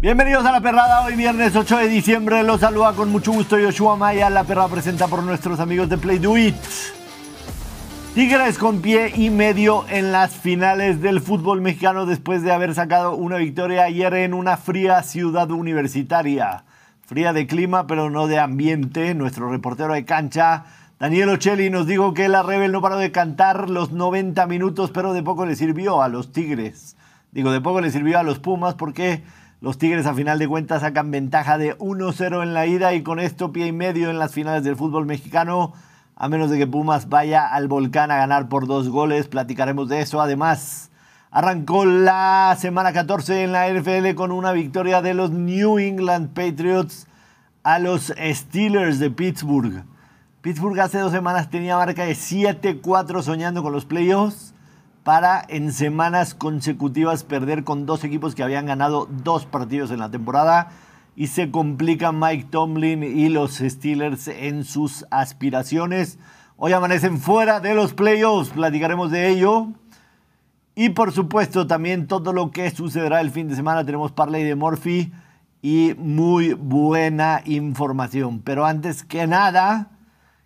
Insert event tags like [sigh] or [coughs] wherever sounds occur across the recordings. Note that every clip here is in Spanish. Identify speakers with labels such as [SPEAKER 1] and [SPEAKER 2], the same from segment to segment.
[SPEAKER 1] Bienvenidos a La Perrada, hoy viernes 8 de diciembre. Los saluda con mucho gusto Yoshua Maya. La Perrada presenta por nuestros amigos de Play Do It. Tigres con pie y medio en las finales del fútbol mexicano después de haber sacado una victoria ayer en una fría ciudad universitaria. Fría de clima, pero no de ambiente. Nuestro reportero de cancha, Daniel Ocelli, nos dijo que la Rebel no paró de cantar los 90 minutos, pero de poco le sirvió a los Tigres. Digo, de poco le sirvió a los Pumas porque los Tigres a final de cuentas sacan ventaja de 1-0 en la ida y con esto pie y medio en las finales del fútbol mexicano a menos de que Pumas vaya al volcán a ganar por dos goles. Platicaremos de eso. Además, arrancó la semana 14 en la NFL con una victoria de los New England Patriots a los Steelers de Pittsburgh. Pittsburgh hace dos semanas tenía marca de 7-4 soñando con los playoffs para en semanas consecutivas perder con dos equipos que habían ganado dos partidos en la temporada y se complica Mike Tomlin y los Steelers en sus aspiraciones. Hoy amanecen fuera de los playoffs, platicaremos de ello. Y por supuesto también todo lo que sucederá el fin de semana. Tenemos parlay de Murphy y muy buena información. Pero antes que nada,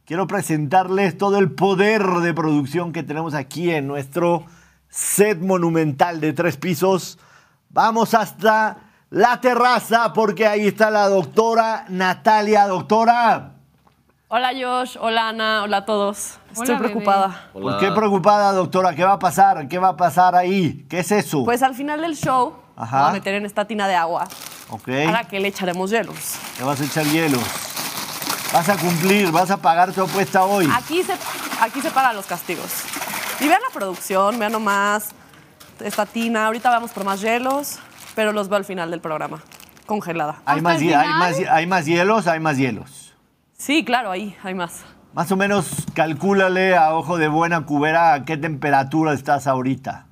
[SPEAKER 1] quiero presentarles todo el poder de producción que tenemos aquí en nuestro set monumental de tres pisos. Vamos hasta la terraza porque ahí está la doctora Natalia. Doctora,
[SPEAKER 2] Hola Josh, hola Ana, hola a todos. Estoy
[SPEAKER 3] Hola, bebé.
[SPEAKER 2] preocupada.
[SPEAKER 1] ¿por qué preocupada, doctora? ¿Qué va a pasar? ¿Qué va a pasar ahí? ¿Qué es eso?
[SPEAKER 2] Pues al final del show,
[SPEAKER 1] Ajá.
[SPEAKER 2] me voy a meter en esta tina de agua
[SPEAKER 1] ok,
[SPEAKER 2] a la que le echaremos hielos.
[SPEAKER 1] te vas a echar hielo. Vas a cumplir, vas a pagar tu apuesta hoy.
[SPEAKER 2] Aquí se, aquí se pagan los castigos. Y vean la producción, vean nomás esta tina. Ahorita vamos por más hielos, pero los veo al final del programa, congelada.
[SPEAKER 1] Hay más,
[SPEAKER 3] el
[SPEAKER 1] hie- hay,
[SPEAKER 3] final?
[SPEAKER 1] más, hie- hay más hielos, hay más hielos.
[SPEAKER 2] Sí, claro, ahí hay más.
[SPEAKER 1] Más o menos calcúlale a ojo de buena cubera a qué temperatura estás ahorita.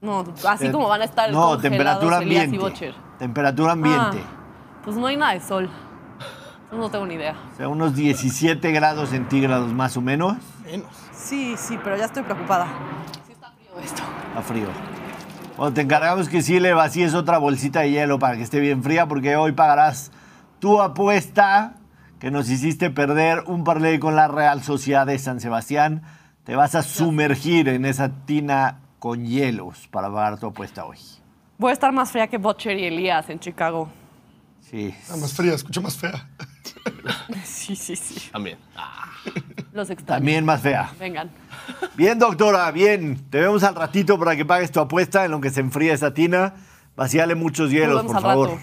[SPEAKER 2] No, así como van a estar
[SPEAKER 1] Eh, No,
[SPEAKER 2] congelados
[SPEAKER 1] temperatura
[SPEAKER 2] Elías y
[SPEAKER 1] ambiente.
[SPEAKER 2] Bocher.
[SPEAKER 1] Temperatura ambiente.
[SPEAKER 2] Ah, pues no hay nada de sol. Entonces No tengo ni idea.
[SPEAKER 1] O sea, unos 17 grados centígrados más o menos.
[SPEAKER 2] Sí, sí, pero ya estoy preocupada. Sí está frío esto.
[SPEAKER 1] Está frío. Bueno, te encargamos que sí le vacíes otra bolsita de hielo para que esté bien fría, porque hoy pagarás tu apuesta que nos hiciste perder un parlay con la Real Sociedad de San Sebastián. Te vas a sumergir en esa tina con hielos para pagar tu apuesta hoy.
[SPEAKER 2] Voy a estar más fría que Butcher y Elías en Chicago.
[SPEAKER 1] Sí.
[SPEAKER 4] Ah, más fría, escucho más fea.
[SPEAKER 2] [laughs]
[SPEAKER 5] [laughs]
[SPEAKER 2] Sí, sí, sí.
[SPEAKER 5] También.
[SPEAKER 2] [laughs] Los extraño.
[SPEAKER 1] También más fea.
[SPEAKER 2] Vengan.
[SPEAKER 1] Bien, doctora, bien. Te vemos al ratito para que pagues tu apuesta en lo que se enfría esa tina. Vacíale muchos hielos,
[SPEAKER 2] vemos
[SPEAKER 1] por
[SPEAKER 2] al
[SPEAKER 1] favor.
[SPEAKER 2] rato.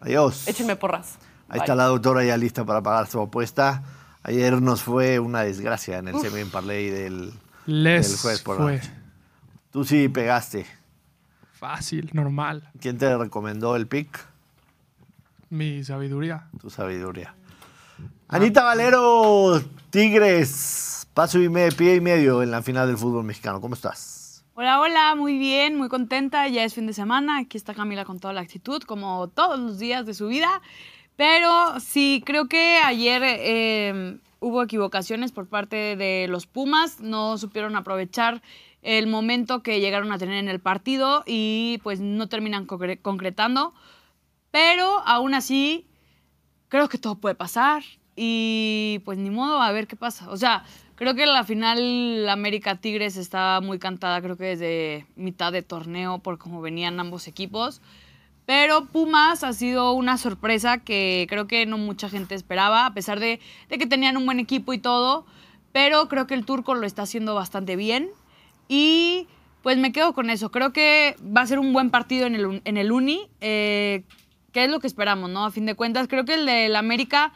[SPEAKER 1] Adiós.
[SPEAKER 2] Échenme porras.
[SPEAKER 1] Ahí está
[SPEAKER 2] Bye.
[SPEAKER 1] la doctora ya lista para pagar su apuesta. Ayer nos fue una desgracia en el semi parlay del, del
[SPEAKER 3] Les
[SPEAKER 1] jueves por la
[SPEAKER 3] fue
[SPEAKER 1] noche. Tú sí pegaste.
[SPEAKER 3] fácil, normal,
[SPEAKER 1] ¿Quién te recomendó el pick?
[SPEAKER 3] mi sabiduría.
[SPEAKER 1] Tu sabiduría.
[SPEAKER 2] Ah.
[SPEAKER 1] Anita Valero, Tigres, paso y medio, pie y medio en la final del fútbol mexicano. ¿Cómo estás?
[SPEAKER 6] Hola, hola, muy bien, muy contenta. Ya es fin de semana. Aquí está Camila con toda la actitud, como todos los días de su vida. Pero sí, creo que ayer eh, hubo equivocaciones por parte de los Pumas. No supieron aprovechar el momento que llegaron a tener en el partido y pues no terminan concre- concretando. Pero aún así, creo que todo puede pasar y pues ni modo, a ver qué pasa. O sea, creo que la final América Tigres está muy cantada, creo que desde mitad de torneo por cómo venían ambos equipos. Pero Pumas ha sido una sorpresa que creo que no mucha gente esperaba, a pesar de, de que tenían un buen equipo y todo. Pero creo que el turco lo está haciendo bastante bien. Y pues me quedo con eso. Creo que va a ser un buen partido en el, un- en el Uni. eh, que es lo que esperamos, no? A fin de cuentas, creo que el del América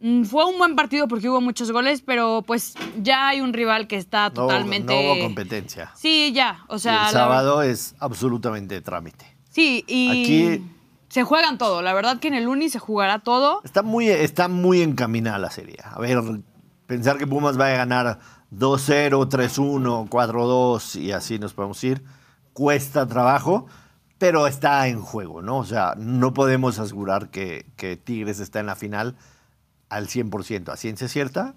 [SPEAKER 6] mm, fue un buen partido porque hubo muchos goles, pero pues ya hay un rival que
[SPEAKER 1] No
[SPEAKER 6] está
[SPEAKER 1] hubo-
[SPEAKER 6] totalmente.
[SPEAKER 1] No hubo competencia.
[SPEAKER 6] Sí, ya. O sea,
[SPEAKER 1] el
[SPEAKER 6] la-
[SPEAKER 1] sábado es absolutamente de trámite.
[SPEAKER 6] Sí, y
[SPEAKER 1] Aquí-
[SPEAKER 6] se juegan todo. La verdad que en el Uni se jugará todo.
[SPEAKER 1] Está muy, está muy encaminada la serie. A ver, pensar que Pumas va a ganar 2-0, 3-1, 4-2 y así nos podemos ir, cuesta trabajo, pero está en juego, ¿no? O sea, no podemos asegurar que, que Tigres está en la final al 100%. A ciencia cierta,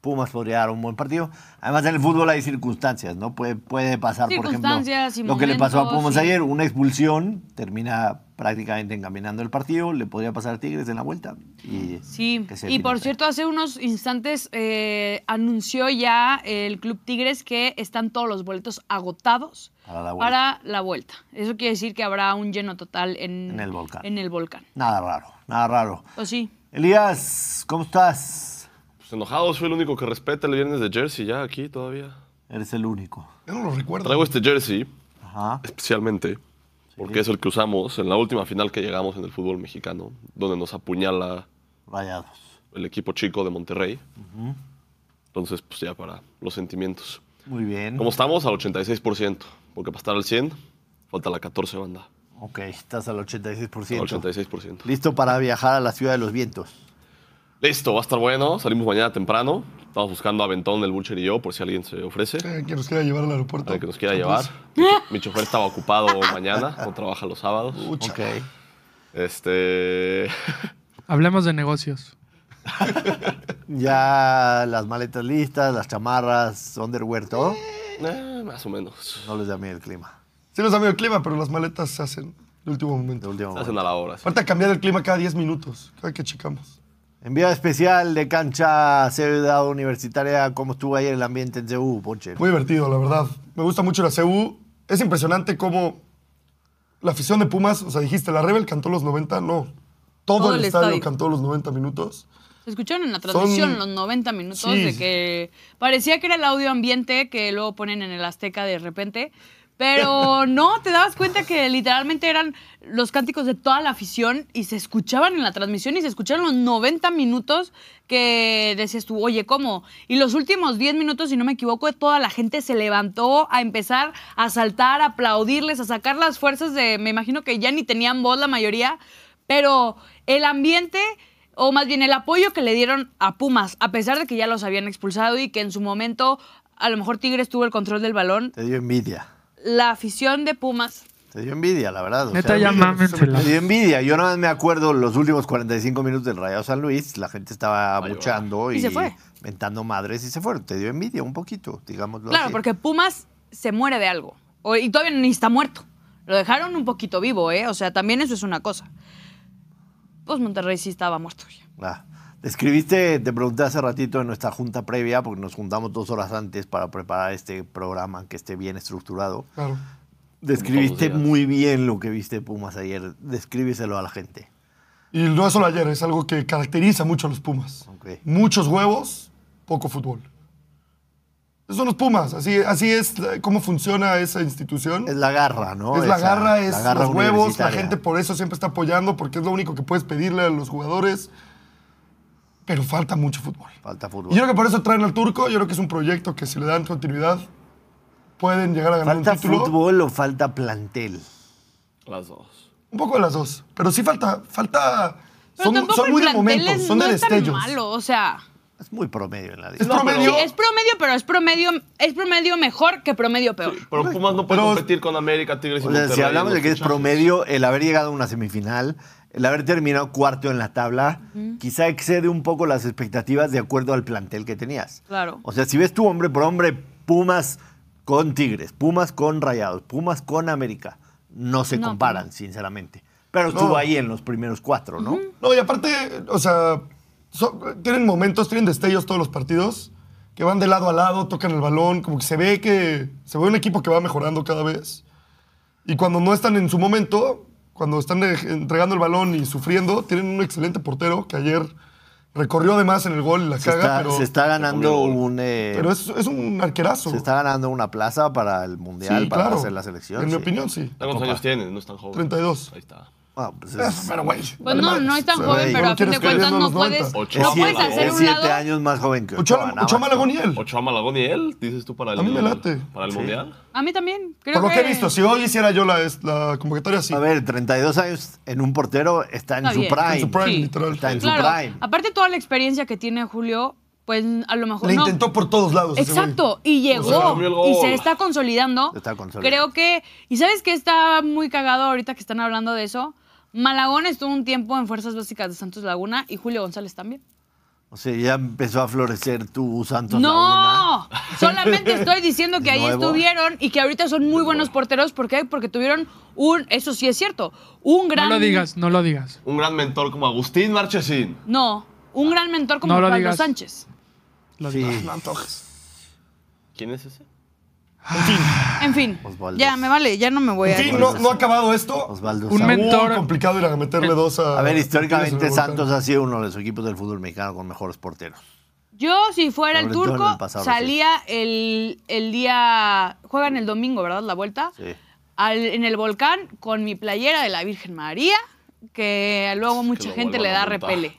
[SPEAKER 1] Pumas podría dar un buen partido. Además, en el fútbol hay circunstancias, ¿no? Puede, puede pasar, por ejemplo,
[SPEAKER 6] Circunstancias y
[SPEAKER 1] lo que le pasó a
[SPEAKER 6] momentos,
[SPEAKER 1] Pumas
[SPEAKER 6] sí.
[SPEAKER 1] ayer, una expulsión, termina prácticamente encaminando el partido, le podría pasar a Tigres en la vuelta. Y
[SPEAKER 6] Sí,
[SPEAKER 1] que se
[SPEAKER 6] y por
[SPEAKER 1] defina.
[SPEAKER 6] cierto, hace unos instantes eh, anunció ya el Club Tigres que están todos los boletos agotados
[SPEAKER 1] Para la vuelta.
[SPEAKER 6] para la vuelta. Eso quiere decir que habrá un lleno total en,
[SPEAKER 1] En el volcán.
[SPEAKER 6] en el volcán.
[SPEAKER 1] Nada raro, nada raro.
[SPEAKER 6] ¿O sí?
[SPEAKER 1] Elías, ¿cómo estás?
[SPEAKER 4] Pues enojado, soy el único que respeta el viernes de jersey ya aquí todavía.
[SPEAKER 1] Eres el único.
[SPEAKER 5] Yo no lo recuerdo.
[SPEAKER 4] Traigo este jersey
[SPEAKER 1] Ajá.
[SPEAKER 4] especialmente porque es el que usamos en la última final que llegamos en el fútbol mexicano, donde nos apuñala
[SPEAKER 1] Rayados.
[SPEAKER 4] el equipo chico de Monterrey. Entonces, pues ya para los sentimientos.
[SPEAKER 1] Muy bien.
[SPEAKER 4] ¿Cómo estamos? Al 86%, porque para estar al 100 falta la 14 banda.
[SPEAKER 1] Ok, estás al 86%.
[SPEAKER 4] Al 86%.
[SPEAKER 1] Listo para viajar a la ciudad de los vientos.
[SPEAKER 4] Listo, va a estar bueno. Salimos mañana temprano. Estamos buscando a Aventón, el Butcher y yo, por si alguien se ofrece.
[SPEAKER 5] Eh, Que nos quiera llevar al aeropuerto.
[SPEAKER 4] Alguien que nos quiera llevar. Mi, cho- mi chofer estaba ocupado mañana, no trabaja los sábados.
[SPEAKER 5] Pucha.
[SPEAKER 1] Ok.
[SPEAKER 4] Este. [laughs]
[SPEAKER 3] Hablemos de negocios.
[SPEAKER 1] Ya las maletas listas, las chamarras, underwear, todo.
[SPEAKER 4] eh, más o menos.
[SPEAKER 1] No les da miedo el clima.
[SPEAKER 5] Sí nos da medio clima, pero las maletas se hacen de último
[SPEAKER 1] De
[SPEAKER 5] momento.
[SPEAKER 1] último
[SPEAKER 4] Se hacen
[SPEAKER 1] momento.
[SPEAKER 4] a la hora. sí.
[SPEAKER 5] Falta cambiar el clima cada 10 minutos, cada que checamos.
[SPEAKER 1] Enviado especial de cancha Ciudad Universitaria. ¿Cómo estuvo ayer el ambiente en CU, Ponche?
[SPEAKER 5] Muy divertido, la verdad. Me gusta mucho la CU. Es impresionante cómo la afición de Pumas, o sea, dijiste, la Rebel cantó los 90, no. Todo, el, estadio, cantó los 90 minutos.
[SPEAKER 6] ¿Se escucharon en la
[SPEAKER 5] Son-
[SPEAKER 6] transmisión los 90 minutos
[SPEAKER 5] Sí.
[SPEAKER 6] de que parecía que era el audio ambiente que luego ponen en el Azteca de repente?
[SPEAKER 5] [laughs]
[SPEAKER 6] Pero no, te dabas cuenta que literalmente eran los cánticos de toda la afición y se escuchaban en la transmisión y se escucharon los 90 minutos que decías tú, oye, ¿cómo? Y los últimos 10 minutos, si no me equivoco, toda la gente se levantó a empezar a saltar, a aplaudirles, a sacar las fuerzas de, me imagino que ya ni tenían voz la mayoría, pero el ambiente o más bien el apoyo que le dieron a Pumas, a pesar de que ya los habían expulsado y que en su momento a lo mejor Tigres tuvo el control del balón,
[SPEAKER 1] Te dio envidia.
[SPEAKER 6] la afición de Pumas,
[SPEAKER 1] Te dio envidia, la verdad. o
[SPEAKER 3] Neta,
[SPEAKER 1] sea,
[SPEAKER 3] ya mámensela.
[SPEAKER 1] Me dio envidia. Yo nada más me acuerdo los últimos 45 minutos del Rayado San Luis. La gente estaba
[SPEAKER 4] Vaya,
[SPEAKER 1] buchando y,
[SPEAKER 6] Y se fue.
[SPEAKER 1] ventando madres y se fueron. Te dio envidia un poquito, digámoslo
[SPEAKER 6] claro,
[SPEAKER 1] así.
[SPEAKER 6] porque Pumas se muere de algo o- y todavía ni está muerto. Lo dejaron un poquito vivo, ¿eh? O sea, también eso es una cosa. Pues Monterrey sí estaba muerto ya.
[SPEAKER 1] Ah, te escribiste, te pregunté hace ratito en nuestra junta previa, porque nos juntamos dos horas antes para preparar este programa que esté bien estructurado.
[SPEAKER 5] Claro.
[SPEAKER 1] Describiste
[SPEAKER 4] Como todos los días.
[SPEAKER 1] muy bien lo que viste de Pumas ayer. Descríbeselo a la gente.
[SPEAKER 5] Y no es solo ayer, es algo que caracteriza mucho a los Pumas.
[SPEAKER 1] Ok.
[SPEAKER 5] Muchos huevos, poco fútbol. Esos son los Pumas, así, así es la- cómo funciona esa institución.
[SPEAKER 1] Es la garra, ¿no?
[SPEAKER 5] es la
[SPEAKER 1] Esa-
[SPEAKER 5] garra, es
[SPEAKER 1] la garra
[SPEAKER 5] los huevos, la
[SPEAKER 1] universitaria.
[SPEAKER 5] gente por eso siempre está apoyando, porque es lo único que puedes pedirle a los jugadores. Pero falta mucho fútbol.
[SPEAKER 1] Falta
[SPEAKER 5] Y yo creo
[SPEAKER 1] fútbol.
[SPEAKER 5] que por eso traen al turco, yo creo que es un proyecto que si le dan continuidad pueden llegar a ganar
[SPEAKER 1] ¿Falta
[SPEAKER 5] un título.
[SPEAKER 1] fútbol o falta plantel?
[SPEAKER 4] Las dos.
[SPEAKER 5] Un poco de las dos, pero sí falta, falta,
[SPEAKER 6] Pero
[SPEAKER 5] son,
[SPEAKER 6] tampoco
[SPEAKER 5] son
[SPEAKER 6] el
[SPEAKER 5] muy de
[SPEAKER 6] plantel
[SPEAKER 5] momentos,
[SPEAKER 6] es-
[SPEAKER 5] son
[SPEAKER 6] no
[SPEAKER 5] de
[SPEAKER 6] es tan
[SPEAKER 5] destellos.
[SPEAKER 6] malo, o sea,
[SPEAKER 1] Es muy promedio en la
[SPEAKER 5] Es
[SPEAKER 1] liga.
[SPEAKER 5] promedio,
[SPEAKER 6] es promedio, pero es promedio, es promedio mejor que promedio peor.
[SPEAKER 4] Pero Pumas no puede
[SPEAKER 5] Pero-
[SPEAKER 4] competir con América, Tigres y
[SPEAKER 1] O sea,
[SPEAKER 4] Monterrey.
[SPEAKER 1] si hablamos de
[SPEAKER 4] en los
[SPEAKER 1] que es
[SPEAKER 4] fichajes.
[SPEAKER 1] promedio, el haber llegado a una semifinal, el haber terminado cuarto en la tabla, quizá excede un poco las expectativas de acuerdo al plantel que tenías.
[SPEAKER 6] Claro.
[SPEAKER 1] O sea, si ves tu hombre por hombre, Pumas con Tigres, Pumas con Rayados, Pumas con América, no se
[SPEAKER 6] No,
[SPEAKER 1] comparan, sinceramente. Pero estuvo
[SPEAKER 5] No.
[SPEAKER 1] ahí en los primeros cuatro, ¿no?
[SPEAKER 5] No, y aparte, o sea, son- tienen momentos, tienen destellos todos los partidos, que van de lado a lado, tocan el balón, como que se ve que se ve un equipo que va mejorando cada vez. Y cuando no están en su momento, cuando están eh, entregando el balón y sufriendo, tienen un excelente portero que ayer recorrió además en el gol y la
[SPEAKER 1] Se,
[SPEAKER 5] caga,
[SPEAKER 1] está,
[SPEAKER 5] pero,
[SPEAKER 1] se está ganando
[SPEAKER 4] comió el
[SPEAKER 1] un... eh,
[SPEAKER 5] pero es, es un arquerazo.
[SPEAKER 1] se está ganando una plaza para el Mundial,
[SPEAKER 5] Sí,
[SPEAKER 1] para
[SPEAKER 5] claro.
[SPEAKER 1] hacer la selección.
[SPEAKER 5] En mi
[SPEAKER 1] sí.
[SPEAKER 5] opinión, sí.
[SPEAKER 4] ¿Cuántos años tienen? No es tan joven.
[SPEAKER 5] 32.
[SPEAKER 4] Ahí está.
[SPEAKER 1] Ah, pues es-
[SPEAKER 5] Ah, Pero, güey.
[SPEAKER 6] Pues no, no es tan joven,
[SPEAKER 1] güey,
[SPEAKER 6] pero
[SPEAKER 1] no
[SPEAKER 6] a fin
[SPEAKER 5] quieres
[SPEAKER 6] de cuentas
[SPEAKER 5] caer en
[SPEAKER 6] no
[SPEAKER 5] los
[SPEAKER 6] puedes,
[SPEAKER 4] 90.
[SPEAKER 6] no puedes
[SPEAKER 4] Es siete-
[SPEAKER 6] hacer
[SPEAKER 1] es
[SPEAKER 6] un
[SPEAKER 1] siete
[SPEAKER 6] lado.
[SPEAKER 1] años más joven que Ochoa, nada
[SPEAKER 5] Ochoa
[SPEAKER 1] más.
[SPEAKER 5] Malagón y él.
[SPEAKER 4] ¿Ochoa Malagón y él? ¿Dices tú para el,
[SPEAKER 5] A mí me late.
[SPEAKER 4] Para el
[SPEAKER 1] Sí.
[SPEAKER 4] Mundial?
[SPEAKER 6] A mí también. Creo
[SPEAKER 5] Por lo que he visto, si hoy hiciera yo la, es- la convocatoria, sí.
[SPEAKER 1] A ver, 32 años en un portero está en
[SPEAKER 6] Está
[SPEAKER 1] su
[SPEAKER 6] bien.
[SPEAKER 1] prime.
[SPEAKER 5] En su prime,
[SPEAKER 6] Sí.
[SPEAKER 5] literal.
[SPEAKER 1] Está en su
[SPEAKER 6] Claro,
[SPEAKER 1] prime.
[SPEAKER 6] aparte toda la experiencia que tiene Julio, pues a lo mejor
[SPEAKER 5] Le
[SPEAKER 6] no.
[SPEAKER 5] intentó por todos lados. ese güey.
[SPEAKER 6] Exacto, y
[SPEAKER 4] sea,
[SPEAKER 6] llegó
[SPEAKER 4] cambió el gol.
[SPEAKER 6] y se está consolidando.
[SPEAKER 1] Se está consolidando.
[SPEAKER 6] Creo que y sabes que está muy cagado ahorita que están hablando de eso. Malagón estuvo un tiempo en Fuerzas Básicas de Santos Laguna y Julio González también.
[SPEAKER 1] O sea, ya empezó a florecer tu Santos Laguna.
[SPEAKER 6] No, [laughs] solamente estoy diciendo que ahí
[SPEAKER 1] Nuevo.
[SPEAKER 6] estuvieron y que ahorita son muy buenos porteros. ¿Por qué? Porque tuvieron un, eso sí es cierto, un gran...
[SPEAKER 3] No lo digas, no lo digas.
[SPEAKER 4] Un gran mentor como Agustín Marchesín.
[SPEAKER 6] No, un gran mentor como
[SPEAKER 3] No lo
[SPEAKER 6] Osvaldo
[SPEAKER 3] digas.
[SPEAKER 6] Sánchez.
[SPEAKER 3] Lo
[SPEAKER 1] Sí.
[SPEAKER 3] digas.
[SPEAKER 5] No antojes.
[SPEAKER 4] ¿Quién es ese?
[SPEAKER 6] En fin,
[SPEAKER 1] Osvaldo.
[SPEAKER 6] ya me vale, ya no me voy a...
[SPEAKER 5] Sí, no, no ha acabado esto.
[SPEAKER 1] Osvaldo
[SPEAKER 5] Está
[SPEAKER 1] Santos.
[SPEAKER 5] muy
[SPEAKER 3] mentor-
[SPEAKER 5] complicado ir a
[SPEAKER 4] Eh,
[SPEAKER 5] meterle dos a.
[SPEAKER 1] A ver, históricamente
[SPEAKER 5] Tigres en el
[SPEAKER 1] Santos
[SPEAKER 5] volcán.
[SPEAKER 1] ha sido uno de los equipos del fútbol mexicano con mejores porteros.
[SPEAKER 6] Yo, si fuera el
[SPEAKER 1] Sobre todo en
[SPEAKER 6] turco,
[SPEAKER 1] el pasado
[SPEAKER 6] salía el, el día... Juegan el domingo, ¿verdad? La vuelta.
[SPEAKER 1] Sí.
[SPEAKER 6] al- en el volcán con mi playera de la Virgen María, que luego mucha
[SPEAKER 4] lo
[SPEAKER 6] gente
[SPEAKER 4] vuelvan
[SPEAKER 6] le
[SPEAKER 4] a
[SPEAKER 6] da
[SPEAKER 4] montar.
[SPEAKER 6] repele.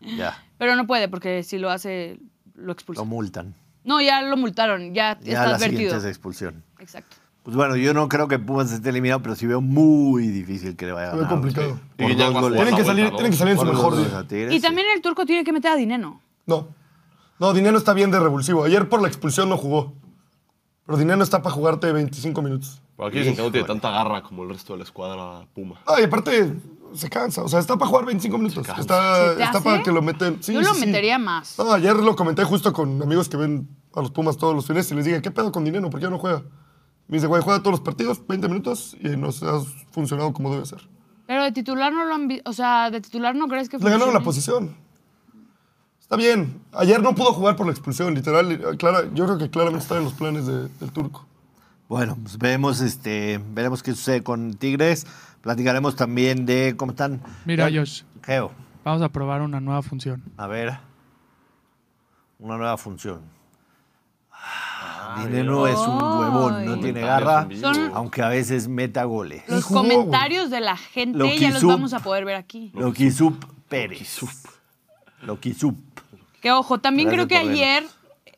[SPEAKER 1] Ya,
[SPEAKER 6] Pero no puede, porque si lo hace, lo
[SPEAKER 1] lo
[SPEAKER 5] Pues
[SPEAKER 6] expulsan.
[SPEAKER 1] multan.
[SPEAKER 6] No, ya lo multaron, ya,
[SPEAKER 1] Ya
[SPEAKER 6] está
[SPEAKER 1] la siguiente
[SPEAKER 6] advertido.
[SPEAKER 1] es expulsión.
[SPEAKER 6] Exacto.
[SPEAKER 1] Pues bueno, yo no creo que Pumas esté eliminado, pero sí veo muy difícil que le vaya a
[SPEAKER 5] Se ve
[SPEAKER 1] ganar.
[SPEAKER 5] complicado.
[SPEAKER 1] Por
[SPEAKER 4] Y ya
[SPEAKER 1] dos
[SPEAKER 4] va a
[SPEAKER 1] goles.
[SPEAKER 4] jugar
[SPEAKER 5] Tienen que
[SPEAKER 4] la
[SPEAKER 5] salir,
[SPEAKER 4] vuelta, ¿no?
[SPEAKER 5] tienen que salir en su
[SPEAKER 1] Por dos
[SPEAKER 5] mejor
[SPEAKER 1] goles
[SPEAKER 5] día.
[SPEAKER 1] a Tigres,
[SPEAKER 6] Y también el turco tiene que meter a Dineno.
[SPEAKER 5] No. No, Dinero está bien de revulsivo. Ayer por la expulsión no jugó. Pero Dinero está para jugarte 25 minutos.
[SPEAKER 4] Por aquí dicen que no tiene
[SPEAKER 1] Híjole.
[SPEAKER 4] tanta garra como el resto de la escuadra Puma.
[SPEAKER 5] Ah, y aparte se cansa. O sea, está para jugar 25 minutos.
[SPEAKER 4] cansa.
[SPEAKER 5] Está,
[SPEAKER 6] ¿Se te
[SPEAKER 5] está para
[SPEAKER 6] hace?
[SPEAKER 5] que lo meten. Sí,
[SPEAKER 6] Yo lo
[SPEAKER 5] sí, sí.
[SPEAKER 6] metería más.
[SPEAKER 1] Oh.
[SPEAKER 5] No, ayer lo comenté justo con amigos que ven a los Pumas todos los fines y les dije, ¿qué pedo con Dinero? ¿Por qué no juega? Me dice, güey, juega todos los partidos, 20 minutos y nos has funcionado como debe ser. Pues
[SPEAKER 6] Pero de titular no lo han vi- O sea, de titular no crees que
[SPEAKER 5] Le ganaron la
[SPEAKER 6] funcione?
[SPEAKER 5] posición. Está bien. Ayer no pudo jugar por la expulsión, literal. eh, Clara, yo creo que claramente está en los planes de- del turco.
[SPEAKER 1] Bueno, pues vemos, este, veremos qué sucede con Tigres. Platicaremos también de cómo están.
[SPEAKER 3] Mira,
[SPEAKER 1] Ya-
[SPEAKER 3] Josh,
[SPEAKER 1] Geo,
[SPEAKER 3] vamos a probar una nueva función.
[SPEAKER 1] a ver. Una nueva función.
[SPEAKER 4] Ah,
[SPEAKER 1] Dinero es un huevón, no
[SPEAKER 6] Ay.
[SPEAKER 1] tiene
[SPEAKER 4] Comentarios
[SPEAKER 1] garra,
[SPEAKER 4] en vivo.
[SPEAKER 1] aunque a veces meta goles.
[SPEAKER 5] Sí
[SPEAKER 6] Los
[SPEAKER 5] jugó, güey.
[SPEAKER 6] comentarios de la gente
[SPEAKER 1] Lo
[SPEAKER 6] ya los
[SPEAKER 1] quiso.
[SPEAKER 6] vamos a poder ver aquí.
[SPEAKER 1] Loquisup Pérez. Loquisup.
[SPEAKER 6] Que ojo, también
[SPEAKER 1] Gracias
[SPEAKER 6] creo que
[SPEAKER 1] por
[SPEAKER 6] ayer.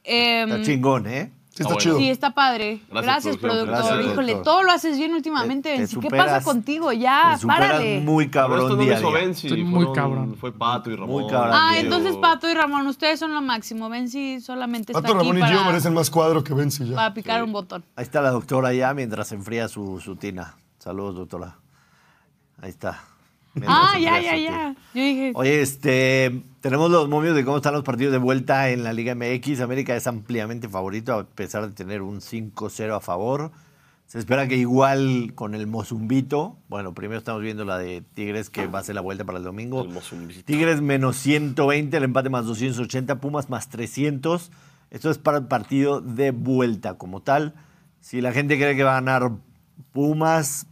[SPEAKER 6] em,
[SPEAKER 1] Está chingón, ¿eh?
[SPEAKER 5] Sí, está
[SPEAKER 4] Ah, bueno.
[SPEAKER 5] chido.
[SPEAKER 6] Sí, este está padre.
[SPEAKER 4] Gracias,
[SPEAKER 6] Gracias,
[SPEAKER 4] productor.
[SPEAKER 6] productor.
[SPEAKER 1] Gracias,
[SPEAKER 6] Híjole,
[SPEAKER 1] productor.
[SPEAKER 6] todo lo haces bien últimamente,
[SPEAKER 1] Te- te
[SPEAKER 6] Benzi. ¿Qué
[SPEAKER 1] superas,
[SPEAKER 6] pasa contigo? Ya,
[SPEAKER 1] Te superas
[SPEAKER 6] Ah, párale.
[SPEAKER 1] muy
[SPEAKER 4] Pero
[SPEAKER 1] cabrón
[SPEAKER 4] esto no
[SPEAKER 1] día
[SPEAKER 4] lo
[SPEAKER 1] a
[SPEAKER 4] hizo
[SPEAKER 1] día.
[SPEAKER 4] Benzi,
[SPEAKER 3] Estoy muy
[SPEAKER 4] fueron-
[SPEAKER 3] cabrón.
[SPEAKER 4] Fue Pato y Ramón.
[SPEAKER 1] Muy cabrón.
[SPEAKER 6] Ah,
[SPEAKER 1] Diego.
[SPEAKER 6] entonces Pato y Ramón, ustedes son lo máximo. Benzi solamente está
[SPEAKER 5] Pato
[SPEAKER 6] aquí
[SPEAKER 5] Ramón y yo
[SPEAKER 6] para,
[SPEAKER 5] merecen más cuadro que Benzi ya.
[SPEAKER 6] para picar un botón.
[SPEAKER 1] Ahí está la doctora ya mientras enfría su, su tina. Saludos, doctora. Ahí está. Mientras
[SPEAKER 6] Ah, ya,
[SPEAKER 1] enfría
[SPEAKER 6] ya,
[SPEAKER 1] su
[SPEAKER 6] ya.
[SPEAKER 1] tina.
[SPEAKER 6] Yo dije,
[SPEAKER 1] Oye, este, tenemos los momios de cómo están los partidos de vuelta en la Liga MX. América es ampliamente favorito a pesar de tener un 5-0 a favor. Se espera que igual con el Mozumbito, bueno, primero estamos viendo la de Tigres que va a ser la vuelta para el domingo.
[SPEAKER 4] El Mozumbito.
[SPEAKER 1] Tigres menos 120, el empate más 280, Pumas más 300. Esto es para el partido de vuelta como tal. Si la gente cree que va a ganar Pumas,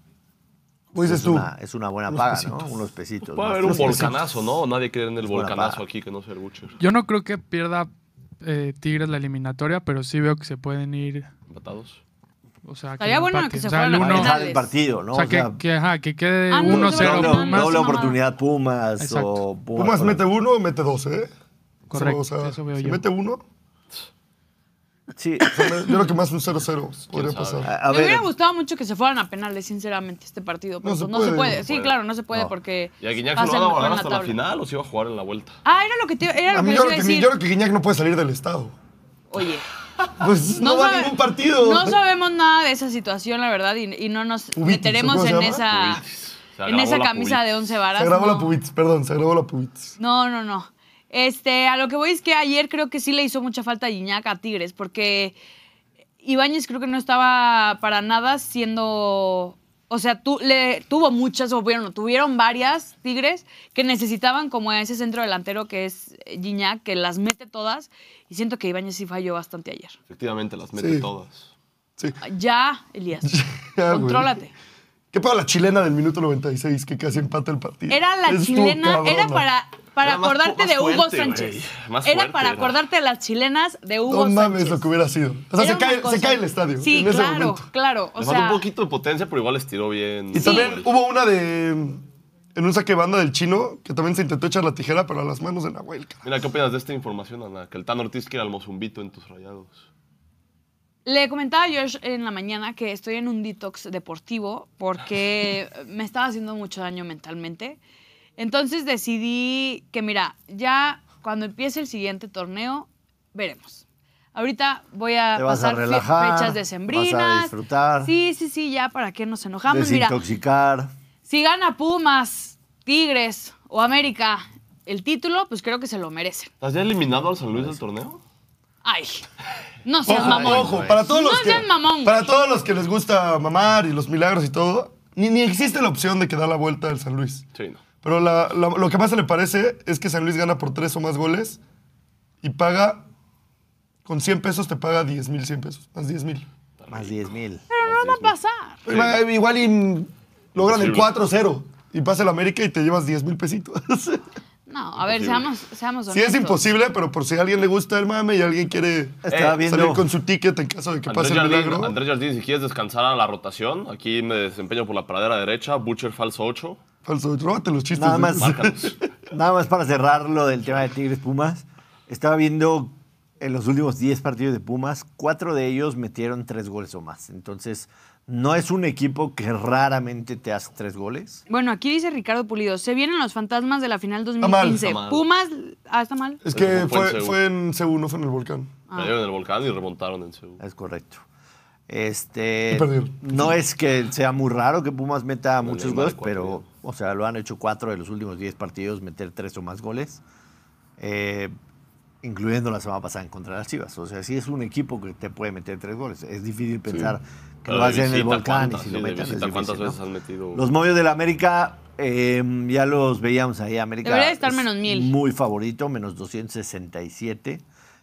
[SPEAKER 5] ¿Cómo Pues dices
[SPEAKER 1] es,
[SPEAKER 5] tú?
[SPEAKER 1] una, es una buena
[SPEAKER 5] Unos
[SPEAKER 1] paga,
[SPEAKER 5] pesitos.
[SPEAKER 1] ¿no? Unos pesitos.
[SPEAKER 4] Puede
[SPEAKER 1] ¿no?
[SPEAKER 4] haber un
[SPEAKER 1] Sí, sí, sí.
[SPEAKER 4] volcanazo, ¿no? Nadie cree en el
[SPEAKER 1] Es buena
[SPEAKER 4] volcanazo
[SPEAKER 1] paga.
[SPEAKER 4] aquí que no sea el Butcher.
[SPEAKER 3] Yo no creo que pierda eh, Tigres la eliminatoria, pero sí veo que se pueden ir.
[SPEAKER 4] Empatados.
[SPEAKER 3] O sea,
[SPEAKER 6] Estaría
[SPEAKER 3] el
[SPEAKER 6] bueno que
[SPEAKER 3] empate.
[SPEAKER 6] se
[SPEAKER 3] o sea, el
[SPEAKER 6] fueran
[SPEAKER 1] Va a
[SPEAKER 6] a
[SPEAKER 3] uno-
[SPEAKER 1] dejar
[SPEAKER 6] penales.
[SPEAKER 1] el partido, ¿no?
[SPEAKER 3] o sea,
[SPEAKER 1] O sea,
[SPEAKER 3] que, que, ajá, que quede
[SPEAKER 6] Ah, no, se van a
[SPEAKER 3] 1-0
[SPEAKER 6] penales.
[SPEAKER 1] doble,
[SPEAKER 3] Pumas.
[SPEAKER 1] doble
[SPEAKER 6] Ajá.
[SPEAKER 1] oportunidad Pumas
[SPEAKER 3] Exacto.
[SPEAKER 1] o Pumas.
[SPEAKER 5] Pumas mete uno, mete dos, ¿eh?
[SPEAKER 3] Correcto,
[SPEAKER 5] O sea,
[SPEAKER 3] eso veo
[SPEAKER 5] si
[SPEAKER 3] yo.
[SPEAKER 5] mete uno,
[SPEAKER 1] Sí,
[SPEAKER 5] yo creo que más un
[SPEAKER 4] [laughs] Pues
[SPEAKER 5] 0-0 podría pasar.
[SPEAKER 1] a
[SPEAKER 6] me
[SPEAKER 1] ver.
[SPEAKER 6] hubiera gustado mucho que se fueran a penales, sinceramente, este partido. Pero
[SPEAKER 5] No se
[SPEAKER 6] pues, no se
[SPEAKER 5] puede.
[SPEAKER 6] puede.
[SPEAKER 5] No
[SPEAKER 6] Sí,
[SPEAKER 4] puede.
[SPEAKER 6] claro, no se puede
[SPEAKER 1] No.
[SPEAKER 6] porque.
[SPEAKER 4] ¿Y a Guiñac
[SPEAKER 6] va
[SPEAKER 4] se
[SPEAKER 6] ser
[SPEAKER 4] lo
[SPEAKER 6] mejor
[SPEAKER 4] van a guardar
[SPEAKER 6] en la
[SPEAKER 4] hasta la
[SPEAKER 6] tabla.
[SPEAKER 4] final o si iba a jugar en la vuelta?
[SPEAKER 6] Ah, era lo que te, era
[SPEAKER 5] A
[SPEAKER 6] lo que
[SPEAKER 5] mí
[SPEAKER 6] les
[SPEAKER 5] yo creo
[SPEAKER 6] iba a
[SPEAKER 5] que,
[SPEAKER 6] decir.
[SPEAKER 5] yo creo que Guiñac no puede salir del estado.
[SPEAKER 6] Oye.
[SPEAKER 5] Pues no, va a
[SPEAKER 6] sabe-
[SPEAKER 5] ningún partido.
[SPEAKER 6] No sabemos nada de esa situación, la verdad, y, y no nos
[SPEAKER 5] Pubitis, ¿o
[SPEAKER 6] meteremos
[SPEAKER 5] cómo se
[SPEAKER 6] en
[SPEAKER 5] llama?
[SPEAKER 6] esa,
[SPEAKER 4] Pubitis.
[SPEAKER 6] Ah,
[SPEAKER 4] Se
[SPEAKER 6] en
[SPEAKER 4] agravó
[SPEAKER 6] esa
[SPEAKER 4] la
[SPEAKER 6] camisa
[SPEAKER 4] pubitis.
[SPEAKER 6] de once varas.
[SPEAKER 5] se grabó
[SPEAKER 6] no.
[SPEAKER 5] la Pubitis, perdón, se grabó la Pubitis.
[SPEAKER 6] No, no, no. Este, a lo que voy es que ayer creo que sí le hizo mucha falta a Guiñac a Tigres, porque Ibáñez creo que no estaba para nada siendo. O sea, tú, le, tuvo muchas, o bueno, tuvieron varias Tigres que necesitaban como a ese centro delantero que es Guiñac, que las mete todas. Y siento que Ibáñez sí falló bastante ayer.
[SPEAKER 4] Efectivamente, las mete
[SPEAKER 5] Sí.
[SPEAKER 4] todas.
[SPEAKER 5] Sí.
[SPEAKER 6] Ya, Elías.
[SPEAKER 5] [laughs] Ya, güey.
[SPEAKER 6] contrólate.
[SPEAKER 5] ¿Qué pedo la chilena del minuto 96 que casi empata el partido?
[SPEAKER 6] Era la
[SPEAKER 5] Estuvo
[SPEAKER 6] chilena,
[SPEAKER 5] cabrona.
[SPEAKER 6] era para, para
[SPEAKER 4] Era más fu-
[SPEAKER 6] acordarte
[SPEAKER 4] más
[SPEAKER 6] de Hugo
[SPEAKER 4] fuerte,
[SPEAKER 6] Sánchez.
[SPEAKER 4] güey. Más
[SPEAKER 6] Era
[SPEAKER 4] fuerte
[SPEAKER 6] para
[SPEAKER 4] era.
[SPEAKER 6] acordarte de las chilenas de Hugo
[SPEAKER 5] No mames
[SPEAKER 6] Sánchez.
[SPEAKER 5] lo que hubiera sido. O sea,
[SPEAKER 6] Era
[SPEAKER 5] se cae,
[SPEAKER 6] una cosa-
[SPEAKER 5] se cae el estadio.
[SPEAKER 6] Sí,
[SPEAKER 5] en ese
[SPEAKER 6] claro,
[SPEAKER 5] momento.
[SPEAKER 6] claro. O
[SPEAKER 4] Le
[SPEAKER 6] sea,
[SPEAKER 4] falta un poquito de potencia, pero igual les tiró bien.
[SPEAKER 5] Y también hubo una de. En un saque de banda del chino que también se intentó echar la tijera, pero a las manos de Nahuel. cara.
[SPEAKER 4] Mira, ¿qué opinas de esta información, Ana? Que el Tan Ortiz quiere al Mozumbito en tus rayados.
[SPEAKER 6] le comentaba a Josh en la mañana que estoy en un detox deportivo porque me estaba haciendo mucho daño mentalmente. Entonces decidí que, mira, ya cuando empiece el siguiente torneo, veremos. Ahorita voy a
[SPEAKER 1] Te vas a
[SPEAKER 6] pasar fe-
[SPEAKER 1] relajar,
[SPEAKER 6] fechas
[SPEAKER 1] vas a
[SPEAKER 6] decembrinas.
[SPEAKER 1] disfrutar.
[SPEAKER 6] Sí, sí, sí, ya para qué nos enojamos. Mira,
[SPEAKER 1] Desintoxicar.
[SPEAKER 6] Si gana Pumas, Tigres o América el título, pues creo que se lo merecen.
[SPEAKER 4] ¿Has ya eliminado al San Luis del torneo?
[SPEAKER 6] Ay, no seas
[SPEAKER 5] Ojo,
[SPEAKER 6] mamón.
[SPEAKER 5] ojo, para todos
[SPEAKER 6] No
[SPEAKER 5] los que
[SPEAKER 6] seas mamón, güey.
[SPEAKER 5] para todos los que les gusta mamar y los milagros y todo, ni, ni existe la opción de que da la vuelta el San Luis.
[SPEAKER 4] Sí, no.
[SPEAKER 5] Pero la- la- lo que más se le parece es que San Luis gana por tres o más goles y paga con 100 pesos te paga 10 mil 100 pesos, más 10 mil.
[SPEAKER 1] Más 10 mil.
[SPEAKER 6] Pero no va a pasar.
[SPEAKER 5] Igual igual y logran el 4-0
[SPEAKER 4] Imposible.
[SPEAKER 5] y pasa el América y te llevas 10 mil [laughs] pesitos.
[SPEAKER 6] No, a ver,
[SPEAKER 4] Imposible.
[SPEAKER 6] seamos, seamos
[SPEAKER 5] sí
[SPEAKER 6] honestos.
[SPEAKER 5] es imposible, pero por si a alguien le gusta el mame y alguien quiere
[SPEAKER 1] Estaba
[SPEAKER 5] salir
[SPEAKER 1] viendo.
[SPEAKER 5] con su ticket en caso de que
[SPEAKER 4] Andrés
[SPEAKER 5] pase el
[SPEAKER 4] Jardín,
[SPEAKER 5] milagro.
[SPEAKER 4] Andrés Jardín, si quieres descansar a la rotación, aquí me desempeño por la pradera derecha, Butcher falso 8,
[SPEAKER 5] Falso, róbate los chistes.
[SPEAKER 1] Nada
[SPEAKER 5] güey.
[SPEAKER 1] más,
[SPEAKER 4] márcanos.
[SPEAKER 1] [laughs] nada más para cerrar lo del tema de Tigres Pumas. Estaba viendo en los últimos 10 partidos de Pumas, cuatro de ellos metieron tres goles o más. Entonces, no es un equipo que raramente te hace tres goles.
[SPEAKER 6] Bueno, aquí dice Ricardo Pulido, se vienen los fantasmas de la final 2015.
[SPEAKER 5] mal.
[SPEAKER 4] Está mal.
[SPEAKER 6] Pumas, ah, está mal.
[SPEAKER 5] Es
[SPEAKER 4] Pero
[SPEAKER 5] que
[SPEAKER 4] fue en
[SPEAKER 5] fue,
[SPEAKER 4] CU.
[SPEAKER 5] fue en CU, no fue en el volcán.
[SPEAKER 1] Ah.
[SPEAKER 4] cayeron en el volcán y remontaron en Seúl.
[SPEAKER 1] Es correcto. Este,
[SPEAKER 5] Y perdieron.
[SPEAKER 1] no es que sea muy raro que Pumas meta muchos
[SPEAKER 4] Neymar
[SPEAKER 1] goles,
[SPEAKER 4] cuatro
[SPEAKER 1] pero,
[SPEAKER 4] días.
[SPEAKER 1] o sea, lo han hecho cuatro de los últimos 10 partidos, meter tres o más goles, eh, incluyendo la semana pasada en contra las Chivas. O sea, sí es un equipo que te puede meter tres goles. Es difícil pensar que
[SPEAKER 4] Pero
[SPEAKER 1] lo va a
[SPEAKER 4] de
[SPEAKER 1] hacer en el
[SPEAKER 4] visita,
[SPEAKER 1] volcán y
[SPEAKER 4] ¿cuántas?
[SPEAKER 1] si
[SPEAKER 4] Sí,
[SPEAKER 1] lo
[SPEAKER 4] de
[SPEAKER 1] meten. es
[SPEAKER 4] visita, ¿Cuántas
[SPEAKER 1] difícil,
[SPEAKER 4] veces
[SPEAKER 1] ¿no?
[SPEAKER 4] han metido?
[SPEAKER 1] Los movios del América, eh, ya los veíamos ahí. América
[SPEAKER 6] Debería estar
[SPEAKER 1] es
[SPEAKER 6] menos mil.
[SPEAKER 1] Muy favorito, menos 267.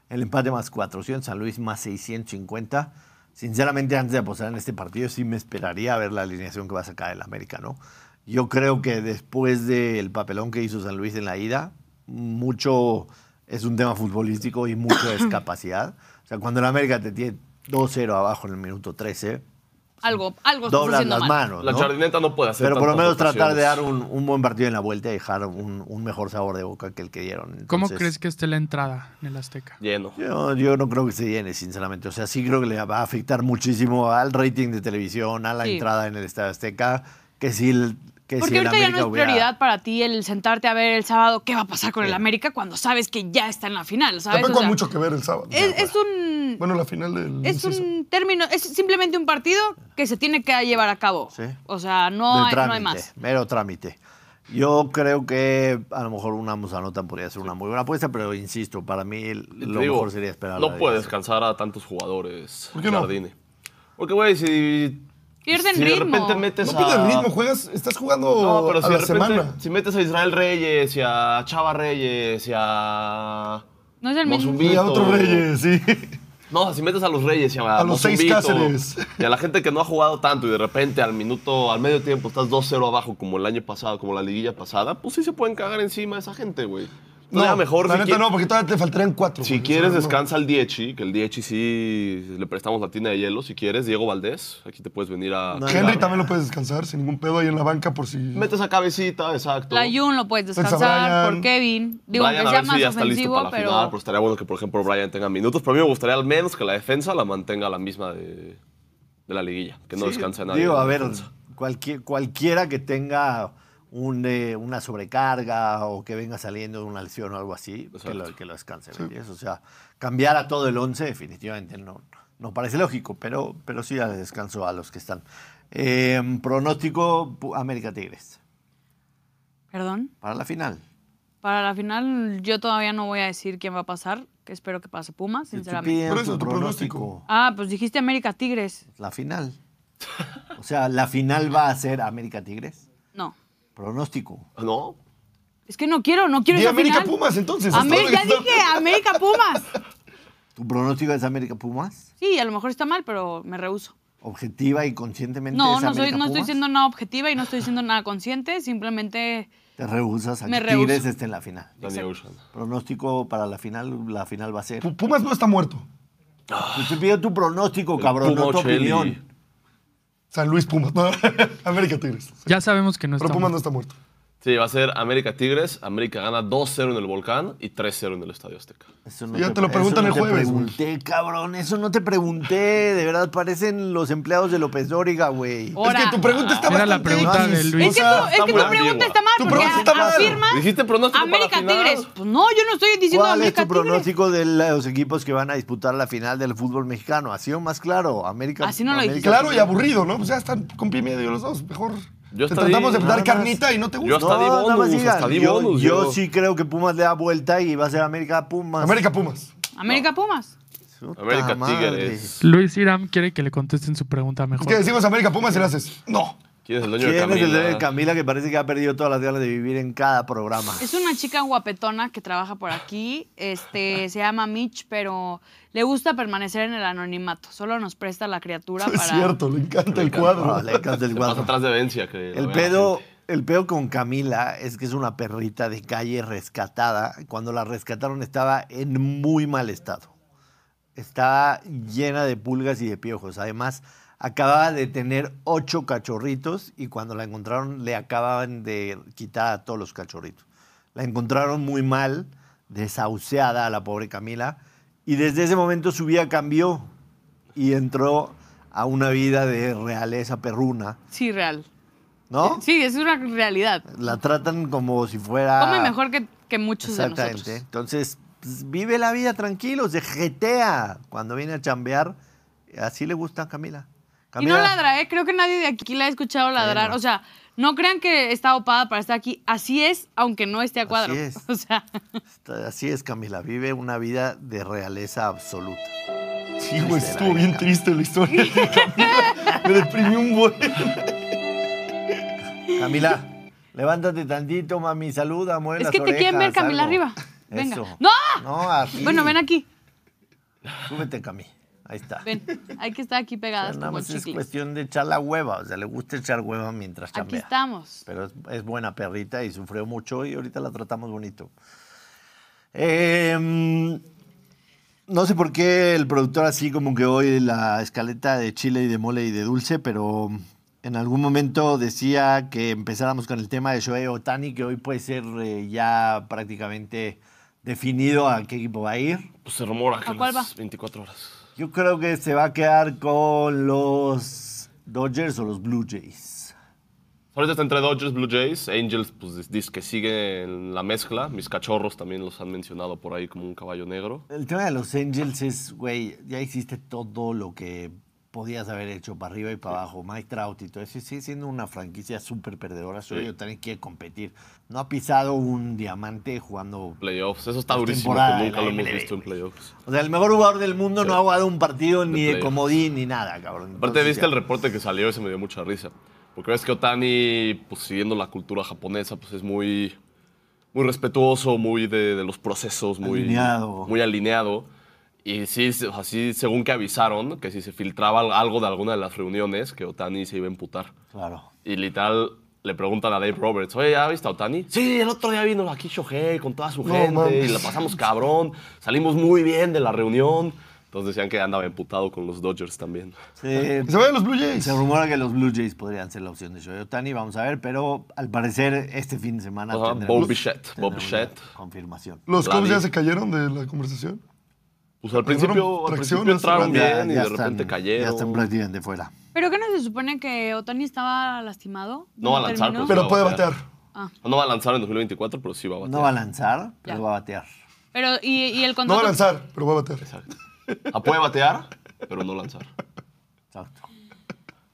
[SPEAKER 1] El empate más 400, San Luis más 650. Sinceramente, antes de apostar en este partido, sí me esperaría a ver la alineación que va a sacar el América, ¿no? Yo creo que después del papelón que hizo San Luis en la ida, mucho es un tema futbolístico y mucho
[SPEAKER 6] [coughs]
[SPEAKER 1] es capacidad. O sea, cuando el América te tiene 2-0 abajo en el minuto 13,
[SPEAKER 6] Algo, algo estás
[SPEAKER 1] doblas
[SPEAKER 6] haciendo
[SPEAKER 1] las
[SPEAKER 6] mal.
[SPEAKER 1] manos.
[SPEAKER 4] La
[SPEAKER 1] ¿no?
[SPEAKER 4] jardineta no puede hacer
[SPEAKER 1] Pero por lo
[SPEAKER 4] tantas
[SPEAKER 1] menos tratar de
[SPEAKER 4] rotaciones.
[SPEAKER 1] dar un, un buen partido en la vuelta y dejar un, un mejor sabor de boca que el que dieron.
[SPEAKER 3] ¿Cómo
[SPEAKER 1] Entonces,
[SPEAKER 3] crees que esté la entrada en el Azteca?
[SPEAKER 4] Lleno.
[SPEAKER 1] Yo, yo no creo que se llene, sinceramente. O sea, sí creo que le va a afectar muchísimo al rating de televisión, a la
[SPEAKER 6] Sí.
[SPEAKER 1] entrada en el Estadio Azteca, que si el, que si
[SPEAKER 6] Porque
[SPEAKER 1] el
[SPEAKER 6] ahorita ya
[SPEAKER 1] América
[SPEAKER 6] no es
[SPEAKER 1] hubiera-
[SPEAKER 6] prioridad para ti el sentarte a ver el sábado qué va a pasar con el América cuando sabes que ya está en la final, ¿sabes?
[SPEAKER 5] Tampoco
[SPEAKER 6] O sea,
[SPEAKER 5] hay mucho que ver el sábado.
[SPEAKER 6] es, es un
[SPEAKER 5] bueno, la final del.
[SPEAKER 6] es
[SPEAKER 5] sí, sí.
[SPEAKER 6] un término, es simplemente un partido que se tiene que llevar a cabo.
[SPEAKER 1] Sí.
[SPEAKER 6] O sea,
[SPEAKER 1] del
[SPEAKER 6] no hay, no hay
[SPEAKER 1] trámite,
[SPEAKER 6] más.
[SPEAKER 1] Mero trámite. Yo creo que a lo mejor una Musanotan podría ser una muy buena apuesta, pero insisto, para mí el-
[SPEAKER 4] Y te
[SPEAKER 1] lo
[SPEAKER 4] digo,
[SPEAKER 1] mejor sería esperar.
[SPEAKER 4] No
[SPEAKER 1] la
[SPEAKER 4] puede
[SPEAKER 1] descanso.
[SPEAKER 4] descansar a tantos jugadores.
[SPEAKER 5] ¿Por qué no?
[SPEAKER 4] Jardine. Porque, güey, si.
[SPEAKER 6] Pierden
[SPEAKER 4] si
[SPEAKER 6] ritmo.
[SPEAKER 4] de repente metes
[SPEAKER 5] No
[SPEAKER 4] a.
[SPEAKER 5] pierdes ritmo, juegas, estás jugando
[SPEAKER 4] No, pero
[SPEAKER 5] a
[SPEAKER 4] si de
[SPEAKER 5] la
[SPEAKER 4] repente.
[SPEAKER 5] semana.
[SPEAKER 4] Si metes a Israel Reyes y a Chava Reyes y a.
[SPEAKER 6] No es el mismo.
[SPEAKER 4] Mozumbito.
[SPEAKER 5] Y a otros reyes, sí.
[SPEAKER 4] No, o sea, si metes a los Reyes y a,
[SPEAKER 5] A los seis
[SPEAKER 4] Mozumbito
[SPEAKER 5] Cáceres.
[SPEAKER 4] Y a la gente que no ha jugado tanto y de repente al minuto, al medio tiempo estás 2-0 abajo como el año pasado, como la liguilla pasada, pues sí se pueden cagar encima esa gente, güey. No, ya mejor
[SPEAKER 5] la
[SPEAKER 4] si
[SPEAKER 5] neta
[SPEAKER 4] quie-
[SPEAKER 5] no, porque todavía te faltarían cuatro.
[SPEAKER 4] Si
[SPEAKER 5] güey, o
[SPEAKER 4] quieres,
[SPEAKER 5] sea, no.
[SPEAKER 4] descansa al Diechi, que el Diechi sí le prestamos la tina de hielo. Si quieres, Diego Valdés, aquí te puedes venir a.
[SPEAKER 1] No,
[SPEAKER 5] Henry también lo puedes descansar sin ningún pedo ahí en la banca por si.
[SPEAKER 4] Metes a cabecita, exacto.
[SPEAKER 6] La Jun lo puedes
[SPEAKER 5] a
[SPEAKER 6] descansar
[SPEAKER 5] Brian.
[SPEAKER 6] por Kevin. Digo, aunque
[SPEAKER 4] Brian,
[SPEAKER 6] sea
[SPEAKER 4] a ver si
[SPEAKER 6] más
[SPEAKER 4] ya está listo para
[SPEAKER 6] ofensivo,
[SPEAKER 4] la final,
[SPEAKER 6] pero
[SPEAKER 4] pero estaría bueno que, por ejemplo, Brian tenga minutos. Pero a mí me gustaría al menos que la defensa la mantenga la misma de, de la liguilla, que no
[SPEAKER 1] Sí,
[SPEAKER 4] descanse a nadie.
[SPEAKER 1] Digo,
[SPEAKER 4] en la
[SPEAKER 1] a ver,
[SPEAKER 4] defensa.
[SPEAKER 1] cualquier, cualquiera que tenga un, eh, una sobrecarga o que venga saliendo de una lesión o algo así, que lo,
[SPEAKER 4] Exacto.
[SPEAKER 1] que lo descanse. ¿me entiendes? O sea, cambiar a todo el 11 definitivamente no, no parece lógico, pero, pero sí a descanso a los que están. Eh, pronóstico Pu- América Tigres
[SPEAKER 6] perdón.
[SPEAKER 1] para la final.
[SPEAKER 6] Para la final yo todavía no voy a decir quién va a pasar, que espero que pase Pumas,
[SPEAKER 1] Yo te
[SPEAKER 6] sinceramente.
[SPEAKER 1] pido
[SPEAKER 5] Por eso,
[SPEAKER 1] tu
[SPEAKER 5] tu pronóstico.
[SPEAKER 1] pronóstico.
[SPEAKER 6] Ah, pues dijiste América Tigres.
[SPEAKER 1] La final. O sea, la final va a ser América Tigres.
[SPEAKER 6] No.
[SPEAKER 1] Pronóstico.
[SPEAKER 4] Ah, ¿No?
[SPEAKER 6] Es que no quiero, no quiero
[SPEAKER 5] Y
[SPEAKER 6] esa
[SPEAKER 5] América
[SPEAKER 6] final.
[SPEAKER 5] Pumas, entonces.
[SPEAKER 6] Amé-
[SPEAKER 5] hasta
[SPEAKER 6] ya
[SPEAKER 5] ahora que
[SPEAKER 6] dije América Pumas.
[SPEAKER 1] ¿Tu pronóstico es América Pumas?
[SPEAKER 6] Sí, a lo mejor está mal, pero me rehuso.
[SPEAKER 1] objetiva y conscientemente
[SPEAKER 6] No,
[SPEAKER 1] es
[SPEAKER 6] no, soy,
[SPEAKER 1] América
[SPEAKER 6] no estoy
[SPEAKER 1] Pumas?
[SPEAKER 6] siendo nada objetiva y no estoy siendo nada consciente, simplemente
[SPEAKER 1] Te rehusas a que
[SPEAKER 6] Me
[SPEAKER 1] Tigres
[SPEAKER 6] rehuso.
[SPEAKER 1] esté en la final.
[SPEAKER 4] Daniel Ushan.
[SPEAKER 1] Pronóstico para la final, la final va a ser.
[SPEAKER 5] Pu- Pumas no está muerto.
[SPEAKER 1] Pues te pido tu pronóstico, cabrón,
[SPEAKER 4] El Puma
[SPEAKER 1] no tu
[SPEAKER 4] Ocelli.
[SPEAKER 1] opinión.
[SPEAKER 5] San Luis Pumas, no. [laughs] América Tigres.
[SPEAKER 3] Ya sabemos que no
[SPEAKER 5] Pero Pumas no
[SPEAKER 3] estamos.
[SPEAKER 5] está muerto.
[SPEAKER 4] Sí, va a ser América Tigres. América gana 2-0 en el Volcán y 3-0 en el Estadio Azteca.
[SPEAKER 1] Eso no
[SPEAKER 5] Ya te lo
[SPEAKER 1] pre-
[SPEAKER 5] preguntan
[SPEAKER 1] eso no
[SPEAKER 5] el jueves,
[SPEAKER 1] Te
[SPEAKER 5] güey.
[SPEAKER 1] pregunté, cabrón, eso no te pregunté. De verdad, parecen los empleados de López Dóriga, güey.
[SPEAKER 6] Ahora-
[SPEAKER 5] Es que tu pregunta está
[SPEAKER 3] Era la
[SPEAKER 5] bastante-
[SPEAKER 3] pregunta
[SPEAKER 1] no,
[SPEAKER 3] de
[SPEAKER 1] sí,
[SPEAKER 3] Luis.
[SPEAKER 6] Es que,
[SPEAKER 5] O sea,
[SPEAKER 6] tu- es
[SPEAKER 4] está
[SPEAKER 6] que
[SPEAKER 4] muy
[SPEAKER 6] tu pregunta
[SPEAKER 4] ambigua.
[SPEAKER 6] está mal,
[SPEAKER 5] Tu
[SPEAKER 6] porque
[SPEAKER 5] pregunta está mal.
[SPEAKER 6] afirmas
[SPEAKER 4] Dijiste pronóstico para la
[SPEAKER 6] América
[SPEAKER 4] final.
[SPEAKER 6] Tigres. Pues no, yo no estoy diciendo
[SPEAKER 1] ¿Cuál es
[SPEAKER 6] América
[SPEAKER 1] tu
[SPEAKER 6] Tigres.
[SPEAKER 1] pronóstico de los equipos que van a disputar la final del fútbol mexicano? Ha sido más claro. América.
[SPEAKER 6] Así no lo
[SPEAKER 1] América-
[SPEAKER 6] dijiste.
[SPEAKER 5] Claro y aburrido, ¿no? Pues ya están con pie medio los dos. Mejor.
[SPEAKER 4] Yo
[SPEAKER 5] Te
[SPEAKER 4] hasta
[SPEAKER 5] tratamos de
[SPEAKER 4] di-
[SPEAKER 5] dar
[SPEAKER 1] nada
[SPEAKER 5] carnita y no te
[SPEAKER 4] Yo
[SPEAKER 5] gusta.
[SPEAKER 4] hasta di
[SPEAKER 1] nada más
[SPEAKER 4] bonus,
[SPEAKER 1] digan.
[SPEAKER 4] hasta di
[SPEAKER 1] yo,
[SPEAKER 4] bonus,
[SPEAKER 1] yo
[SPEAKER 4] yo.
[SPEAKER 1] sí creo que Pumas le da vuelta y va a ser América Pumas.
[SPEAKER 5] América Pumas.
[SPEAKER 6] América Pumas.
[SPEAKER 1] Puta
[SPEAKER 4] América
[SPEAKER 1] madre.
[SPEAKER 4] Tigres.
[SPEAKER 3] Luis Iram quiere que le contesten su pregunta
[SPEAKER 5] Es
[SPEAKER 3] mejor.
[SPEAKER 5] que decimos América Pumas y le haces. No.
[SPEAKER 4] ¿Quién es el dueño
[SPEAKER 1] ¿Quién
[SPEAKER 4] de
[SPEAKER 1] es el
[SPEAKER 4] Camila?
[SPEAKER 1] dueño de Camila que parece que ha perdido todas las ganas de vivir en cada [laughs] programa?
[SPEAKER 6] Es una chica guapetona que trabaja por aquí.
[SPEAKER 1] [laughs]
[SPEAKER 6] Este, se llama Mitch, pero le gusta permanecer en el anonimato. Solo nos presta la criatura
[SPEAKER 5] Es
[SPEAKER 6] para.
[SPEAKER 5] cierto, le encanta el
[SPEAKER 1] Ah,
[SPEAKER 5] cuadro.
[SPEAKER 1] le encanta el
[SPEAKER 4] Se pasa
[SPEAKER 1] guapo.
[SPEAKER 4] atrás de Vencia. Que
[SPEAKER 1] El
[SPEAKER 4] la
[SPEAKER 1] pedo,
[SPEAKER 4] gente.
[SPEAKER 1] el pedo con Camila es que es una perrita de calle rescatada. Cuando la rescataron estaba en muy mal estado. Estaba llena de pulgas y de piojos. Además, acababa de tener ocho cachorritos y cuando la encontraron le acababan de quitar a todos los cachorritos. La encontraron muy mal, desahuciada a la pobre Camila. Y desde ese momento su vida cambió y entró a una vida de realeza perruna,
[SPEAKER 6] Sí, real.
[SPEAKER 1] ¿no?
[SPEAKER 6] Sí, es una realidad.
[SPEAKER 1] La tratan como si fuera.
[SPEAKER 6] Come mejor que, que muchos de nosotros.
[SPEAKER 1] Ah. Exactamente. Entonces, pues, vive la vida tranquilo, se jetea cuando viene a chambear. Así le gusta a Camila.
[SPEAKER 6] Y
[SPEAKER 1] Camila
[SPEAKER 6] no ladra, ¿eh? Creo que nadie de aquí la ha escuchado ladrar.
[SPEAKER 1] no.
[SPEAKER 6] O sea, no crean que está opada para estar aquí. Así es, aunque no esté a
[SPEAKER 1] Así
[SPEAKER 6] cuadro.
[SPEAKER 1] es.
[SPEAKER 6] [laughs] O sea,
[SPEAKER 1] está- así es, Camila. Vive una vida de realeza absoluta.
[SPEAKER 5] Sí, güey, estuvo bien triste la historia. de Camila. Me deprimí un buen.
[SPEAKER 1] Camila, [laughs] levántate tantito, mami. Saluda, mueve
[SPEAKER 6] es
[SPEAKER 1] las
[SPEAKER 6] que te quieren ver
[SPEAKER 1] orejas,
[SPEAKER 6] Camila
[SPEAKER 1] algo.
[SPEAKER 6] arriba. Venga.
[SPEAKER 1] Eso.
[SPEAKER 6] ¡No!
[SPEAKER 1] No, así.
[SPEAKER 6] Bueno, ven aquí.
[SPEAKER 1] Súbete, Cami. Ahí está.
[SPEAKER 6] Ven, hay que estar aquí
[SPEAKER 1] O sea,
[SPEAKER 6] pegadas
[SPEAKER 1] nada
[SPEAKER 6] como
[SPEAKER 1] más es
[SPEAKER 6] chicle.
[SPEAKER 1] cuestión de echar la hueva. O sea, le gusta echar hueva mientras
[SPEAKER 6] Aquí
[SPEAKER 1] chambea.
[SPEAKER 6] estamos.
[SPEAKER 1] Pero es, es buena perrita y sufrió mucho y ahorita la tratamos bonito. Eh, mm, no sé por qué el productor así como que hoy la escaleta de chile y de mole y de dulce, pero en algún momento decía que empezáramos con el tema de Shohei Otani, que hoy puede ser eh, ya prácticamente definido a qué equipo va a ir.
[SPEAKER 4] Pues se rumora que
[SPEAKER 6] ¿A cuál
[SPEAKER 4] las
[SPEAKER 6] va?
[SPEAKER 4] 24 horas.
[SPEAKER 1] Yo creo que se va a quedar con los Dodgers o los Blue Jays.
[SPEAKER 4] Ahorita está entre Dodgers, Blue Jays, Angels, pues dice que sigue en la mezcla. Mis cachorros también los han mencionado por ahí como un caballo negro.
[SPEAKER 1] El tema de los Angels es, güey, ya hiciste todo lo que podías haber hecho para arriba y para abajo. Mike Trout y todo eso. y Sigue siendo una franquicia súper perdedora. Soy
[SPEAKER 4] Sí.
[SPEAKER 1] yo también quiere competir. No ha pisado un diamante jugando.
[SPEAKER 4] Playoffs, eso está
[SPEAKER 1] La
[SPEAKER 4] durísimo,
[SPEAKER 1] temporada
[SPEAKER 4] que
[SPEAKER 1] de
[SPEAKER 4] nunca
[SPEAKER 1] la
[SPEAKER 4] lo hemos
[SPEAKER 1] MLB,
[SPEAKER 4] visto en
[SPEAKER 1] güey.
[SPEAKER 4] playoffs.
[SPEAKER 1] O sea, el mejor jugador del mundo
[SPEAKER 4] Sí.
[SPEAKER 1] no ha jugado un partido ni de
[SPEAKER 4] playoffs.
[SPEAKER 1] comodín ni nada, cabrón.
[SPEAKER 4] Aparte,
[SPEAKER 1] Entonces,
[SPEAKER 4] viste
[SPEAKER 1] ya.
[SPEAKER 4] el reporte que salió y se me dio mucha risa. Porque ves que Otani, pues siguiendo la cultura japonesa, pues es muy, muy respetuoso, muy de, de los procesos, muy
[SPEAKER 1] Alineado.
[SPEAKER 4] Muy alineado. Y sí, se- así según que avisaron, que si se filtraba al- algo de alguna de las reuniones, que Otani se iba a emputar.
[SPEAKER 1] Claro.
[SPEAKER 4] Y literal le preguntan a Dave Roberts, oye, ¿ya viste a Otani? Sí, el otro día vino aquí Shohei con toda su
[SPEAKER 5] No
[SPEAKER 4] gente
[SPEAKER 5] mames.
[SPEAKER 4] y la pasamos cabrón, salimos muy bien de la reunión. Entonces decían que andaba emputado con los Dodgers también. ¿Eh?
[SPEAKER 1] Se,
[SPEAKER 5] Se vayan los Blue Jays.
[SPEAKER 1] se rumora que los Blue Jays podrían ser la opción de Shohei Otani. Vamos a ver, pero al parecer este fin de semana.
[SPEAKER 4] Ajá,
[SPEAKER 1] tendremos-
[SPEAKER 4] Bo Bichette, Bo
[SPEAKER 1] tendremos
[SPEAKER 4] Bichette.
[SPEAKER 1] la Confirmación.
[SPEAKER 5] Los Cubs ya
[SPEAKER 4] Vladi.
[SPEAKER 5] se cayeron de la conversación.
[SPEAKER 4] Pues al
[SPEAKER 5] Fueron
[SPEAKER 4] principio, al
[SPEAKER 5] tracción,
[SPEAKER 4] principio entraron
[SPEAKER 5] ¿no? Ya-
[SPEAKER 4] bien y de repente
[SPEAKER 1] están- Ya están
[SPEAKER 4] cayeron.
[SPEAKER 1] prácticamente fuera.
[SPEAKER 6] ¿Pero qué no se supone que Otani estaba lastimado?
[SPEAKER 4] No va a lanzar,
[SPEAKER 6] terminó?
[SPEAKER 4] pues.
[SPEAKER 5] Pero puede
[SPEAKER 4] o sea,
[SPEAKER 5] batear.
[SPEAKER 4] No va a lanzar en 2024, pero sí va a batear.
[SPEAKER 1] No va a lanzar, pero
[SPEAKER 6] Ya.
[SPEAKER 1] va a batear.
[SPEAKER 6] Pero, ¿y, y el
[SPEAKER 5] No va
[SPEAKER 6] contrato?
[SPEAKER 5] a lanzar, pero va a batear.
[SPEAKER 4] Ah, puede batear, pero no lanzar.
[SPEAKER 1] Exacto.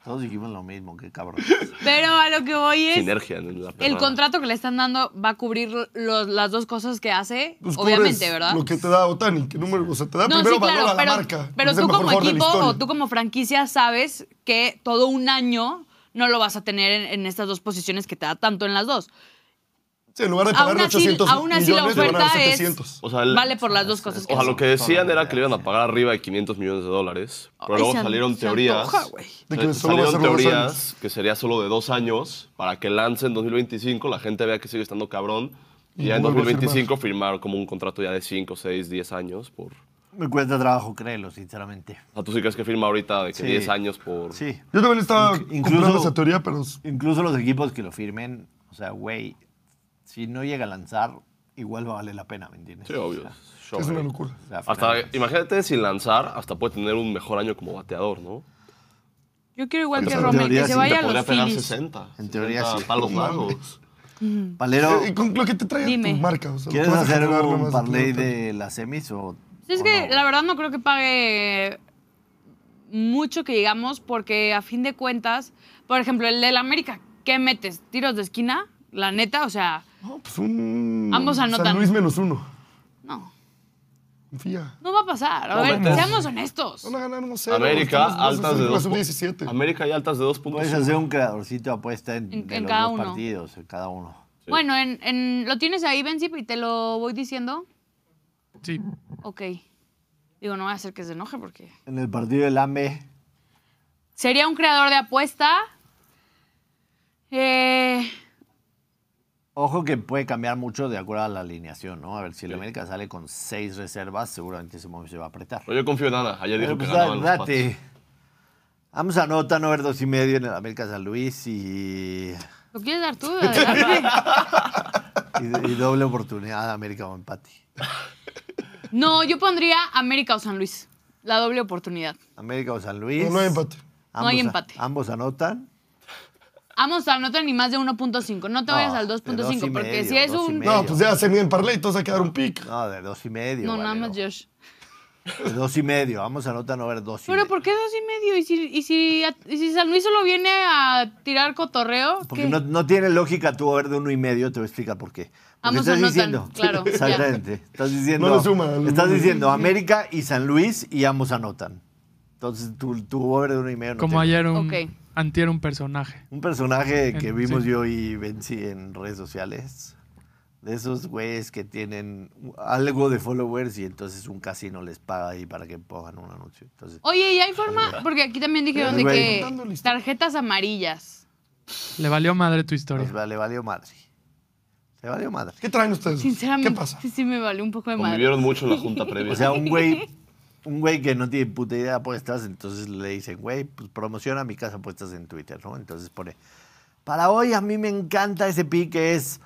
[SPEAKER 1] Todos dijimos lo mismo, qué
[SPEAKER 5] [laughs]
[SPEAKER 1] cabrón.
[SPEAKER 6] Pero a lo que voy es...
[SPEAKER 4] Sinergia en la
[SPEAKER 6] El
[SPEAKER 4] perrada.
[SPEAKER 6] contrato que le están dando va a cubrir los- las dos cosas que hace,
[SPEAKER 5] Pues cubres
[SPEAKER 6] obviamente, ¿verdad?
[SPEAKER 5] Lo que te da Otani, que número, o sea, te da primero valor a la
[SPEAKER 6] pero,
[SPEAKER 5] marca.
[SPEAKER 6] pero
[SPEAKER 5] es el
[SPEAKER 6] tú
[SPEAKER 5] mejor
[SPEAKER 6] como
[SPEAKER 5] jugador de la
[SPEAKER 6] equipo
[SPEAKER 5] historia.
[SPEAKER 6] o tú como franquicia sabes que todo un año no lo vas a tener en, en estas dos posiciones que te da tanto en las dos.
[SPEAKER 5] Sí, en lugar de
[SPEAKER 6] Aún
[SPEAKER 5] pagarle
[SPEAKER 6] así-
[SPEAKER 5] 800
[SPEAKER 6] aún así la
[SPEAKER 5] millones, le van a dar
[SPEAKER 6] oferta es-
[SPEAKER 5] 700.
[SPEAKER 4] O sea, el-
[SPEAKER 6] vale por las dos cosas que
[SPEAKER 4] O sea,
[SPEAKER 6] hace.
[SPEAKER 4] lo que decían era que le iban a pagar arriba de 500 millones de dólares. Pero
[SPEAKER 6] Ay,
[SPEAKER 4] luego
[SPEAKER 6] se an-
[SPEAKER 4] salieron
[SPEAKER 6] se
[SPEAKER 4] teorías.
[SPEAKER 6] antoja, güey.
[SPEAKER 5] De que
[SPEAKER 4] se-
[SPEAKER 5] solo va a
[SPEAKER 4] salieron
[SPEAKER 5] ser dos
[SPEAKER 4] teorías
[SPEAKER 5] años.
[SPEAKER 4] que sería solo de dos años para que lance en 2025, la gente vea que sigue estando cabrón.
[SPEAKER 5] Y
[SPEAKER 4] Y ya en
[SPEAKER 5] vuelve a
[SPEAKER 4] 2025 firmar como un contrato ya de 5, 6, 10 años por.
[SPEAKER 1] Me cuesta trabajo créelo, sinceramente.
[SPEAKER 4] O sea, tú sí crees que firma ahorita de que
[SPEAKER 1] Sí.
[SPEAKER 4] 10 años por.
[SPEAKER 1] Sí.
[SPEAKER 5] Yo también estaba
[SPEAKER 1] Inc- incluso-
[SPEAKER 5] comprando esa teoría, pero
[SPEAKER 1] Incluso los equipos que lo firmen, o sea, güey, si no llega a lanzar, igual va a valer la pena, ¿me entiendes?
[SPEAKER 4] Sí, obvio. Shohei.
[SPEAKER 5] es una locura.
[SPEAKER 1] O sea,
[SPEAKER 4] Hasta,
[SPEAKER 1] finalmente.
[SPEAKER 4] imagínate sin lanzar, hasta puede tener un mejor año como bateador, ¿no?
[SPEAKER 6] Yo quiero igual
[SPEAKER 1] Porque
[SPEAKER 6] que
[SPEAKER 1] en
[SPEAKER 6] Romel,
[SPEAKER 1] teoría
[SPEAKER 6] que se
[SPEAKER 1] sí
[SPEAKER 6] vaya a
[SPEAKER 4] podría
[SPEAKER 6] los
[SPEAKER 4] pegar
[SPEAKER 6] Phillies.
[SPEAKER 4] 60.
[SPEAKER 1] En teoría
[SPEAKER 4] 60
[SPEAKER 1] sí.
[SPEAKER 4] Palos
[SPEAKER 5] No
[SPEAKER 4] largos.
[SPEAKER 1] Valero,
[SPEAKER 5] Eh, Y con lo que te trae
[SPEAKER 6] Dime.
[SPEAKER 5] tu marca. O sea, lo
[SPEAKER 1] ¿quieres
[SPEAKER 5] que vas a
[SPEAKER 1] hacer
[SPEAKER 5] generar, no
[SPEAKER 1] un
[SPEAKER 5] más
[SPEAKER 1] parlay
[SPEAKER 5] tu-
[SPEAKER 1] de las semis o.?
[SPEAKER 6] Sí, es
[SPEAKER 1] o
[SPEAKER 6] que
[SPEAKER 1] no?
[SPEAKER 6] la verdad no creo que pague mucho que digamos, porque a fin de cuentas, por ejemplo, el del América, ¿qué metes? ¿Tiros de esquina? La neta, o sea,
[SPEAKER 5] No, pues un.
[SPEAKER 6] Ambos anotan.
[SPEAKER 5] San Luis menos uno.
[SPEAKER 6] no,
[SPEAKER 5] Confía.
[SPEAKER 6] no va a pasar. A
[SPEAKER 4] No
[SPEAKER 6] ver,
[SPEAKER 4] metes.
[SPEAKER 6] seamos honestos.
[SPEAKER 5] Van a ganar 1-0.
[SPEAKER 4] América,
[SPEAKER 5] Estamos- vamos a
[SPEAKER 4] altas de
[SPEAKER 5] subir la
[SPEAKER 4] dos pu-
[SPEAKER 5] sub-17.
[SPEAKER 4] América y altas de dos puntos.
[SPEAKER 1] Puedes hacer un creadorcito apuesta en,
[SPEAKER 6] En-
[SPEAKER 1] de
[SPEAKER 6] en
[SPEAKER 1] los
[SPEAKER 6] cada
[SPEAKER 1] dos
[SPEAKER 6] uno.
[SPEAKER 1] partidos, en cada uno.
[SPEAKER 6] Bueno, en, en- lo tienes ahí, Benzi, y te lo voy diciendo.
[SPEAKER 3] Sí.
[SPEAKER 6] Ok. Digo, no voy a hacer que se enoje porque...
[SPEAKER 1] En el partido del E, AME,
[SPEAKER 6] Sería un creador de apuesta. Eh,
[SPEAKER 1] ojo que puede cambiar mucho de acuerdo a la alineación, ¿no? A ver, si el América sale con seis reservas, seguramente ese momento se va a apretar.
[SPEAKER 4] Pero yo confío en Ana. Ayer dijo
[SPEAKER 1] Pero
[SPEAKER 4] que
[SPEAKER 1] pues,
[SPEAKER 4] ganaban
[SPEAKER 1] da-
[SPEAKER 4] los Pats.
[SPEAKER 1] date. Vamos a nota, no ver dos y medio en el América San Luis y,
[SPEAKER 6] ¿Lo quieres dar tú? Adelante.
[SPEAKER 1] y- y doble oportunidad América o empate.
[SPEAKER 6] No, yo pondría América o San Luis. La doble oportunidad.
[SPEAKER 1] América o San Luis.
[SPEAKER 5] No, no hay empate.
[SPEAKER 6] No hay
[SPEAKER 1] ambos a-
[SPEAKER 6] empate.
[SPEAKER 1] ambos anotan.
[SPEAKER 6] Vamos, anota ni más de 1.5. No te
[SPEAKER 1] No,
[SPEAKER 6] vayas al
[SPEAKER 1] Ah, de
[SPEAKER 6] 2.5
[SPEAKER 1] dos y
[SPEAKER 6] porque
[SPEAKER 1] medio,
[SPEAKER 6] si es
[SPEAKER 1] dos y
[SPEAKER 6] un...
[SPEAKER 1] medio.
[SPEAKER 5] No, pues ya se miden parlay, entonces hay que dar un pick.
[SPEAKER 1] No, de dos y medio.
[SPEAKER 6] No, nada
[SPEAKER 1] Valero.
[SPEAKER 6] más Josh.
[SPEAKER 1] De dos y medio. Ambos anotan, no ver dos y
[SPEAKER 6] Pero
[SPEAKER 1] medio.
[SPEAKER 6] ¿por qué dos y medio? ¿Y si, y si, y si San Luis solo viene a tirar cotorreo?
[SPEAKER 1] Porque
[SPEAKER 6] ¿Qué?
[SPEAKER 1] no, no tiene lógica tu over de uno y medio, te voy a explicar por qué. Porque
[SPEAKER 6] Ambos
[SPEAKER 1] estás
[SPEAKER 6] anotan,
[SPEAKER 1] diciendo,
[SPEAKER 6] [laughs] claro, ya.
[SPEAKER 1] Exactamente. Estás diciendo,
[SPEAKER 5] No le suma, no
[SPEAKER 1] estás
[SPEAKER 5] le-
[SPEAKER 1] diciendo América y San Luis y ambos anotan. Entonces tu, tu over de uno y medio no
[SPEAKER 3] Como
[SPEAKER 1] tiene-
[SPEAKER 3] ayer un...
[SPEAKER 6] Ok.
[SPEAKER 3] Antier un personaje.
[SPEAKER 1] Un personaje que
[SPEAKER 3] En-
[SPEAKER 1] vimos
[SPEAKER 3] sí.
[SPEAKER 1] yo y Benzi en redes sociales. De esos güeyes que tienen algo de followers y entonces un casino les paga ahí para que pongan un anuncio. Entonces,
[SPEAKER 6] Oye, ¿y hay forma? Porque aquí también dijeron de
[SPEAKER 1] Güey.
[SPEAKER 6] que tarjetas amarillas.
[SPEAKER 3] Le valió madre tu
[SPEAKER 1] pues,
[SPEAKER 3] historia.
[SPEAKER 1] vale, valió madre. Le valió madre.
[SPEAKER 5] ¿Qué traen
[SPEAKER 1] Mm.
[SPEAKER 5] ustedes?
[SPEAKER 6] Sinceramente,
[SPEAKER 5] ¿Qué pasa?
[SPEAKER 6] [laughs] sí me valió un poco de madre.
[SPEAKER 4] Convivieron mucho en la junta previa.
[SPEAKER 1] O sea, un
[SPEAKER 6] [laughs]
[SPEAKER 1] güey, un güey que no tiene puta idea de apuestas, entonces le dicen, güey, pues promociona mi casa de apuestas en Twitter, ¿no? Entonces pone, para hoy a mí me encanta ese pick que es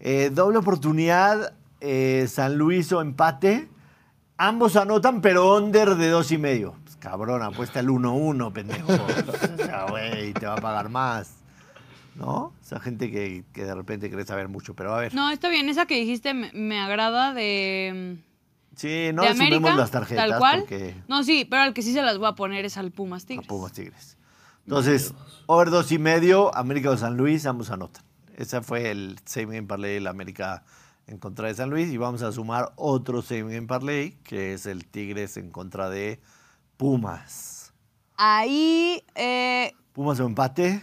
[SPEAKER 1] eh, doble oportunidad, eh, San Luis o empate. Ambos anotan, pero under de dos y medio. Pues, cabrón, apuesta el 1-1,
[SPEAKER 6] [laughs]
[SPEAKER 1] pendejo. O sea, güey, te va a pagar más. ¿No? Esa gente que, que de repente quiere saber mucho, pero a ver.
[SPEAKER 6] No, está bien, esa que dijiste me, me agrada de,
[SPEAKER 1] sí, no
[SPEAKER 6] de
[SPEAKER 1] sumemos
[SPEAKER 6] América,
[SPEAKER 1] las tarjetas
[SPEAKER 6] tal cual.
[SPEAKER 1] porque...
[SPEAKER 6] No, sí, pero al que sí se las voy a poner es al Pumas
[SPEAKER 1] a
[SPEAKER 6] Tigres.
[SPEAKER 1] Pumas Tigres. Entonces, over dos y medio, América o San Luis, ambos anotan. Ese fue el same game parlay del América en contra de San Luis. Y vamos a sumar otro same game parlay, que es el Tigres en contra de Pumas.
[SPEAKER 6] Ahí, eh,
[SPEAKER 1] Pumas o empate,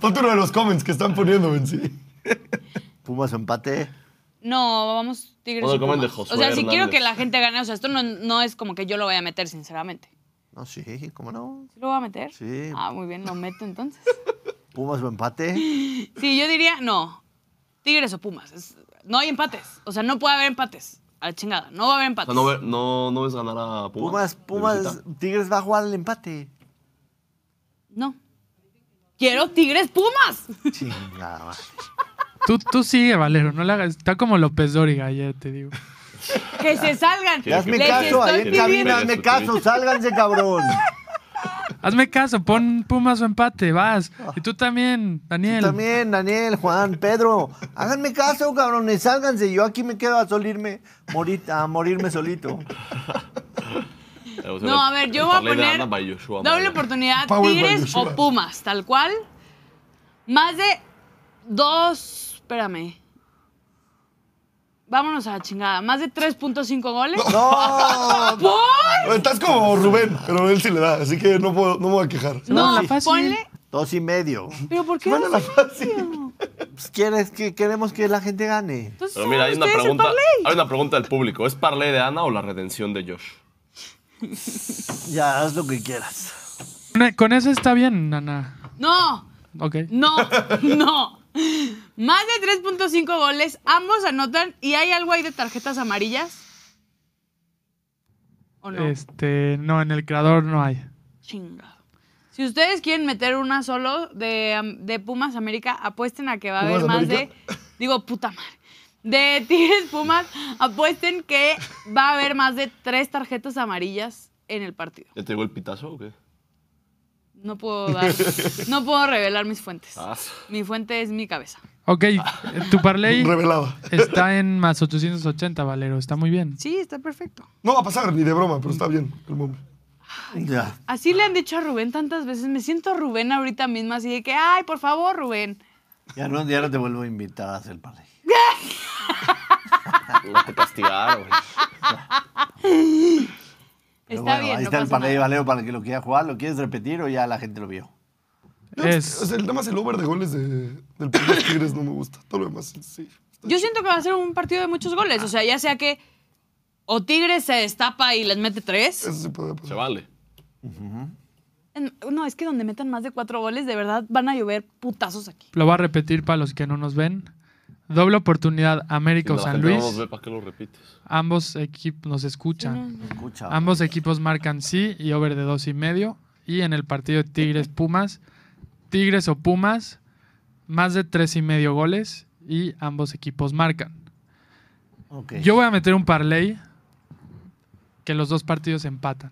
[SPEAKER 5] Ponte uno de los comments que están poniendo, Benzi.
[SPEAKER 1] Pumas o empate.
[SPEAKER 6] no, vamos Tigres.
[SPEAKER 4] Bueno,
[SPEAKER 6] y
[SPEAKER 4] comen de
[SPEAKER 6] Pumas.
[SPEAKER 4] Josué
[SPEAKER 6] o sea, si
[SPEAKER 4] Hernández.
[SPEAKER 6] quiero que la gente gane, o sea, esto no, no es como que yo lo voy a meter, sinceramente.
[SPEAKER 1] No, sí, ¿cómo no?
[SPEAKER 6] ¿Sí lo voy a meter?
[SPEAKER 1] Sí.
[SPEAKER 6] Ah, muy bien, lo meto entonces.
[SPEAKER 1] Pumas o empate.
[SPEAKER 6] Sí, yo diría, no, Tigres o Pumas. es- no hay empates, o sea, no puede haber empates. A la chingada, no va a haber
[SPEAKER 4] O sea,
[SPEAKER 6] empates.
[SPEAKER 4] no, ve- no, no ves ganar a Pumas.
[SPEAKER 1] Pumas,
[SPEAKER 4] de
[SPEAKER 1] Pumas,
[SPEAKER 4] visita.
[SPEAKER 1] Tigres va a jugar al empate.
[SPEAKER 6] No. Quiero Tigres Pumas.
[SPEAKER 1] Chingada madre.
[SPEAKER 3] Tú, tú sigue, Valero. No le hagas... Está como López Dóriga ayer, te digo.
[SPEAKER 6] Que se salgan.
[SPEAKER 4] Quiere
[SPEAKER 1] Hazme
[SPEAKER 4] que-
[SPEAKER 6] Les
[SPEAKER 1] caso,
[SPEAKER 6] estoy
[SPEAKER 1] ahí en
[SPEAKER 4] quiere que
[SPEAKER 6] pidiendo-
[SPEAKER 1] cabina,
[SPEAKER 4] pegues
[SPEAKER 1] hazme
[SPEAKER 4] tu
[SPEAKER 1] caso,
[SPEAKER 4] tweet.
[SPEAKER 1] sálganse, cabrón.
[SPEAKER 3] Hazme caso, pon Pumas o empate, vas. Y tú también, Daniel.
[SPEAKER 1] Tú También, Daniel, Juan, Pedro, háganme caso, cabrones, sálganse. Yo aquí me quedo a solirme, morir, a morirme solito.
[SPEAKER 4] Eh, o sea,
[SPEAKER 6] No, a
[SPEAKER 4] el-
[SPEAKER 6] ver,
[SPEAKER 4] el
[SPEAKER 6] yo voy a
[SPEAKER 4] parlay de
[SPEAKER 6] poner
[SPEAKER 4] Ana by Joshua
[SPEAKER 6] doble
[SPEAKER 4] Maya.
[SPEAKER 6] oportunidad
[SPEAKER 5] Power by
[SPEAKER 6] Tigres
[SPEAKER 5] Joshua.
[SPEAKER 6] o Pumas, tal cual. Más de dos, espérame. Vámonos a la chingada. Más de 3.5 goles. [laughs]
[SPEAKER 1] ¡No!
[SPEAKER 5] Estás como Rubén, pero él sí le da, así que no, puedo, no me voy a quejar.
[SPEAKER 3] van a la
[SPEAKER 6] No,
[SPEAKER 3] fácil.
[SPEAKER 6] ponle.
[SPEAKER 1] Dos y medio.
[SPEAKER 6] Pero ¿por qué?
[SPEAKER 5] Van a la
[SPEAKER 6] dos?
[SPEAKER 1] [laughs]
[SPEAKER 5] fácil.
[SPEAKER 1] Pues, ¿Quieres que queremos que la gente gane?
[SPEAKER 6] Entonces,
[SPEAKER 4] Pero mira, hay una,
[SPEAKER 6] ¿ustedes el
[SPEAKER 4] pregunta,
[SPEAKER 6] parlay?
[SPEAKER 4] hay una pregunta del público. ¿Es parlay de Ana o la redención de Josh?
[SPEAKER 1] Ya, haz lo que quieras.
[SPEAKER 3] Con- e, Con eso está bien, Nana.
[SPEAKER 6] No,
[SPEAKER 3] Ok.
[SPEAKER 6] no, [laughs] no. Más de 3.5 goles, ambos anotan y hay algo ahí de tarjetas amarillas. ¿O no?
[SPEAKER 3] Este, no, en el creador no hay.
[SPEAKER 6] Chingado. Si ustedes quieren meter una solo de, am- de Pumas América, apuesten a que va a haber
[SPEAKER 5] ¿Pumas
[SPEAKER 6] más
[SPEAKER 5] América?
[SPEAKER 6] de. [laughs] Digo, puta madre. De [laughs] Tigres Pumas, apuesten que va a haber más de tres tarjetas amarillas en el partido.
[SPEAKER 4] ¿Ya te llegó el pitazo o qué?
[SPEAKER 6] No puedo
[SPEAKER 1] [laughs]
[SPEAKER 6] dar. No puedo revelar mis fuentes.
[SPEAKER 4] Ah,
[SPEAKER 6] Mi fuente es mi cabeza.
[SPEAKER 3] Ok, eh, tu
[SPEAKER 1] [laughs]
[SPEAKER 3] parlay
[SPEAKER 5] Revelada.
[SPEAKER 3] está en más 880, Valero. Está muy bien.
[SPEAKER 6] Sí, está perfecto.
[SPEAKER 5] No va a pasar, ni de broma, pero está bien el momento.
[SPEAKER 1] Ya.
[SPEAKER 6] Así le han dicho a Rubén tantas veces. Me siento Rubén ahorita misma, así de que, ay, por favor, Rubén.
[SPEAKER 1] Ya no, ya no te vuelvo a invitar a hacer party.
[SPEAKER 4] No te castigaron. güey.
[SPEAKER 1] Pero
[SPEAKER 6] Está
[SPEAKER 1] bueno,
[SPEAKER 6] bien.
[SPEAKER 1] ahí
[SPEAKER 6] no
[SPEAKER 1] está el
[SPEAKER 6] pasa
[SPEAKER 1] parley
[SPEAKER 6] nada.
[SPEAKER 1] valeo para el que lo quiera jugar. ¿Lo quieres repetir o ya la gente lo vio?
[SPEAKER 5] Yo,
[SPEAKER 3] Es-
[SPEAKER 5] o sea, nada más el over de goles de, del de los Tigres no me gusta. Todo lo demás, sí. está
[SPEAKER 6] Yo
[SPEAKER 5] chido.
[SPEAKER 6] siento que va a ser un partido de muchos goles. O sea, ya sea que o Tigres se destapa y les mete tres.
[SPEAKER 5] Eso sí puede
[SPEAKER 4] Se
[SPEAKER 5] pasar.
[SPEAKER 4] vale.
[SPEAKER 6] En- No, es que donde metan más de cuatro goles, de verdad van a llover putazos aquí.
[SPEAKER 3] Lo voy a repetir para los que no nos ven. Doble oportunidad
[SPEAKER 4] Si
[SPEAKER 3] América o
[SPEAKER 4] la
[SPEAKER 3] San
[SPEAKER 4] gente
[SPEAKER 3] Luis.
[SPEAKER 4] No nos ve, ¿para qué lo [laughs] repites?
[SPEAKER 3] Ambos equipos nos escuchan.
[SPEAKER 1] Escucha.
[SPEAKER 3] Ambos equipos marcan sí y over de dos y medio. Y en el partido Tigres Pumas, Tigres o Pumas, más de tres y medio goles y ambos equipos marcan.
[SPEAKER 1] Ok.
[SPEAKER 3] Yo voy a meter un parlay que los dos partidos empatan.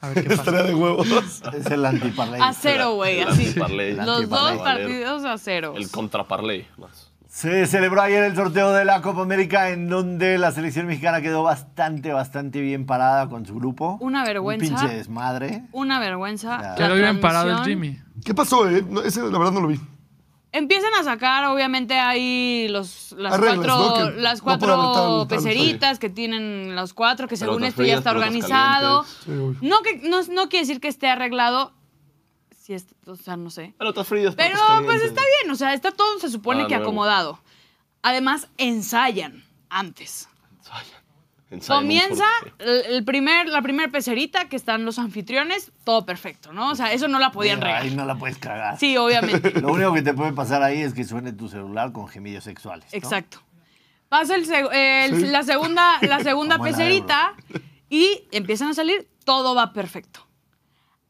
[SPEAKER 3] A
[SPEAKER 5] [laughs]
[SPEAKER 3] ver qué
[SPEAKER 5] Estaría
[SPEAKER 3] pasa.
[SPEAKER 5] de huevos.
[SPEAKER 1] Es el antiparley.
[SPEAKER 6] A cero, güey, así.
[SPEAKER 4] antiparley. El
[SPEAKER 6] Los dos
[SPEAKER 4] antiparley.
[SPEAKER 6] partidos a cero.
[SPEAKER 4] El contraparley. más.
[SPEAKER 1] Se celebró ayer el sorteo de la Copa América en donde la selección mexicana quedó bastante, bastante bien parada con su grupo.
[SPEAKER 6] Una vergüenza.
[SPEAKER 1] Un pinche desmadre.
[SPEAKER 6] Una vergüenza.
[SPEAKER 1] Ya.
[SPEAKER 6] la
[SPEAKER 3] Quedó bien parado el
[SPEAKER 6] transmisión.
[SPEAKER 3] Jimmy.
[SPEAKER 5] ¿Qué pasó, eh? No, ese la verdad no lo vi.
[SPEAKER 6] Empiezan a sacar, obviamente, ahí los, las
[SPEAKER 5] Arreglas,
[SPEAKER 6] cuatro,
[SPEAKER 5] ¿no? Que
[SPEAKER 6] las
[SPEAKER 5] no puede haber
[SPEAKER 6] cuatro
[SPEAKER 5] tan- tan-
[SPEAKER 6] peceritas que tienen los cuatro, que según
[SPEAKER 4] Pelotas
[SPEAKER 6] esto ya
[SPEAKER 4] frías,
[SPEAKER 6] está
[SPEAKER 4] pelotas
[SPEAKER 6] organizado.
[SPEAKER 4] calientes.
[SPEAKER 5] Sí, obvio.
[SPEAKER 6] No, que, no, no quiere decir que esté arreglado. Si es, o sea, no sé.
[SPEAKER 4] Pelotas frías.
[SPEAKER 6] Pero
[SPEAKER 4] pelotas
[SPEAKER 6] pues
[SPEAKER 4] calientes.
[SPEAKER 6] está bien, o sea, está todo se supone
[SPEAKER 1] Ah,
[SPEAKER 4] Nada
[SPEAKER 6] que
[SPEAKER 4] nuevo.
[SPEAKER 6] acomodado. Además, ensayan antes.
[SPEAKER 4] Ensayan. Ensayan un
[SPEAKER 6] Comienza
[SPEAKER 4] sorteo.
[SPEAKER 6] el el primer, la primera pecerita que están los anfitriones, todo perfecto, ¿no? O sea, eso no la podían
[SPEAKER 1] Mira, Ahí
[SPEAKER 6] regar.
[SPEAKER 1] no pues, la puedes cagar. [laughs]
[SPEAKER 6] Sí, obviamente.
[SPEAKER 1] Lo único que te puede pasar ahí es que suene tu celular con gemidos sexuales. ¿no?
[SPEAKER 6] Exacto. Pasa el seg- el-
[SPEAKER 5] Sí.
[SPEAKER 6] la segunda,
[SPEAKER 1] [laughs]
[SPEAKER 6] la segunda
[SPEAKER 1] Como en la
[SPEAKER 6] pecerita y empiezan a salir, todo va perfecto.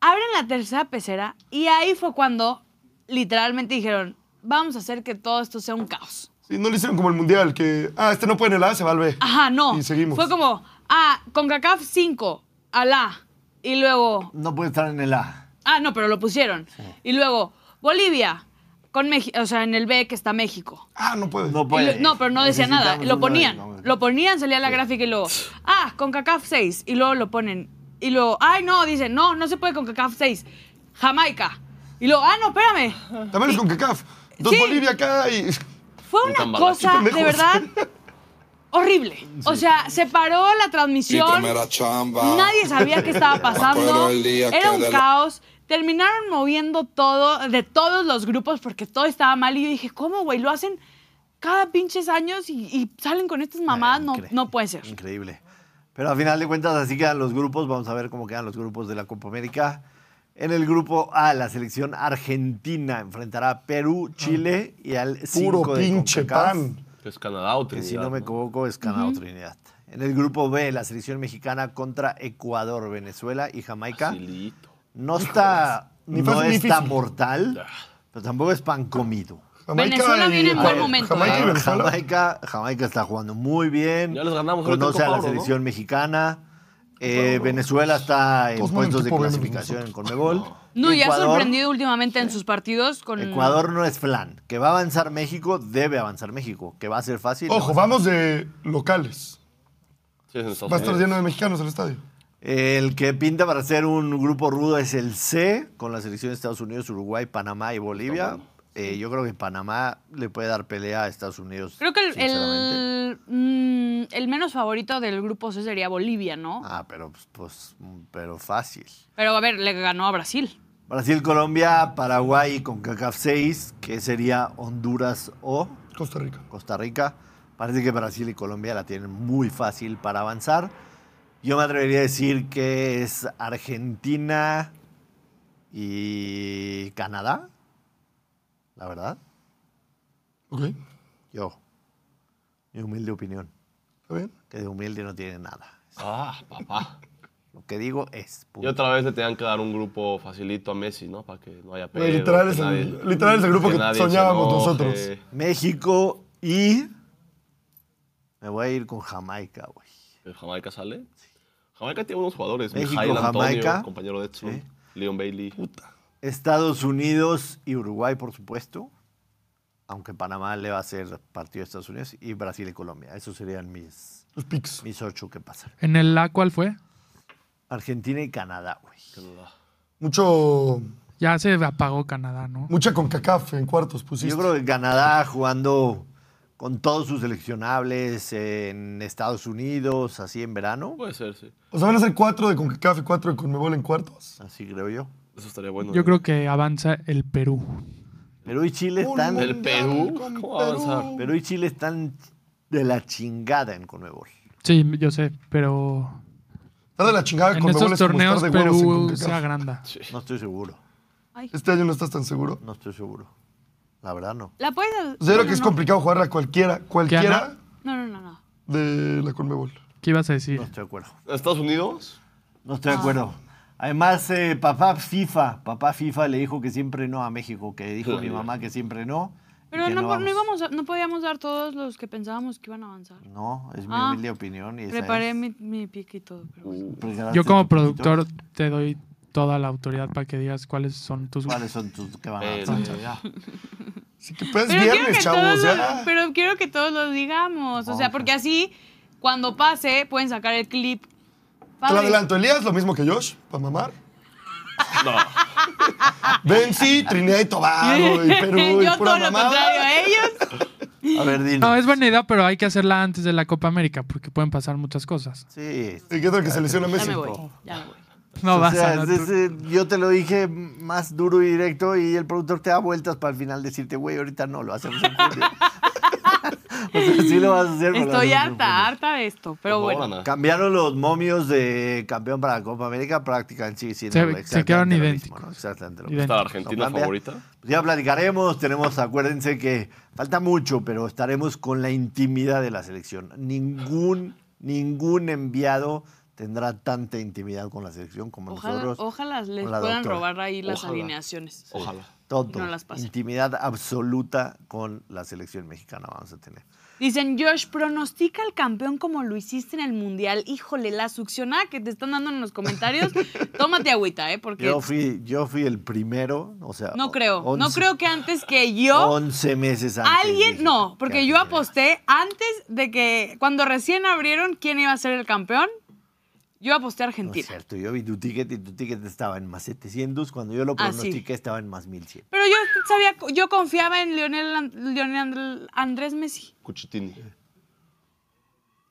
[SPEAKER 6] Abren la tercera pecera y ahí fue cuando literalmente dijeron, vamos a hacer que todo esto sea un caos.
[SPEAKER 5] Sí, no lo hicieron como el mundial, que. Ah, este no puede en el A, se va al B.
[SPEAKER 6] Ajá, no.
[SPEAKER 5] Y seguimos.
[SPEAKER 6] Fue como, ah, con CACAF 5, Alá. Y luego,
[SPEAKER 1] No puede estar en el A.
[SPEAKER 6] ah, no, pero lo pusieron. Y luego, Bolivia, con México, o sea, en el B que está México.
[SPEAKER 5] Ah, no puede.
[SPEAKER 1] No
[SPEAKER 6] Y
[SPEAKER 1] puede.
[SPEAKER 6] lo- no, pero no decía nada.
[SPEAKER 1] Necesitamos
[SPEAKER 6] Lo
[SPEAKER 1] una-
[SPEAKER 6] ponían.
[SPEAKER 1] no,
[SPEAKER 6] Lo ponían, salía la gráfica y luego, ah, con CACAF 6. Y luego lo ponen. Y luego, ay, no, dicen, no, no se puede con CACAF 6. Jamaica. Y luego, ah, no, espérame.
[SPEAKER 5] También es con CACAF. Dos
[SPEAKER 6] Sí.
[SPEAKER 5] Bolivia acá y.
[SPEAKER 6] Fue
[SPEAKER 4] Un
[SPEAKER 6] una
[SPEAKER 4] cambalache.
[SPEAKER 6] cosa, de verdad, horrible. O sea, se paró la transmisión. Nadie sabía qué
[SPEAKER 7] [laughs]
[SPEAKER 6] estaba pasando.
[SPEAKER 7] Pero el día que
[SPEAKER 6] Era un
[SPEAKER 7] de la-
[SPEAKER 6] caos. Terminaron moviendo todo de todos los grupos porque todo estaba mal. Y yo dije, ¿cómo, güey? Lo hacen cada pinches años y, y salen con estas mamadas. No,
[SPEAKER 1] Incre-
[SPEAKER 6] no puede ser.
[SPEAKER 1] Increíble. Pero a final de cuentas, así quedan los grupos. Vamos a ver cómo quedan los grupos de la Copa América. En el grupo A, la selección argentina enfrentará a Perú, Chile y al 5
[SPEAKER 5] Ah. Puro
[SPEAKER 1] de
[SPEAKER 5] pinche
[SPEAKER 1] CONCACAF,
[SPEAKER 5] pan.
[SPEAKER 4] Es Canadá o
[SPEAKER 1] Que
[SPEAKER 4] Trinidad.
[SPEAKER 1] si no me
[SPEAKER 4] ¿no?
[SPEAKER 1] equivoco, es Canadá o Trinidad. En el grupo B, la selección mexicana contra Ecuador, Venezuela y Jamaica.
[SPEAKER 4] Facilito.
[SPEAKER 1] No está,
[SPEAKER 5] Ni
[SPEAKER 1] no
[SPEAKER 5] fácil ni
[SPEAKER 1] está
[SPEAKER 5] difícil. Ah.
[SPEAKER 1] mortal, pero tampoco es pan comido.
[SPEAKER 6] Venezuela viene en
[SPEAKER 5] y-
[SPEAKER 6] buen
[SPEAKER 5] Ah,
[SPEAKER 6] momento,
[SPEAKER 5] Jamaica y
[SPEAKER 6] ¿eh?
[SPEAKER 5] Venezuela.
[SPEAKER 1] Jamaica, Jamaica está jugando muy bien.
[SPEAKER 4] Ya les ganamos ahorita en
[SPEAKER 1] Conoce a
[SPEAKER 4] Copa
[SPEAKER 1] la
[SPEAKER 4] Oro, ¿no? Pues
[SPEAKER 1] selección mexicana. Eh,
[SPEAKER 5] Claro.
[SPEAKER 1] Venezuela está en
[SPEAKER 6] pues
[SPEAKER 5] Todos mueven
[SPEAKER 1] puestos de
[SPEAKER 5] equipo, obviamente,
[SPEAKER 1] clasificación en Conmebol.
[SPEAKER 6] No, y ha
[SPEAKER 1] Ecuador-
[SPEAKER 6] sorprendido últimamente en sus partidos con.
[SPEAKER 1] Ecuador no es flan. Que va a avanzar México, debe avanzar México. Que va a ser fácil.
[SPEAKER 5] Ojo,
[SPEAKER 1] no va a
[SPEAKER 5] vamos de locales.
[SPEAKER 4] Sí, es en Estados
[SPEAKER 5] Va a estar
[SPEAKER 4] Unidos.
[SPEAKER 5] lleno de mexicanos el estadio.
[SPEAKER 1] ser. El que pinta para ser un grupo rudo es el C, con la selección de Estados Unidos, Uruguay, Panamá y Bolivia. Eh, yo creo que Panamá le puede dar pelea a Estados Unidos.
[SPEAKER 6] Creo que el,
[SPEAKER 1] sinceramente.
[SPEAKER 6] el, mm, el menos favorito del grupo C sería Bolivia, ¿no?
[SPEAKER 1] Ah, pero pues, pues, mm, pero fácil.
[SPEAKER 6] Pero a ver, le ganó a Brasil.
[SPEAKER 1] Brasil, Colombia, Paraguay con CACAF 6, que sería Honduras o
[SPEAKER 5] Costa Rica.
[SPEAKER 1] Costa Rica. Parece que Brasil y Colombia la tienen muy fácil para avanzar. Yo me atrevería a decir que es Argentina y Canadá, la verdad.
[SPEAKER 5] ¿Ok? ¿Está
[SPEAKER 1] Yo, mi humilde opinión,
[SPEAKER 5] bien?
[SPEAKER 1] que de humilde no tiene nada.
[SPEAKER 4] Ah, papá.
[SPEAKER 1] Lo que digo es...
[SPEAKER 4] Y
[SPEAKER 1] punto.
[SPEAKER 4] otra vez le tenían que dar un grupo facilito a Messi, ¿no? Para que no haya pedo.
[SPEAKER 5] literal es
[SPEAKER 4] que
[SPEAKER 5] el- literal es el grupo que
[SPEAKER 4] nadie se
[SPEAKER 5] soñábamos
[SPEAKER 4] enoje.
[SPEAKER 5] nosotros.
[SPEAKER 1] México y... Me voy a ir con Jamaica, güey.
[SPEAKER 4] ¿El ¿Jamaica sale? Jamaica tiene unos jugadores.
[SPEAKER 1] México,
[SPEAKER 4] Mijail Antonio,
[SPEAKER 1] Jamaica.
[SPEAKER 4] compañero de Edson.
[SPEAKER 1] Sí.
[SPEAKER 4] Leon Bailey.
[SPEAKER 1] Estados Unidos y Uruguay, por supuesto. Aunque Panamá le va a hacer partido a Estados Unidos y Brasil y Colombia. Esos serían mis,
[SPEAKER 5] Los Pics.
[SPEAKER 1] mis ocho que pasan.
[SPEAKER 3] ¿En el A cuál fue?
[SPEAKER 1] Argentina y Canadá, güey.
[SPEAKER 5] Mucho,
[SPEAKER 3] Ya se apagó Canadá, ¿no?
[SPEAKER 5] mucha con CACAF en cuartos pusiste.
[SPEAKER 1] Yo creo que Canadá jugando con todos sus seleccionables en Estados Unidos, así en verano.
[SPEAKER 4] Puede ser, sí.
[SPEAKER 5] O sea, van a ser cuatro de CONCACAF y cuatro de CONMEBOL en cuartos.
[SPEAKER 1] Así creo yo.
[SPEAKER 4] Eso estaría bueno.
[SPEAKER 3] Yo
[SPEAKER 4] ¿no?
[SPEAKER 3] creo que avanza el Perú.
[SPEAKER 1] Perú y Chile
[SPEAKER 5] Un
[SPEAKER 1] están.
[SPEAKER 5] mundial
[SPEAKER 4] ¿El Perú?
[SPEAKER 5] con
[SPEAKER 4] ¿Cómo va a avanzar?
[SPEAKER 5] Perú.
[SPEAKER 1] Perú y Chile están de la chingada en Conmebol.
[SPEAKER 3] Sí, yo sé, pero
[SPEAKER 5] Está de la chingada
[SPEAKER 3] en estos
[SPEAKER 5] CONMEBOL es Ah, como
[SPEAKER 3] torneos
[SPEAKER 5] estar de huevos en
[SPEAKER 3] Perú
[SPEAKER 5] CONCACAF.
[SPEAKER 3] se agranda.
[SPEAKER 1] No estoy seguro.
[SPEAKER 6] Ay.
[SPEAKER 5] Este año no estás tan seguro.
[SPEAKER 1] No estoy seguro. La verdad no.
[SPEAKER 6] ¿La puedes...?
[SPEAKER 5] O sea, yo creo
[SPEAKER 6] no,
[SPEAKER 5] que es
[SPEAKER 6] no.
[SPEAKER 5] complicado jugarla a cualquiera, cualquiera
[SPEAKER 3] Ana?
[SPEAKER 6] No, no, no, no.
[SPEAKER 5] de la CONMEBOL.
[SPEAKER 3] ¿Qué ibas a decir?
[SPEAKER 1] No estoy de acuerdo.
[SPEAKER 4] ¿Estados Unidos?
[SPEAKER 1] No estoy de acuerdo. Además, eh, papá FIFA, papá FIFA le dijo que siempre no a México, que dijo mi mamá que siempre no. y
[SPEAKER 6] Pero
[SPEAKER 1] que
[SPEAKER 6] no,
[SPEAKER 1] vamos.
[SPEAKER 6] no, íbamos a- no podíamos dar todos los que pensábamos que iban a avanzar.
[SPEAKER 1] No, es mi
[SPEAKER 6] Ah.
[SPEAKER 1] humilde opinión. Y esa
[SPEAKER 6] Preparé
[SPEAKER 1] es. Pues,
[SPEAKER 6] mi, mi pique y todo. pero bueno.
[SPEAKER 1] Preparaste
[SPEAKER 3] Yo
[SPEAKER 1] tu
[SPEAKER 3] como
[SPEAKER 1] poquito.
[SPEAKER 3] productor te doy toda la autoridad para que digas cuáles son tus...
[SPEAKER 1] ¿Cuáles son tus que van a
[SPEAKER 4] Eh,
[SPEAKER 1] avanzar?
[SPEAKER 6] [laughs]
[SPEAKER 4] ya.
[SPEAKER 5] Sí, que pues,
[SPEAKER 6] Pero, quiero
[SPEAKER 5] viernes,
[SPEAKER 6] que todos
[SPEAKER 5] chavos,
[SPEAKER 6] lo-
[SPEAKER 5] ya.
[SPEAKER 6] pero quiero que todos lo digamos. O sea, porque así, cuando pase, pueden sacar el clip.
[SPEAKER 5] Te lo
[SPEAKER 6] Padre. [laughs]
[SPEAKER 5] adelanto, Elías, lo mismo que Josh, para mamar. [laughs]
[SPEAKER 4] No.
[SPEAKER 5] Benzi, Trinidad y Tobago, y Perú, y
[SPEAKER 6] Yo
[SPEAKER 5] pura
[SPEAKER 6] todo lo contrario
[SPEAKER 5] mamada.
[SPEAKER 6] a ellos.
[SPEAKER 1] A ver, dilo.
[SPEAKER 3] No, es buena idea, pero hay que hacerla antes de la Copa América porque pueden pasar
[SPEAKER 1] [laughs]
[SPEAKER 3] muchas cosas.
[SPEAKER 1] Sí.
[SPEAKER 5] ¿Y qué tal que se lesiona
[SPEAKER 6] Ya
[SPEAKER 5] Messi?
[SPEAKER 6] me voy, ya me voy.
[SPEAKER 3] No
[SPEAKER 1] O
[SPEAKER 3] vas
[SPEAKER 1] sea,
[SPEAKER 3] a...
[SPEAKER 1] es- es- yo te lo dije más duro y directo y el productor te da vueltas para al final decirte, güey, ahorita no, lo hacemos en julio. [laughs] o sea, sí lo vas a hacer. pero lo
[SPEAKER 6] Estoy
[SPEAKER 1] hacemos en julio.
[SPEAKER 6] harta, harta de esto. Pero
[SPEAKER 4] Por favor,
[SPEAKER 6] bueno.
[SPEAKER 4] Ana.
[SPEAKER 1] Cambiaron los momios de campeón para la Copa América, prácticamente sí, sí,
[SPEAKER 3] Se-
[SPEAKER 1] no,
[SPEAKER 3] se
[SPEAKER 1] exactamente
[SPEAKER 3] quedaron
[SPEAKER 1] lo mismo,
[SPEAKER 3] idénticos.
[SPEAKER 1] ¿no? Exactamente lo mismo.
[SPEAKER 3] Idénticos.
[SPEAKER 4] ¿Está la Pues Argentina
[SPEAKER 1] Colombia.
[SPEAKER 4] favorita?
[SPEAKER 1] Pues ya platicaremos, tenemos, acuérdense que falta mucho, pero estaremos con la intimidad de la selección. Ningún, ningún enviado tendrá tanta intimidad con la selección como
[SPEAKER 6] Ojalá,
[SPEAKER 1] nosotros.
[SPEAKER 6] ojalá les
[SPEAKER 1] con la
[SPEAKER 6] puedan
[SPEAKER 1] doctora.
[SPEAKER 6] robar ahí las
[SPEAKER 4] Ojalá.
[SPEAKER 6] alineaciones.
[SPEAKER 4] Ojalá.
[SPEAKER 1] Todo.
[SPEAKER 6] no las pase.
[SPEAKER 1] intimidad absoluta con la selección mexicana vamos a tener.
[SPEAKER 6] Dicen, Josh, pronostica al campeón como lo hiciste en el Mundial. Híjole, la succionada que te están dando en los comentarios. Tómate agüita, ¿eh? Porque
[SPEAKER 1] Yo fui, yo fui el primero, o sea.
[SPEAKER 6] no creo. no
[SPEAKER 1] 11
[SPEAKER 6] creo que antes que yo...
[SPEAKER 1] 11 meses antes.
[SPEAKER 6] Alguien,
[SPEAKER 1] dije,
[SPEAKER 6] no, porque
[SPEAKER 1] "Ya,
[SPEAKER 6] yo
[SPEAKER 1] ya".
[SPEAKER 6] aposté antes de que, cuando recién abrieron quién iba a ser el campeón, yo aposté a
[SPEAKER 1] No es
[SPEAKER 6] Argentina.
[SPEAKER 1] cierto, yo vi tu ticket y tu ticket estaba en más 700. Cuando yo lo
[SPEAKER 6] Ah, sí.
[SPEAKER 1] pronostiqué, estaba en más 1100.
[SPEAKER 6] Pero yo sabía, yo confiaba en Lionel, And- Lionel And- Andrés Messi.
[SPEAKER 4] Cuchitini. Pues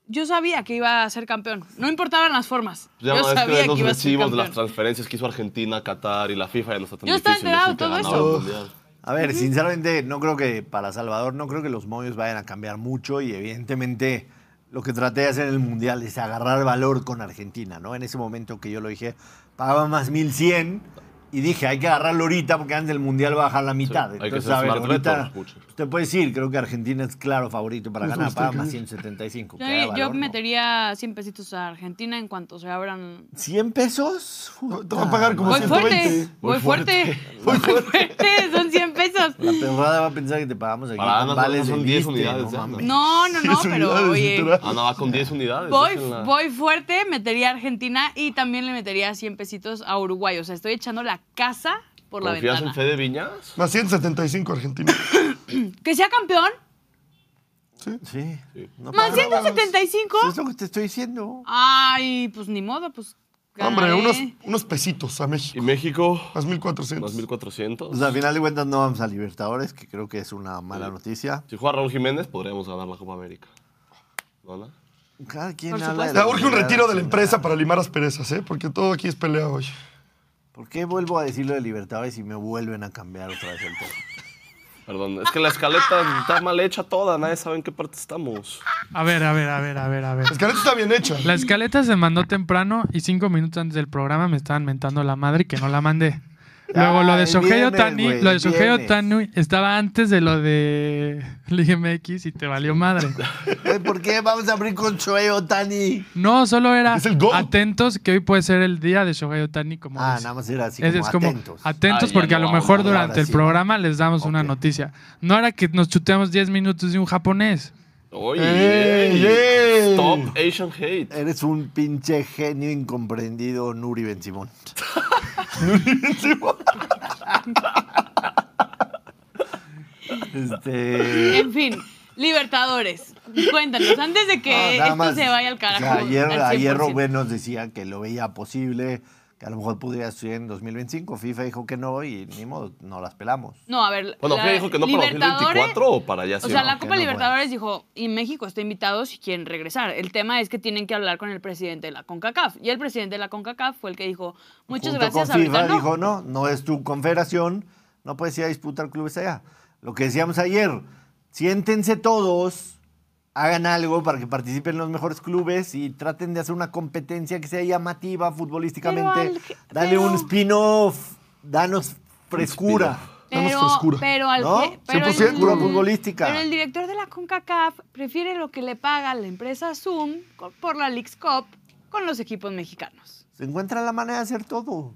[SPEAKER 6] Yo sabía que iba a ser campeón. No importaban las formas.
[SPEAKER 4] Pues Ya
[SPEAKER 6] yo
[SPEAKER 4] una vez que
[SPEAKER 6] sabía
[SPEAKER 4] ves
[SPEAKER 6] que,
[SPEAKER 4] los
[SPEAKER 6] iba a ser
[SPEAKER 4] recibos de las
[SPEAKER 6] campeón.
[SPEAKER 4] transferencias que hizo Argentina, Qatar y la FIFA ya no está tan
[SPEAKER 6] Yo estaba
[SPEAKER 4] difícil
[SPEAKER 6] enterado
[SPEAKER 4] decir que
[SPEAKER 6] de todo
[SPEAKER 4] ganaba el
[SPEAKER 5] eso.
[SPEAKER 4] Mundial.
[SPEAKER 1] A ver, sinceramente, no creo que para Salvador, no creo que los momios vayan a cambiar mucho y evidentemente lo que traté de hacer en el Mundial es agarrar valor con Argentina, ¿no? En ese momento que yo lo dije, pagaba más 1100 y dije, hay que agarrarlo ahorita porque antes del Mundial va a bajar la mitad.
[SPEAKER 4] hay que
[SPEAKER 1] Entonces,
[SPEAKER 4] ser
[SPEAKER 1] a ver,
[SPEAKER 4] smart
[SPEAKER 1] ahorita
[SPEAKER 4] better, Pucho.
[SPEAKER 1] usted puede decir, creo que Argentina es claro favorito para
[SPEAKER 5] Justo,
[SPEAKER 1] ganar,
[SPEAKER 5] justo,
[SPEAKER 1] paga
[SPEAKER 5] que
[SPEAKER 1] más
[SPEAKER 5] es.
[SPEAKER 1] 175.
[SPEAKER 6] Yo,
[SPEAKER 1] que da
[SPEAKER 6] yo
[SPEAKER 1] valor, ¿no?
[SPEAKER 6] metería 100 pesitos a Argentina en cuanto se abran.
[SPEAKER 1] ¿100 pesos?
[SPEAKER 5] No, Te va a pagar como
[SPEAKER 6] Voy
[SPEAKER 5] 120.
[SPEAKER 6] fuerte, voy fuerte, voy fuerte, son 100 pesos.
[SPEAKER 1] La perrada va a pensar que te pagamos aquí.
[SPEAKER 4] Para
[SPEAKER 1] con
[SPEAKER 4] Ana son-
[SPEAKER 1] vales
[SPEAKER 4] son
[SPEAKER 1] de
[SPEAKER 4] 10
[SPEAKER 1] liste,
[SPEAKER 4] unidades
[SPEAKER 1] no
[SPEAKER 4] de Ana.
[SPEAKER 1] mames.
[SPEAKER 6] No, no, no,
[SPEAKER 5] Sí,
[SPEAKER 6] pero
[SPEAKER 5] unidades,
[SPEAKER 6] oye,
[SPEAKER 5] literal.
[SPEAKER 4] Ana Ah, va con 10 unidades.
[SPEAKER 6] voy,
[SPEAKER 4] déjenla.
[SPEAKER 6] voy fuerte, metería a Argentina y también le metería 100 pesitos a Uruguay. O sea, estoy echando la casa por la
[SPEAKER 4] ¿Confías en
[SPEAKER 6] ventana.
[SPEAKER 4] Fede Viñas?
[SPEAKER 5] Más 175 Argentina.
[SPEAKER 6] Que sea campeón,
[SPEAKER 5] Sí.
[SPEAKER 1] Sí. No
[SPEAKER 6] más
[SPEAKER 1] paga.
[SPEAKER 6] 175.
[SPEAKER 1] Es lo que te estoy diciendo.
[SPEAKER 6] Ay, pues ni modo, pues.
[SPEAKER 5] Hombre,
[SPEAKER 6] ganaré.
[SPEAKER 5] unos, unos pesitos a
[SPEAKER 4] ¿Y
[SPEAKER 5] México.
[SPEAKER 4] México?
[SPEAKER 5] Más 1400.
[SPEAKER 4] Más 1400.
[SPEAKER 1] Pues al final de cuentas no vamos a Libertadores, que creo que es una mala noticia.
[SPEAKER 4] Si juega Raúl Jiménez, podríamos ganar la Copa América. ¿No, Ana?
[SPEAKER 1] Cada quien
[SPEAKER 6] Por
[SPEAKER 1] habla de
[SPEAKER 6] supuesto.
[SPEAKER 1] la
[SPEAKER 5] Te urge un
[SPEAKER 1] realidad
[SPEAKER 5] retiro de la
[SPEAKER 1] nacional.
[SPEAKER 5] empresa para limar las perezas, ¿eh? Porque todo aquí es pelea hoy.
[SPEAKER 1] ¿Por qué vuelvo a decir lo de Libertadores y me vuelven a cambiar otra vez el tema?
[SPEAKER 4] Perdón, es que la escaleta está mal hecha toda, nadie sabe en qué parte estamos.
[SPEAKER 3] A ver, a ver, a ver, a ver, a ver.
[SPEAKER 5] La escaleta está bien hecha.
[SPEAKER 3] La escaleta se mandó temprano y cinco minutos antes del programa me estaban mentando la madre que no la mandé. Luego lo
[SPEAKER 1] Ah,
[SPEAKER 3] de
[SPEAKER 1] el
[SPEAKER 3] Shohei
[SPEAKER 1] viernes,
[SPEAKER 3] Otani,
[SPEAKER 1] güey,
[SPEAKER 3] lo de
[SPEAKER 1] el
[SPEAKER 3] Shohei
[SPEAKER 1] viernes.
[SPEAKER 3] Otani estaba antes de lo de Liga MX y te valió madre.
[SPEAKER 1] Güey, Eh, ¿Por qué vamos a abrir con Shohei Otani?
[SPEAKER 3] No, solo
[SPEAKER 1] [laughs]
[SPEAKER 3] era
[SPEAKER 5] Es el gol.
[SPEAKER 3] atentos que hoy puede ser el día de Shohei Otani como
[SPEAKER 1] Ah,
[SPEAKER 3] dice.
[SPEAKER 1] nada más era así
[SPEAKER 3] es,
[SPEAKER 1] como
[SPEAKER 3] es como
[SPEAKER 1] atentos.
[SPEAKER 3] atentos,
[SPEAKER 4] Ah, ya
[SPEAKER 3] porque a
[SPEAKER 4] no
[SPEAKER 3] lo
[SPEAKER 4] vamos
[SPEAKER 3] mejor
[SPEAKER 4] a hablar
[SPEAKER 3] durante el
[SPEAKER 1] así.
[SPEAKER 3] programa les damos una
[SPEAKER 1] Ok.
[SPEAKER 3] noticia. No era que nos chuteamos 10 minutos de un japonés.
[SPEAKER 4] Oye,
[SPEAKER 5] ¡Ey, ey!
[SPEAKER 4] stop Asian hate.
[SPEAKER 1] Eres un pinche genio incomprendido, Nuri Ben Simón. Nuri Ben Simón. este...
[SPEAKER 6] En fin, Libertadores. Cuéntanos, antes de que
[SPEAKER 1] No, Ah, nada
[SPEAKER 6] esto
[SPEAKER 1] más,
[SPEAKER 6] se vaya al carajo.
[SPEAKER 1] o sea, ayer,
[SPEAKER 6] al
[SPEAKER 1] ayer
[SPEAKER 6] 100%.
[SPEAKER 1] Rubén nos decía que lo veía posible, que a lo mejor podría estudiar en 2025. FIFA dijo que no y ni modo, no las pelamos.
[SPEAKER 6] No, a ver.
[SPEAKER 4] Bueno,
[SPEAKER 6] la-
[SPEAKER 4] ¿qué dijo que no para
[SPEAKER 6] Libertadores-
[SPEAKER 4] 2024 o para allá?
[SPEAKER 6] O
[SPEAKER 4] sí?
[SPEAKER 6] sea,
[SPEAKER 1] no,
[SPEAKER 6] la
[SPEAKER 1] que
[SPEAKER 6] Copa
[SPEAKER 1] no
[SPEAKER 6] Libertadores dijo, y México está invitado si quieren regresar. El tema es que tienen que hablar con el presidente de la CONCACAF. Y el presidente de la CONCACAF fue el que dijo, muchas
[SPEAKER 1] Junto
[SPEAKER 6] gracias,
[SPEAKER 1] con FIFA
[SPEAKER 6] ahorita no.
[SPEAKER 1] dijo, no, no es tu confederación, no puedes ir a disputar clubes allá. Lo que decíamos ayer, siéntense todos, hagan algo para que participen los mejores clubes y traten de hacer una competencia que sea llamativa futbolísticamente.
[SPEAKER 6] Pero al que-
[SPEAKER 1] Dale
[SPEAKER 6] pero-
[SPEAKER 1] un spin-off, danos frescura,
[SPEAKER 5] Danos
[SPEAKER 6] Pero,
[SPEAKER 5] frescura.
[SPEAKER 6] pero al
[SPEAKER 1] ¿no?
[SPEAKER 6] que- pero el- Mm,
[SPEAKER 5] 100%
[SPEAKER 1] frescura futbolística.
[SPEAKER 6] Pero el director de la CONCACAF prefiere lo que le paga la empresa Zoom co- por la Leagues Cup con los equipos mexicanos.
[SPEAKER 1] Se encuentra la manera de hacer todo.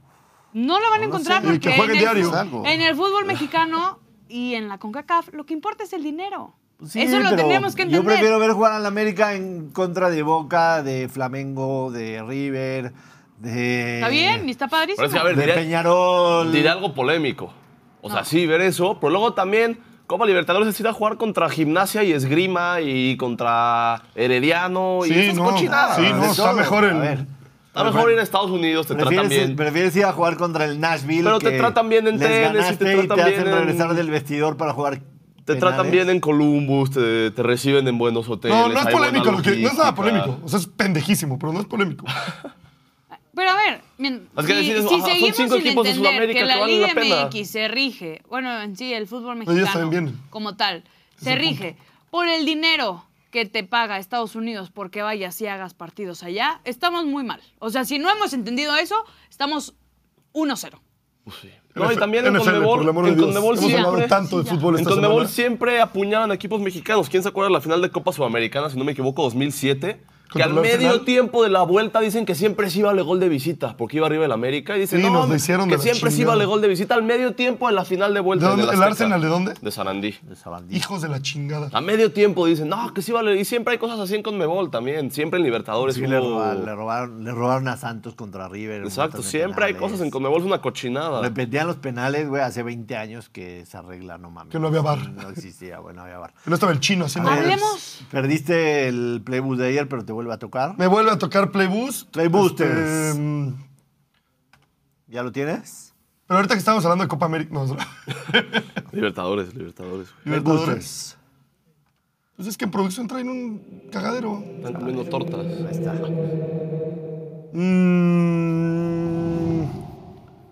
[SPEAKER 6] No lo van
[SPEAKER 1] No
[SPEAKER 6] a
[SPEAKER 1] lo
[SPEAKER 6] encontrar
[SPEAKER 1] sé.
[SPEAKER 5] Y que
[SPEAKER 6] porque en
[SPEAKER 5] jueguen
[SPEAKER 6] el,
[SPEAKER 5] diario.
[SPEAKER 6] fu- en
[SPEAKER 1] [laughs]
[SPEAKER 6] el fútbol mexicano y en la CONCACAF lo que importa es el dinero.
[SPEAKER 1] Pues Sí,
[SPEAKER 6] Eso lo
[SPEAKER 1] pero
[SPEAKER 6] tenemos que entender.
[SPEAKER 1] Yo prefiero ver jugar al América en contra de Boca, de Flamengo, de River, de.
[SPEAKER 6] Está bien, y está padrísimo.
[SPEAKER 4] Pero es que, a ver,
[SPEAKER 1] de
[SPEAKER 4] diré-
[SPEAKER 1] Peñarol.
[SPEAKER 4] Diré algo polémico. O sea, sí, ver eso, pero luego también Copa Libertadores necesita jugar contra Gimnasia y Esgrima y contra Herediano y
[SPEAKER 5] Sí,
[SPEAKER 4] esas
[SPEAKER 5] no.
[SPEAKER 4] cochinadas.
[SPEAKER 5] Sí, no,
[SPEAKER 1] De
[SPEAKER 5] está mejor el-
[SPEAKER 1] A ver,
[SPEAKER 4] A lo mejor en Estados Unidos te tratan
[SPEAKER 1] prefieres,
[SPEAKER 4] bien.
[SPEAKER 1] prefieres ir a jugar contra el Nashville.
[SPEAKER 4] Pero te
[SPEAKER 1] que
[SPEAKER 4] tratan bien en
[SPEAKER 1] les
[SPEAKER 4] tenis y te
[SPEAKER 1] ganaste y
[SPEAKER 4] tratan
[SPEAKER 1] te hacen
[SPEAKER 4] bien en-
[SPEAKER 1] regresar del vestidor para jugar.
[SPEAKER 4] Te tratan
[SPEAKER 1] penales.
[SPEAKER 4] bien en Columbus, te, te reciben en buenos hoteles.
[SPEAKER 5] No, no es
[SPEAKER 4] hay buena
[SPEAKER 5] polémico lo que. No es nada
[SPEAKER 4] logística.
[SPEAKER 5] polémico. O sea, es pendejísimo, pero no es polémico.
[SPEAKER 6] Pero a ver, miren,
[SPEAKER 4] Es que
[SPEAKER 6] si,
[SPEAKER 4] decides,
[SPEAKER 6] si
[SPEAKER 4] ajá, son
[SPEAKER 6] seguimos
[SPEAKER 4] cinco
[SPEAKER 6] sin
[SPEAKER 4] equipos de
[SPEAKER 6] entender
[SPEAKER 4] Sudamérica
[SPEAKER 6] que
[SPEAKER 4] que
[SPEAKER 6] la
[SPEAKER 4] valen la
[SPEAKER 6] Liga
[SPEAKER 4] pena.
[SPEAKER 6] MX se rige, bueno, en sí, el fútbol
[SPEAKER 5] ellos
[SPEAKER 6] mexicano
[SPEAKER 5] también vienen.
[SPEAKER 6] como tal, se
[SPEAKER 5] el
[SPEAKER 6] rige por el dinero que te paga Estados Unidos porque vayas y hagas partidos allá, estamos muy mal. O sea, si no hemos entendido eso, estamos 1-0.
[SPEAKER 4] Pues sí. No, y
[SPEAKER 5] NFL,
[SPEAKER 4] también en
[SPEAKER 5] por el
[SPEAKER 4] Conmebol,
[SPEAKER 5] amor de
[SPEAKER 4] en
[SPEAKER 5] Dios.
[SPEAKER 4] Conmebol
[SPEAKER 5] Hemos hablado
[SPEAKER 4] siempre,
[SPEAKER 5] tanto de fútbol
[SPEAKER 4] en
[SPEAKER 5] esta
[SPEAKER 4] Conmebol
[SPEAKER 5] semana.
[SPEAKER 4] siempre apuñalan equipos mexicanos. ¿Quién se acuerda de la final de Copa Sudamericana, si no me equivoco, 2007? Que
[SPEAKER 5] Contra
[SPEAKER 4] al
[SPEAKER 5] el Arsenal.
[SPEAKER 4] medio tiempo de la vuelta dicen que siempre sí vale gol de visita, porque iba arriba el América. Y dicen
[SPEAKER 5] Sí,
[SPEAKER 4] no,
[SPEAKER 5] nos lo hicieron
[SPEAKER 4] que
[SPEAKER 5] de la
[SPEAKER 4] siempre sí
[SPEAKER 5] chingada.
[SPEAKER 4] vale gol de visita al medio tiempo de la final de vuelta.
[SPEAKER 5] ¿De
[SPEAKER 4] en
[SPEAKER 5] dónde? ¿El
[SPEAKER 4] Azteca.
[SPEAKER 5] Arsenal de dónde?
[SPEAKER 4] De Sarandí.
[SPEAKER 1] De Sabandí.
[SPEAKER 5] Hijos de la chingada.
[SPEAKER 4] A medio tiempo dicen, no, que sí vale. Y siempre hay cosas así en Conmebol también. Siempre en Libertadores.
[SPEAKER 1] Sí, le,
[SPEAKER 4] hubo-
[SPEAKER 1] roba- le robaron, le robaron a Santos contra River.
[SPEAKER 4] Exacto,
[SPEAKER 1] un montón de
[SPEAKER 4] siempre hay
[SPEAKER 1] penales.
[SPEAKER 4] cosas en Conmebol, es una cochinada.
[SPEAKER 1] Repetían los penales, güey, hace 20 años que se arregla, no mames.
[SPEAKER 5] Que no había bar.
[SPEAKER 1] No existía, güey, no había bar.
[SPEAKER 5] No estaba el chino haciendo.
[SPEAKER 6] Hablemos.
[SPEAKER 1] Perdiste el playbook de ayer, pero te vuelve a tocar.
[SPEAKER 5] Me vuelve a tocar Playbus.
[SPEAKER 1] Playboosters.
[SPEAKER 5] Este, mm,
[SPEAKER 1] ¿Ya lo tienes?
[SPEAKER 5] pero ahorita que estamos hablando de Copa América. No, [laughs]
[SPEAKER 4] Libertadores, Libertadores. güey.
[SPEAKER 5] Libertadores. Pues es que en producción traen un cagadero.
[SPEAKER 4] Están comiendo tortas.
[SPEAKER 1] Ahí está.
[SPEAKER 5] Mm,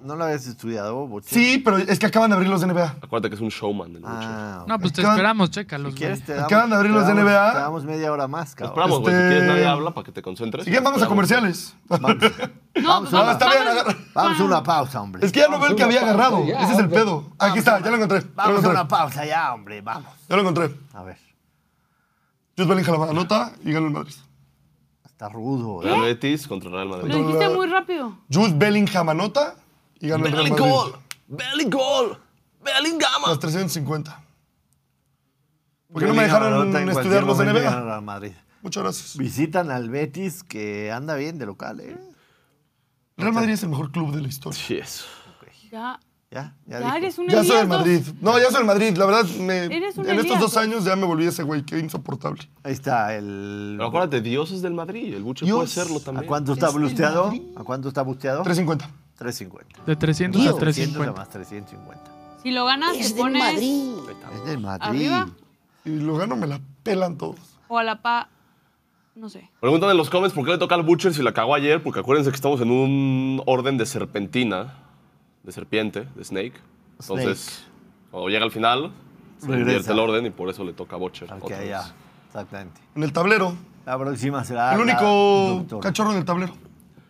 [SPEAKER 1] ¿No lo habías estudiado, Boche?
[SPEAKER 5] sí, pero es que acaban de abrir los de NBA.
[SPEAKER 4] Acuérdate que es un showman el Bochas.
[SPEAKER 1] Ah,
[SPEAKER 3] No, pues te
[SPEAKER 5] Entonces,
[SPEAKER 3] esperamos, chécalos.
[SPEAKER 1] si quieres te damos,
[SPEAKER 5] Acaban de abrir
[SPEAKER 1] te
[SPEAKER 5] los
[SPEAKER 1] damos-
[SPEAKER 5] NBA.
[SPEAKER 1] Te damos media hora más,
[SPEAKER 4] Te
[SPEAKER 1] cabrón.
[SPEAKER 4] Esperamos, güey. Si
[SPEAKER 5] Este-
[SPEAKER 4] quieres, nadie habla para que te concentres.
[SPEAKER 5] Si quieren, vamos a
[SPEAKER 4] Esperamos.
[SPEAKER 5] comerciales.
[SPEAKER 6] No,
[SPEAKER 5] [laughs]
[SPEAKER 6] pues
[SPEAKER 5] No, está bien, agarra.
[SPEAKER 1] Vamos a una pausa, hombre.
[SPEAKER 5] Es que ya no veo el que había agarrado. Ese es el pedo. Aquí está, ya lo encontré. Ya lo
[SPEAKER 1] Vamos a una
[SPEAKER 5] encontré.
[SPEAKER 1] pausa ya, hombre, vamos.
[SPEAKER 5] Ya lo encontré.
[SPEAKER 1] A ver,
[SPEAKER 5] Jude Bellingham la anota y gana el Madrid.
[SPEAKER 1] está rudo. ¿eh?
[SPEAKER 4] Real Betis contra Real Madrid.
[SPEAKER 6] Lo dijiste muy rápido.
[SPEAKER 5] Jude Bellingham anota y gana el Real Madrid.
[SPEAKER 4] Bellingham. Bellingham. Bellingham.
[SPEAKER 5] Las 350. ¿Por qué no me dejaron
[SPEAKER 1] Bellingham anota en cualquier
[SPEAKER 5] estudiar los de
[SPEAKER 1] momento y
[SPEAKER 5] NBA?
[SPEAKER 1] gana Real Madrid.
[SPEAKER 5] Muchas gracias.
[SPEAKER 1] Visitan al Betis, que anda bien de local, ¿eh?
[SPEAKER 5] Real Madrid es el mejor club de la historia.
[SPEAKER 4] Sí, eso.
[SPEAKER 6] Ya,
[SPEAKER 1] Ya, ya,
[SPEAKER 6] ya
[SPEAKER 1] dijo.
[SPEAKER 6] eres un
[SPEAKER 5] Ya soy del
[SPEAKER 6] Elías dos.
[SPEAKER 5] Madrid. No, ya soy del Madrid. La verdad, me-
[SPEAKER 6] Eres un
[SPEAKER 5] en estos dos
[SPEAKER 6] Elías.
[SPEAKER 5] años ya me volví ese güey. Qué insoportable.
[SPEAKER 1] Ahí está el...
[SPEAKER 4] Pero acuérdate, Dios es del Madrid. El Buche
[SPEAKER 5] Dios.
[SPEAKER 4] puede serlo
[SPEAKER 1] ¿A
[SPEAKER 4] también.
[SPEAKER 1] cuánto está blusteado? ¿A cuánto está busteado?
[SPEAKER 5] 350.
[SPEAKER 1] 350.
[SPEAKER 3] De 300 a 350.
[SPEAKER 1] más 350.
[SPEAKER 6] Si lo ganas, te pones
[SPEAKER 1] Es del Madrid.
[SPEAKER 6] arriba
[SPEAKER 5] Y lo gano, me la pelan todos.
[SPEAKER 6] o a la pa... No sé.
[SPEAKER 4] Preguntan en los comments por qué le toca al Butcher si la cagó ayer, porque acuérdense que estamos en un orden de serpentina, de serpiente, de snake. Entonces, cuando llega al final, se
[SPEAKER 1] Regresa.
[SPEAKER 4] invierte el orden y por eso le toca a Butcher.
[SPEAKER 1] Ok,
[SPEAKER 4] otra vez.
[SPEAKER 1] ya. Exactamente.
[SPEAKER 5] En el tablero.
[SPEAKER 1] La próxima será.
[SPEAKER 5] El
[SPEAKER 1] la
[SPEAKER 5] único
[SPEAKER 1] doctora.
[SPEAKER 5] cachorro en el tablero.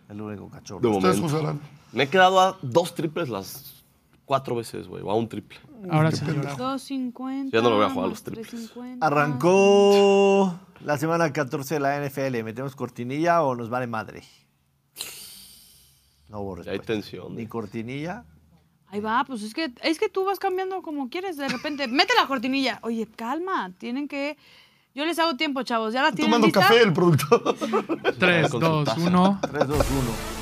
[SPEAKER 1] El único cachorro.
[SPEAKER 4] De
[SPEAKER 5] Ustedes
[SPEAKER 4] momento.
[SPEAKER 5] juzgarán.
[SPEAKER 4] Me he quedado a dos triples las cuatro veces, güey, o a un triple.
[SPEAKER 3] Ahora sí
[SPEAKER 5] Ah.
[SPEAKER 3] llora.
[SPEAKER 6] 250.
[SPEAKER 4] Ya no lo voy a jugar a los
[SPEAKER 6] más
[SPEAKER 4] triples.
[SPEAKER 6] 350.
[SPEAKER 1] Arrancó la semana 14 de la NFL. ¿Metemos cortinilla o nos vale madre? No hubo
[SPEAKER 4] Ya hay
[SPEAKER 1] respuesta.
[SPEAKER 4] tensión.
[SPEAKER 1] Ni cortinilla.
[SPEAKER 6] Ahí va, pues es que es que tú vas cambiando como quieres de repente. [laughs] Mete la cortinilla. Oye, calma, tienen que yo les hago tiempo, chavos. Ya las tienen
[SPEAKER 5] Tomando
[SPEAKER 6] listas?
[SPEAKER 5] café el productor.
[SPEAKER 3] 3, 2, 1.
[SPEAKER 1] 3, 2, 1.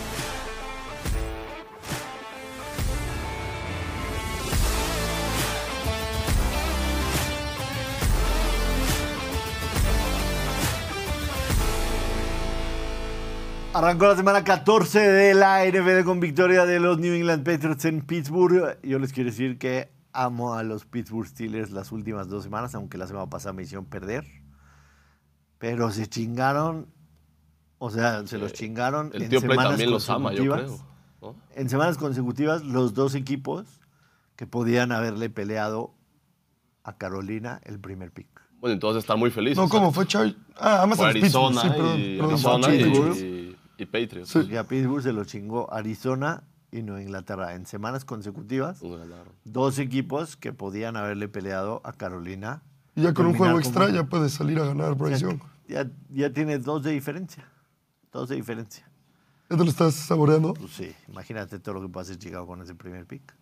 [SPEAKER 1] Arrancó la semana 14 de la NFL con victoria de los New England Patriots en Pittsburgh. Yo les quiero decir que amo a los Pittsburgh Steelers las últimas dos semanas, aunque la semana pasada me hicieron perder. Pero se chingaron. O sea, se los chingaron
[SPEAKER 4] Eh, El
[SPEAKER 1] en
[SPEAKER 4] tío Play
[SPEAKER 1] semanas
[SPEAKER 4] también los ama, yo
[SPEAKER 1] consecutivas
[SPEAKER 4] creo. ¿no?
[SPEAKER 1] en semanas consecutivas los dos equipos que podían haberle peleado a Carolina el primer pick.
[SPEAKER 4] Bueno, entonces están muy felices.
[SPEAKER 5] No, ¿cómo? Fue Charlie. Ah, además
[SPEAKER 4] Fue
[SPEAKER 5] a los Pittsburgh,
[SPEAKER 4] Arizona
[SPEAKER 5] sí, perdón.
[SPEAKER 4] y,
[SPEAKER 5] Perdón,
[SPEAKER 4] Arizona
[SPEAKER 5] Charlie.
[SPEAKER 4] y, y- y Patriots.
[SPEAKER 5] Sí.
[SPEAKER 1] Y a Pittsburgh se lo chingó Arizona y Nueva Inglaterra. En semanas consecutivas,
[SPEAKER 4] Nos ganaron.
[SPEAKER 1] dos equipos que podían haberle peleado a Carolina.
[SPEAKER 5] Y ya con un juego
[SPEAKER 1] Terminar
[SPEAKER 5] extra
[SPEAKER 1] como-
[SPEAKER 5] ya puede salir a ganar Bryce Young.
[SPEAKER 1] Ya, ya tiene dos de diferencia. Dos de diferencia.
[SPEAKER 5] ¿Ya te lo estás saboreando?
[SPEAKER 1] Pues sí, imagínate todo lo que puede hacer Chicago con ese primer pick.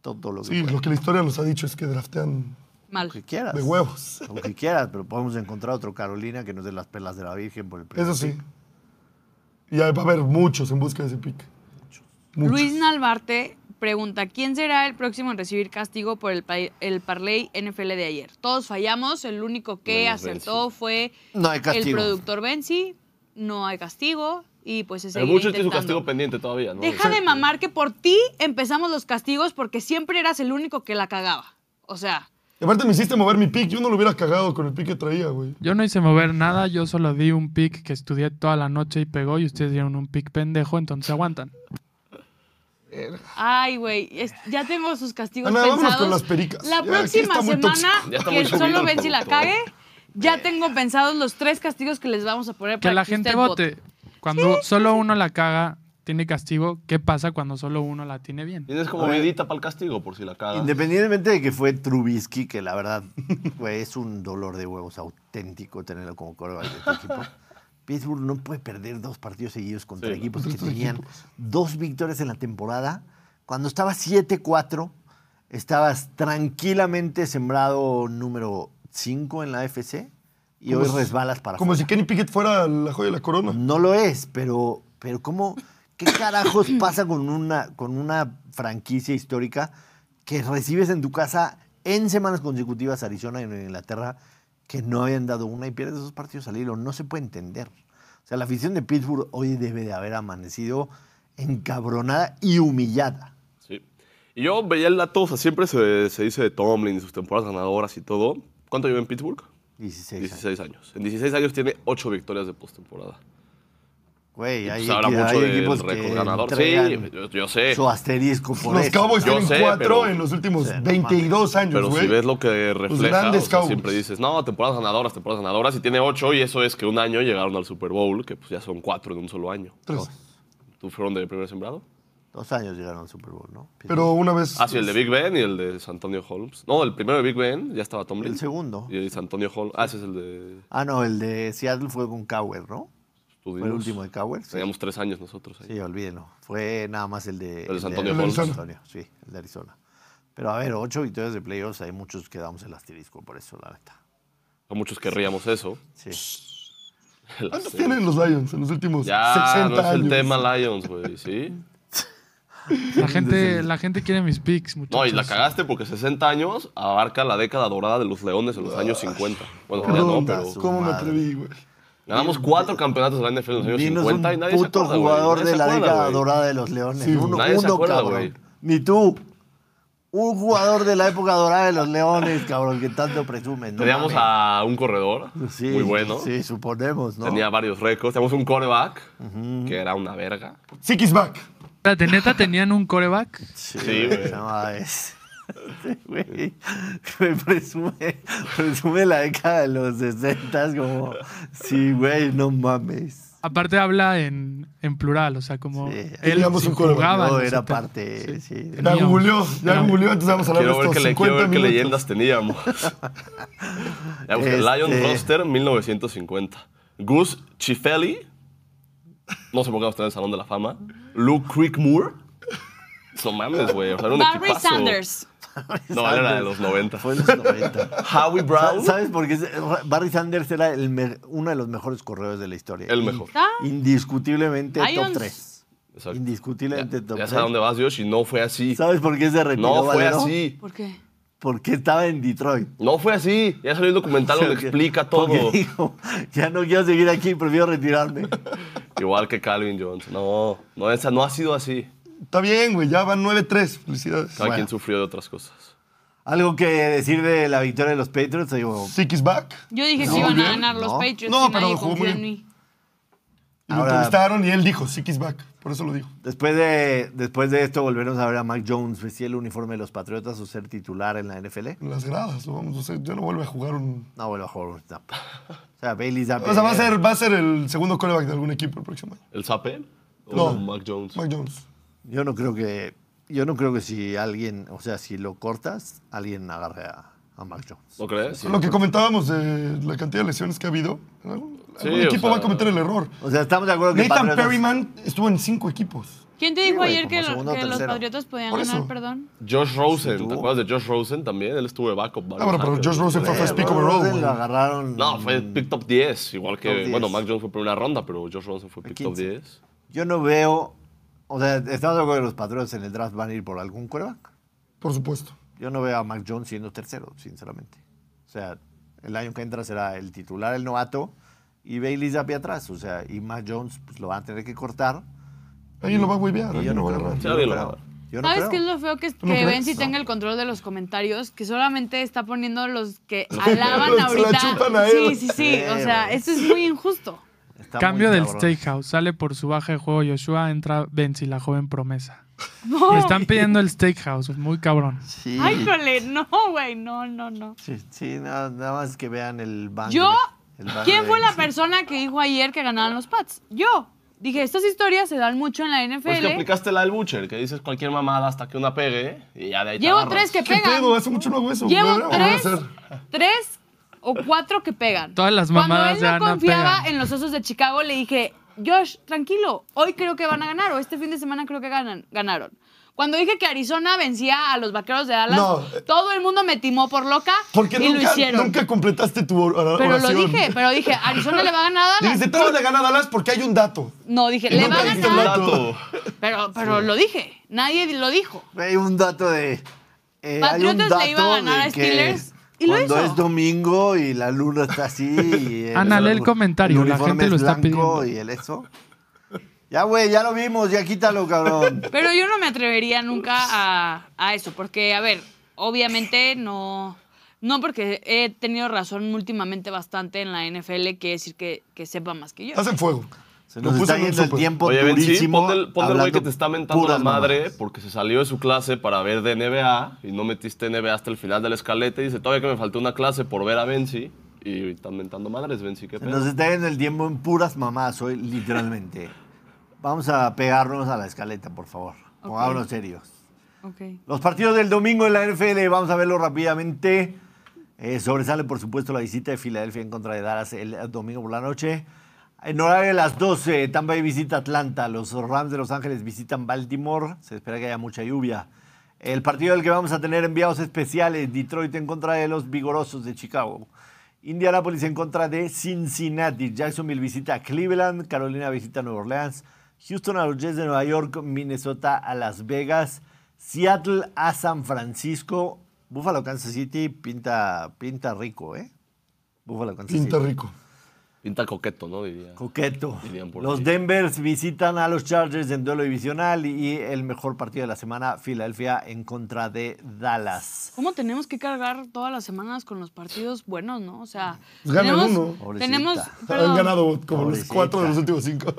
[SPEAKER 1] Todo lo que,
[SPEAKER 5] Sí,
[SPEAKER 1] puede.
[SPEAKER 5] lo que la historia nos ha dicho es que draftean
[SPEAKER 6] Mal.
[SPEAKER 1] Lo que quieras.
[SPEAKER 5] de huevos.
[SPEAKER 1] [laughs] Lo que quieras, pero podemos encontrar otro Carolina que nos dé las pelas de la Virgen por el primer
[SPEAKER 5] Eso sí. Y ya va a haber muchos en busca de ese pick. Muchos.
[SPEAKER 6] Luis Nalbarte pregunta, ¿quién será el próximo en recibir castigo por el, pa- el parlay NFL de ayer? Todos fallamos, el único que
[SPEAKER 4] Menos
[SPEAKER 6] acertó fue
[SPEAKER 1] No hay
[SPEAKER 6] el
[SPEAKER 1] castigo.
[SPEAKER 6] productor Benzi, no hay castigo y pues ese
[SPEAKER 4] El Butcher tiene su castigo pendiente todavía, ¿no?
[SPEAKER 6] Deja de mamar que por ti empezamos los castigos porque siempre eras el único que la cagaba. O sea,
[SPEAKER 5] Y aparte me hiciste mover mi pick. Yo no lo hubiera cagado con el pick que traía, güey.
[SPEAKER 3] Yo no hice mover nada, yo solo di un pick que estudié toda la noche y pegó y ustedes dieron un pick pendejo, entonces aguantan.
[SPEAKER 6] ay, güey, es- ya tengo sus castigos
[SPEAKER 5] Ana, vámonos
[SPEAKER 6] pensados.
[SPEAKER 5] con las pericas.
[SPEAKER 6] La
[SPEAKER 5] Ya, aquí
[SPEAKER 6] próxima
[SPEAKER 5] está muy
[SPEAKER 6] semana,
[SPEAKER 5] tóxico.
[SPEAKER 4] Ya está
[SPEAKER 6] que
[SPEAKER 4] muy subido
[SPEAKER 6] solo
[SPEAKER 4] el
[SPEAKER 6] Benzi la
[SPEAKER 4] productor.
[SPEAKER 6] cague, ya tengo pensados los tres castigos que les vamos a poner
[SPEAKER 3] Que
[SPEAKER 6] para
[SPEAKER 3] la
[SPEAKER 6] que
[SPEAKER 3] gente
[SPEAKER 6] usted
[SPEAKER 3] vote. Cuando solo uno la caga, tiene castigo. ¿Qué pasa cuando solo uno la tiene bien?
[SPEAKER 4] Tienes como medita para el castigo, por si la cagas.
[SPEAKER 1] Independientemente de que fue Trubisky, que la verdad güey, es un dolor de huevos auténtico tenerlo como coreback de este
[SPEAKER 5] [laughs]
[SPEAKER 1] equipo. Pittsburgh no puede perder dos partidos seguidos contra
[SPEAKER 4] Sí, no.
[SPEAKER 1] equipos que
[SPEAKER 5] Contra estos
[SPEAKER 1] tenían
[SPEAKER 5] equipos.
[SPEAKER 1] dos victorias en la temporada. Cuando estaba 7-4, estabas tranquilamente sembrado número 5 en la FC y
[SPEAKER 5] Como
[SPEAKER 1] hoy
[SPEAKER 5] si-
[SPEAKER 1] resbalas para
[SPEAKER 5] Como
[SPEAKER 1] afuera.
[SPEAKER 5] si Kenny Pickett fuera la joya de la
[SPEAKER 4] Mm,
[SPEAKER 5] corona.
[SPEAKER 1] No lo es, pero, pero ¿cómo, ¿qué carajos pasa con una, con una franquicia histórica que recibes en tu casa en semanas consecutivas a Arizona y en Inglaterra que no habían dado una y pierdes esos partidos al hilo? No se puede entender. O sea, la afición de Pittsburgh hoy debe de haber amanecido encabronada y humillada.
[SPEAKER 4] Sí. Y yo veía el dato, o sea, siempre se, se dice de Tomlin y sus temporadas ganadoras y todo. ¿Cuánto lleva en Pittsburgh?
[SPEAKER 1] 16. años.
[SPEAKER 4] 16 años. En 16 años tiene 8 victorias de postemporada.
[SPEAKER 1] Pues Güey,
[SPEAKER 4] Se
[SPEAKER 1] hay,
[SPEAKER 4] pues, habla
[SPEAKER 1] equi-
[SPEAKER 4] mucho
[SPEAKER 1] hay
[SPEAKER 4] del
[SPEAKER 1] equipos
[SPEAKER 4] récord
[SPEAKER 1] que
[SPEAKER 4] ganador. Sí,
[SPEAKER 1] entregan
[SPEAKER 4] yo, yo sé.
[SPEAKER 1] su asterisco por
[SPEAKER 5] Los
[SPEAKER 1] eso.
[SPEAKER 5] Cowboys
[SPEAKER 4] Yo
[SPEAKER 5] tienen
[SPEAKER 4] sé,
[SPEAKER 5] cuatro
[SPEAKER 4] pero-
[SPEAKER 5] en los últimos
[SPEAKER 1] Sí, no
[SPEAKER 5] 22 años,
[SPEAKER 4] Pero
[SPEAKER 5] güey.
[SPEAKER 4] si ves lo que refleja,
[SPEAKER 5] grandes
[SPEAKER 4] o sea,
[SPEAKER 5] Cowboys.
[SPEAKER 4] siempre dices, no, temporadas ganadoras, temporadas ganadoras, y tiene ocho, y eso es que un año llegaron al Super Bowl, que pues ya son cuatro en un solo año.
[SPEAKER 5] Tres.
[SPEAKER 4] ¿Tú fueron de primer sembrado?
[SPEAKER 1] Dos años llegaron al Super Bowl, ¿no?
[SPEAKER 5] Pero una vez.
[SPEAKER 4] Ah, sí, el de Big Ben y el de San Antonio Holmes. No, el primero de Big Ben ya estaba Tomlin.
[SPEAKER 1] El segundo.
[SPEAKER 4] Y el de San Antonio Holmes. Ah, ese es el de...
[SPEAKER 1] Ah, no, el de Seattle fue con Cowher, ¿no? Fue el
[SPEAKER 4] Estudios.
[SPEAKER 1] último de Cowher. Sí.
[SPEAKER 4] Teníamos tres años nosotros ahí.
[SPEAKER 1] Sí, olvídenlo. Fue nada más el de,
[SPEAKER 4] El de San Antonio
[SPEAKER 1] el
[SPEAKER 4] Holmes.
[SPEAKER 1] San Antonio, sí, el de Arizona. Pero a ver, ocho victorias de playoffs, hay muchos que damos el asterisco por eso, la neta.
[SPEAKER 4] A muchos querríamos eso.
[SPEAKER 1] Sí.
[SPEAKER 5] ¿Cuántos tienen los Lions en los
[SPEAKER 1] Pues,
[SPEAKER 5] últimos
[SPEAKER 4] Ya,
[SPEAKER 5] 60
[SPEAKER 4] no es
[SPEAKER 5] años?
[SPEAKER 4] el tema Lions, güey, ¿sí?
[SPEAKER 1] [laughs]
[SPEAKER 3] La gente, la gente quiere mis picks, muchachos.
[SPEAKER 4] No, y la cagaste porque 60 años abarca la década dorada de los leones en los años 50. Bueno, ya no,
[SPEAKER 5] Perdón,
[SPEAKER 4] pero...
[SPEAKER 5] ¿Cómo me
[SPEAKER 1] Madre.
[SPEAKER 5] atreví, güey?
[SPEAKER 4] Ganamos cuatro campeonatos de la NFL en los años
[SPEAKER 1] Dinos
[SPEAKER 4] 50 y
[SPEAKER 1] un
[SPEAKER 4] nadie se
[SPEAKER 1] puto
[SPEAKER 4] acuerda, güey.
[SPEAKER 1] jugador
[SPEAKER 4] Nadie
[SPEAKER 1] de
[SPEAKER 4] se
[SPEAKER 1] la
[SPEAKER 4] acuerda,
[SPEAKER 1] década
[SPEAKER 4] güey.
[SPEAKER 1] dorada de los Leones.
[SPEAKER 5] Sí,
[SPEAKER 1] uno,
[SPEAKER 4] nadie se
[SPEAKER 1] uno,
[SPEAKER 4] acuerda,
[SPEAKER 1] cabrón.
[SPEAKER 4] güey.
[SPEAKER 1] Ni tú. Un jugador de la época dorada de los Leones, cabrón, que tanto presumen. ¿no?
[SPEAKER 4] Teníamos
[SPEAKER 1] mames.
[SPEAKER 4] a un corredor
[SPEAKER 1] Sí,
[SPEAKER 4] muy bueno.
[SPEAKER 1] Sí, suponemos, ¿no?
[SPEAKER 4] Tenía varios récords. Teníamos un coreback que era una verga.
[SPEAKER 5] Sick is back.
[SPEAKER 3] Espérate, ¿neta tenían un coreback?
[SPEAKER 1] Sí,
[SPEAKER 4] Sí,
[SPEAKER 1] güey.
[SPEAKER 4] güey.
[SPEAKER 1] No mames. [laughs] Este güey me presume, presume la década de los 60 como, sí, güey, no mames.
[SPEAKER 3] Aparte habla en, en plural, o sea, como
[SPEAKER 1] Sí.
[SPEAKER 3] él
[SPEAKER 5] Teníamos
[SPEAKER 3] sí
[SPEAKER 5] un coreback,
[SPEAKER 3] jugaba.
[SPEAKER 1] Yo
[SPEAKER 3] en los
[SPEAKER 1] era
[SPEAKER 3] 70.
[SPEAKER 1] parte, sí. de-
[SPEAKER 5] Ya
[SPEAKER 3] Teníamos.
[SPEAKER 5] googleó, ya googleó, entonces vamos a hablar
[SPEAKER 4] Quiero
[SPEAKER 5] de
[SPEAKER 4] ver,
[SPEAKER 5] estos
[SPEAKER 4] qué, le-
[SPEAKER 5] 50
[SPEAKER 4] quiero ver qué
[SPEAKER 5] minutos.
[SPEAKER 4] leyendas teníamos. Ya busqué Lion
[SPEAKER 1] Este-
[SPEAKER 4] Roster 1950. Gus Chifelli. No sé por qué va a estar en el Salón de la Fama. Luke Creekmore. No mames, güey. O sea, era un
[SPEAKER 6] Barry
[SPEAKER 4] equipazo.
[SPEAKER 6] Sanders.
[SPEAKER 4] No, él era de los Ah, 90.
[SPEAKER 1] Fue en los
[SPEAKER 4] [laughs]
[SPEAKER 1] 90.
[SPEAKER 4] Howie Brown.
[SPEAKER 1] ¿Sabes por qué? Barry Sanders era el me- uno de los mejores corredores de la historia.
[SPEAKER 4] El mejor.
[SPEAKER 6] Ah.
[SPEAKER 1] Indiscutiblemente top
[SPEAKER 6] Lions.
[SPEAKER 1] 3.
[SPEAKER 4] Exacto.
[SPEAKER 1] Indiscutiblemente
[SPEAKER 4] Ya,
[SPEAKER 1] top
[SPEAKER 4] ya
[SPEAKER 1] 3.
[SPEAKER 4] sé a dónde vas, Josh, y no fue así.
[SPEAKER 1] ¿Sabes por qué se retiró
[SPEAKER 4] No fue
[SPEAKER 1] Valero?
[SPEAKER 4] así.
[SPEAKER 6] ¿Por qué?
[SPEAKER 1] porque estaba en Detroit.
[SPEAKER 4] No fue así. Ya salió
[SPEAKER 1] [laughs]
[SPEAKER 4] el documental donde
[SPEAKER 1] Porque-
[SPEAKER 4] explica todo.
[SPEAKER 1] porque dijo, ya no quiero seguir aquí, prefiero
[SPEAKER 4] [laughs]
[SPEAKER 1] retirarme.
[SPEAKER 4] Igual que Calvin Jones. No, no, esa no ha sido así.
[SPEAKER 5] Está bien, güey, ya van 9-3. Felicidades.
[SPEAKER 4] Cada
[SPEAKER 1] Bueno.
[SPEAKER 4] quien sufrió de otras cosas.
[SPEAKER 1] ¿Algo que decir de la victoria de los Patriots? Digo,
[SPEAKER 5] Sick is back.
[SPEAKER 6] Yo dije
[SPEAKER 1] No,
[SPEAKER 6] que iban
[SPEAKER 1] bien,
[SPEAKER 6] a ganar los
[SPEAKER 1] no.
[SPEAKER 6] Patriots
[SPEAKER 5] No,
[SPEAKER 6] y
[SPEAKER 5] pero
[SPEAKER 6] nadie
[SPEAKER 5] jugó muy
[SPEAKER 6] confió en
[SPEAKER 5] bien.
[SPEAKER 6] mí.
[SPEAKER 5] Y lo
[SPEAKER 1] Ahora-
[SPEAKER 5] entrevistaron y él dijo, Sick is back. Por eso lo dijo.
[SPEAKER 1] Después de, después de esto volveremos a ver a Mac Jones vestir el uniforme de los Patriotas o ser titular en la NFL.
[SPEAKER 5] En las gradas, lo vamos a hacer. Ya no vuelve a jugar un.
[SPEAKER 1] No vuelvo a jugar un snap. O sea, Bailey Zappi-
[SPEAKER 5] O sea, va a ser, va a ser el segundo coreback de algún equipo el próximo año.
[SPEAKER 4] ¿El Zappe? ¿O
[SPEAKER 5] No.
[SPEAKER 4] Mac Jones?
[SPEAKER 5] Mac Jones.
[SPEAKER 1] Yo no creo que yo no creo que si alguien, o sea, si lo cortas, alguien agarre a, a Mac Jones.
[SPEAKER 4] ¿No crees?
[SPEAKER 5] Lo que comentábamos de la cantidad de lesiones que ha habido, algún,
[SPEAKER 4] Sí,
[SPEAKER 5] algún
[SPEAKER 4] o
[SPEAKER 5] equipo va a
[SPEAKER 4] sea-
[SPEAKER 5] cometer el error.
[SPEAKER 1] O sea, estamos de acuerdo que
[SPEAKER 5] Nathan
[SPEAKER 1] Patriotas-
[SPEAKER 5] Perryman estuvo en cinco equipos.
[SPEAKER 6] ¿Quién te dijo
[SPEAKER 1] güey,
[SPEAKER 6] ayer
[SPEAKER 1] como
[SPEAKER 6] que, lo-
[SPEAKER 1] segundo o
[SPEAKER 6] que los
[SPEAKER 1] tercero.
[SPEAKER 6] Patriotas podían
[SPEAKER 5] Por
[SPEAKER 6] ganar,
[SPEAKER 5] eso.
[SPEAKER 6] perdón?
[SPEAKER 4] Josh Rosen.
[SPEAKER 1] Sí, tú.
[SPEAKER 4] ¿Te acuerdas de Josh Rosen también? Él estuvo de backup.
[SPEAKER 5] Ah, bueno, pero Josh Rosen fue
[SPEAKER 1] Eh,
[SPEAKER 5] first pick overall.
[SPEAKER 1] Rosen
[SPEAKER 5] güey.
[SPEAKER 1] lo agarraron.
[SPEAKER 4] No, fue pick top 10. Igual que,
[SPEAKER 1] Top 10.
[SPEAKER 4] bueno, Mac Jones fue primera ronda, pero Josh Rosen fue pick top
[SPEAKER 1] 15.
[SPEAKER 4] 10.
[SPEAKER 1] Yo no veo, o sea, estamos de acuerdo que los Patriotas en el draft van a ir por algún quarterback.
[SPEAKER 5] Por supuesto.
[SPEAKER 1] Yo no veo a Mac Jones siendo tercero, sinceramente. O sea, el año que entra será el titular, el novato, y Bailey Zappi atrás. O sea, y Mac Jones pues, lo van a tener que cortar.
[SPEAKER 5] Alguien lo va a huevear.
[SPEAKER 1] Y yo
[SPEAKER 5] alguien
[SPEAKER 1] no
[SPEAKER 5] lo va a
[SPEAKER 1] creo.
[SPEAKER 5] agarrar.
[SPEAKER 1] Yo no
[SPEAKER 4] Sí, lo
[SPEAKER 1] creo.
[SPEAKER 4] va.
[SPEAKER 1] Yo no
[SPEAKER 6] ¿Sabes
[SPEAKER 1] creo.
[SPEAKER 6] qué es lo feo? Que, es-
[SPEAKER 5] no
[SPEAKER 6] que
[SPEAKER 5] crees?
[SPEAKER 6] Benzi tenga el control de los comentarios, que solamente está poniendo los que alaban
[SPEAKER 5] Se la
[SPEAKER 6] ahorita.
[SPEAKER 5] chupan a
[SPEAKER 6] sí,
[SPEAKER 5] él.
[SPEAKER 6] sí, sí. O
[SPEAKER 1] Sí,
[SPEAKER 6] sea,
[SPEAKER 1] güey.
[SPEAKER 6] eso es muy injusto. [laughs]
[SPEAKER 1] Está muy
[SPEAKER 3] Cambio del
[SPEAKER 1] cabrón.
[SPEAKER 3] Steakhouse. Sale por su baja de juego Joshua, entra Benzi, la joven promesa. Le están pidiendo el Steakhouse, muy cabrón.
[SPEAKER 1] Sí,
[SPEAKER 6] Ay, cole, no, güey, no, no, no.
[SPEAKER 1] sí, sí, nada, nada más que vean el banco.
[SPEAKER 6] Yo, ¿quién fue la persona que dijo ayer que ganaban los Pats? Yo. Dije, estas historias se dan mucho en la NFL.
[SPEAKER 4] Pues que aplicaste la del Butcher, que dices cualquier mamada hasta que una pegue y ya de ahí te
[SPEAKER 6] Llevo tres
[SPEAKER 4] agarras.
[SPEAKER 6] que
[SPEAKER 5] Ah, ¿Qué
[SPEAKER 6] pegan.
[SPEAKER 5] pedo? Hace mucho no hago eso.
[SPEAKER 6] Llevo
[SPEAKER 5] Lo voy a
[SPEAKER 6] tres,
[SPEAKER 5] hacer.
[SPEAKER 6] tres o cuatro que pegan.
[SPEAKER 3] Todas las
[SPEAKER 6] Cuando
[SPEAKER 3] mamadas
[SPEAKER 6] él
[SPEAKER 3] de
[SPEAKER 6] no
[SPEAKER 3] Ana
[SPEAKER 6] confiaba
[SPEAKER 3] pegan.
[SPEAKER 6] en los osos de Chicago, le dije, Josh, tranquilo, hoy creo que van a ganar o este fin de semana creo que ganan, ganaron. Cuando dije que Arizona vencía a los vaqueros de Dallas,
[SPEAKER 5] No. eh,
[SPEAKER 6] todo el mundo me timó por loca
[SPEAKER 5] Porque
[SPEAKER 6] y lo
[SPEAKER 5] nunca,
[SPEAKER 6] hicieron.
[SPEAKER 5] nunca completaste tu or- or-
[SPEAKER 6] pero lo
[SPEAKER 5] oración.
[SPEAKER 6] dije, pero dije, Arizona le va a
[SPEAKER 5] [laughs]
[SPEAKER 6] ganar a Dallas.
[SPEAKER 5] Dijiste, te van a ganar Dallas porque hay un dato.
[SPEAKER 6] No, dije,
[SPEAKER 5] Y
[SPEAKER 6] le
[SPEAKER 5] nunca
[SPEAKER 6] va a
[SPEAKER 5] dijiste un
[SPEAKER 6] ganar.
[SPEAKER 5] dato.
[SPEAKER 6] Pero, pero lo dije, nadie lo dijo.
[SPEAKER 1] Hay un dato de. eh, hay un
[SPEAKER 6] Patriotas
[SPEAKER 1] dato
[SPEAKER 6] le iba a ganar
[SPEAKER 1] de
[SPEAKER 6] a
[SPEAKER 1] que
[SPEAKER 6] Steelers, y lo
[SPEAKER 1] cuando
[SPEAKER 6] hizo.
[SPEAKER 1] es domingo y la luna está así. Y
[SPEAKER 3] [laughs]
[SPEAKER 1] el-
[SPEAKER 3] Ana, lee el comentario, la
[SPEAKER 1] uniforme
[SPEAKER 3] gente lo
[SPEAKER 1] es
[SPEAKER 3] está
[SPEAKER 1] blanco
[SPEAKER 3] pidiendo.
[SPEAKER 1] Y el eso. Ya, güey, ya lo vimos, ya quítalo, cabrón.
[SPEAKER 6] Pero yo no me atrevería nunca a, a eso, porque, a ver, obviamente no. No, porque he tenido razón últimamente bastante en la NFL, que decir que, que sepa más que yo.
[SPEAKER 5] Hacen fuego.
[SPEAKER 1] Se
[SPEAKER 5] Lo
[SPEAKER 1] nos
[SPEAKER 5] puse
[SPEAKER 1] está
[SPEAKER 5] en un
[SPEAKER 1] yendo el
[SPEAKER 5] súper.
[SPEAKER 1] tiempo
[SPEAKER 4] Oye, Ben, sí,
[SPEAKER 1] durísimo.
[SPEAKER 4] ponte el ponte el güey que
[SPEAKER 1] hablando
[SPEAKER 4] te está mentando la
[SPEAKER 1] puras
[SPEAKER 4] madre eh,
[SPEAKER 1] mamadas.
[SPEAKER 4] porque se salió de su clase para ver de NBA y no metiste NBA hasta el final de la escaleta y dice, todavía que me faltó una clase por ver a Benzi y están mentando madres, Benzi, qué
[SPEAKER 1] Se
[SPEAKER 4] pedo.
[SPEAKER 1] nos está yendo el tiempo en puras mamás hoy, literalmente. Vamos a pegarnos a la escaleta, por favor. Pongámonos serios.
[SPEAKER 6] Ok.
[SPEAKER 1] Los partidos del domingo en la NFL, vamos a verlo rápidamente. Eh, sobresale, por supuesto, la visita de Filadelfia en contra de Dallas el eh, domingo por la noche. En horario de las 12, Tampa Bay visita Atlanta. Los Rams de Los Ángeles visitan Baltimore. Se espera que haya mucha lluvia. El partido del que vamos a tener enviados especiales, Detroit en contra de los vigorosos de Chicago. Indianapolis en contra de Cincinnati. Jacksonville visita a Cleveland. Carolina visita a Nueva Orleans. Houston a los Jets de Nueva York. Minnesota a Las Vegas. Seattle a San Francisco. Buffalo, Kansas City pinta, pinta rico, ¿eh? Buffalo, Kansas
[SPEAKER 5] Pinta
[SPEAKER 1] City.
[SPEAKER 5] rico.
[SPEAKER 4] Pinta coqueto, ¿no? Diría.
[SPEAKER 1] Coqueto.
[SPEAKER 4] Dirían por
[SPEAKER 1] Los
[SPEAKER 4] ahí.
[SPEAKER 1] Denvers visitan a los Chargers en duelo divisional y el mejor partido de la semana, Filadelfia en contra de Dallas.
[SPEAKER 6] ¿Cómo tenemos que cargar todas las semanas con los partidos buenos, no? O sea,
[SPEAKER 5] Pues ganan
[SPEAKER 6] tenemos,
[SPEAKER 5] uno.
[SPEAKER 1] Pobrecita.
[SPEAKER 6] tenemos
[SPEAKER 5] Han
[SPEAKER 6] perdón,
[SPEAKER 5] ganado como los
[SPEAKER 1] Pobrecita.
[SPEAKER 5] cuatro de los últimos cinco.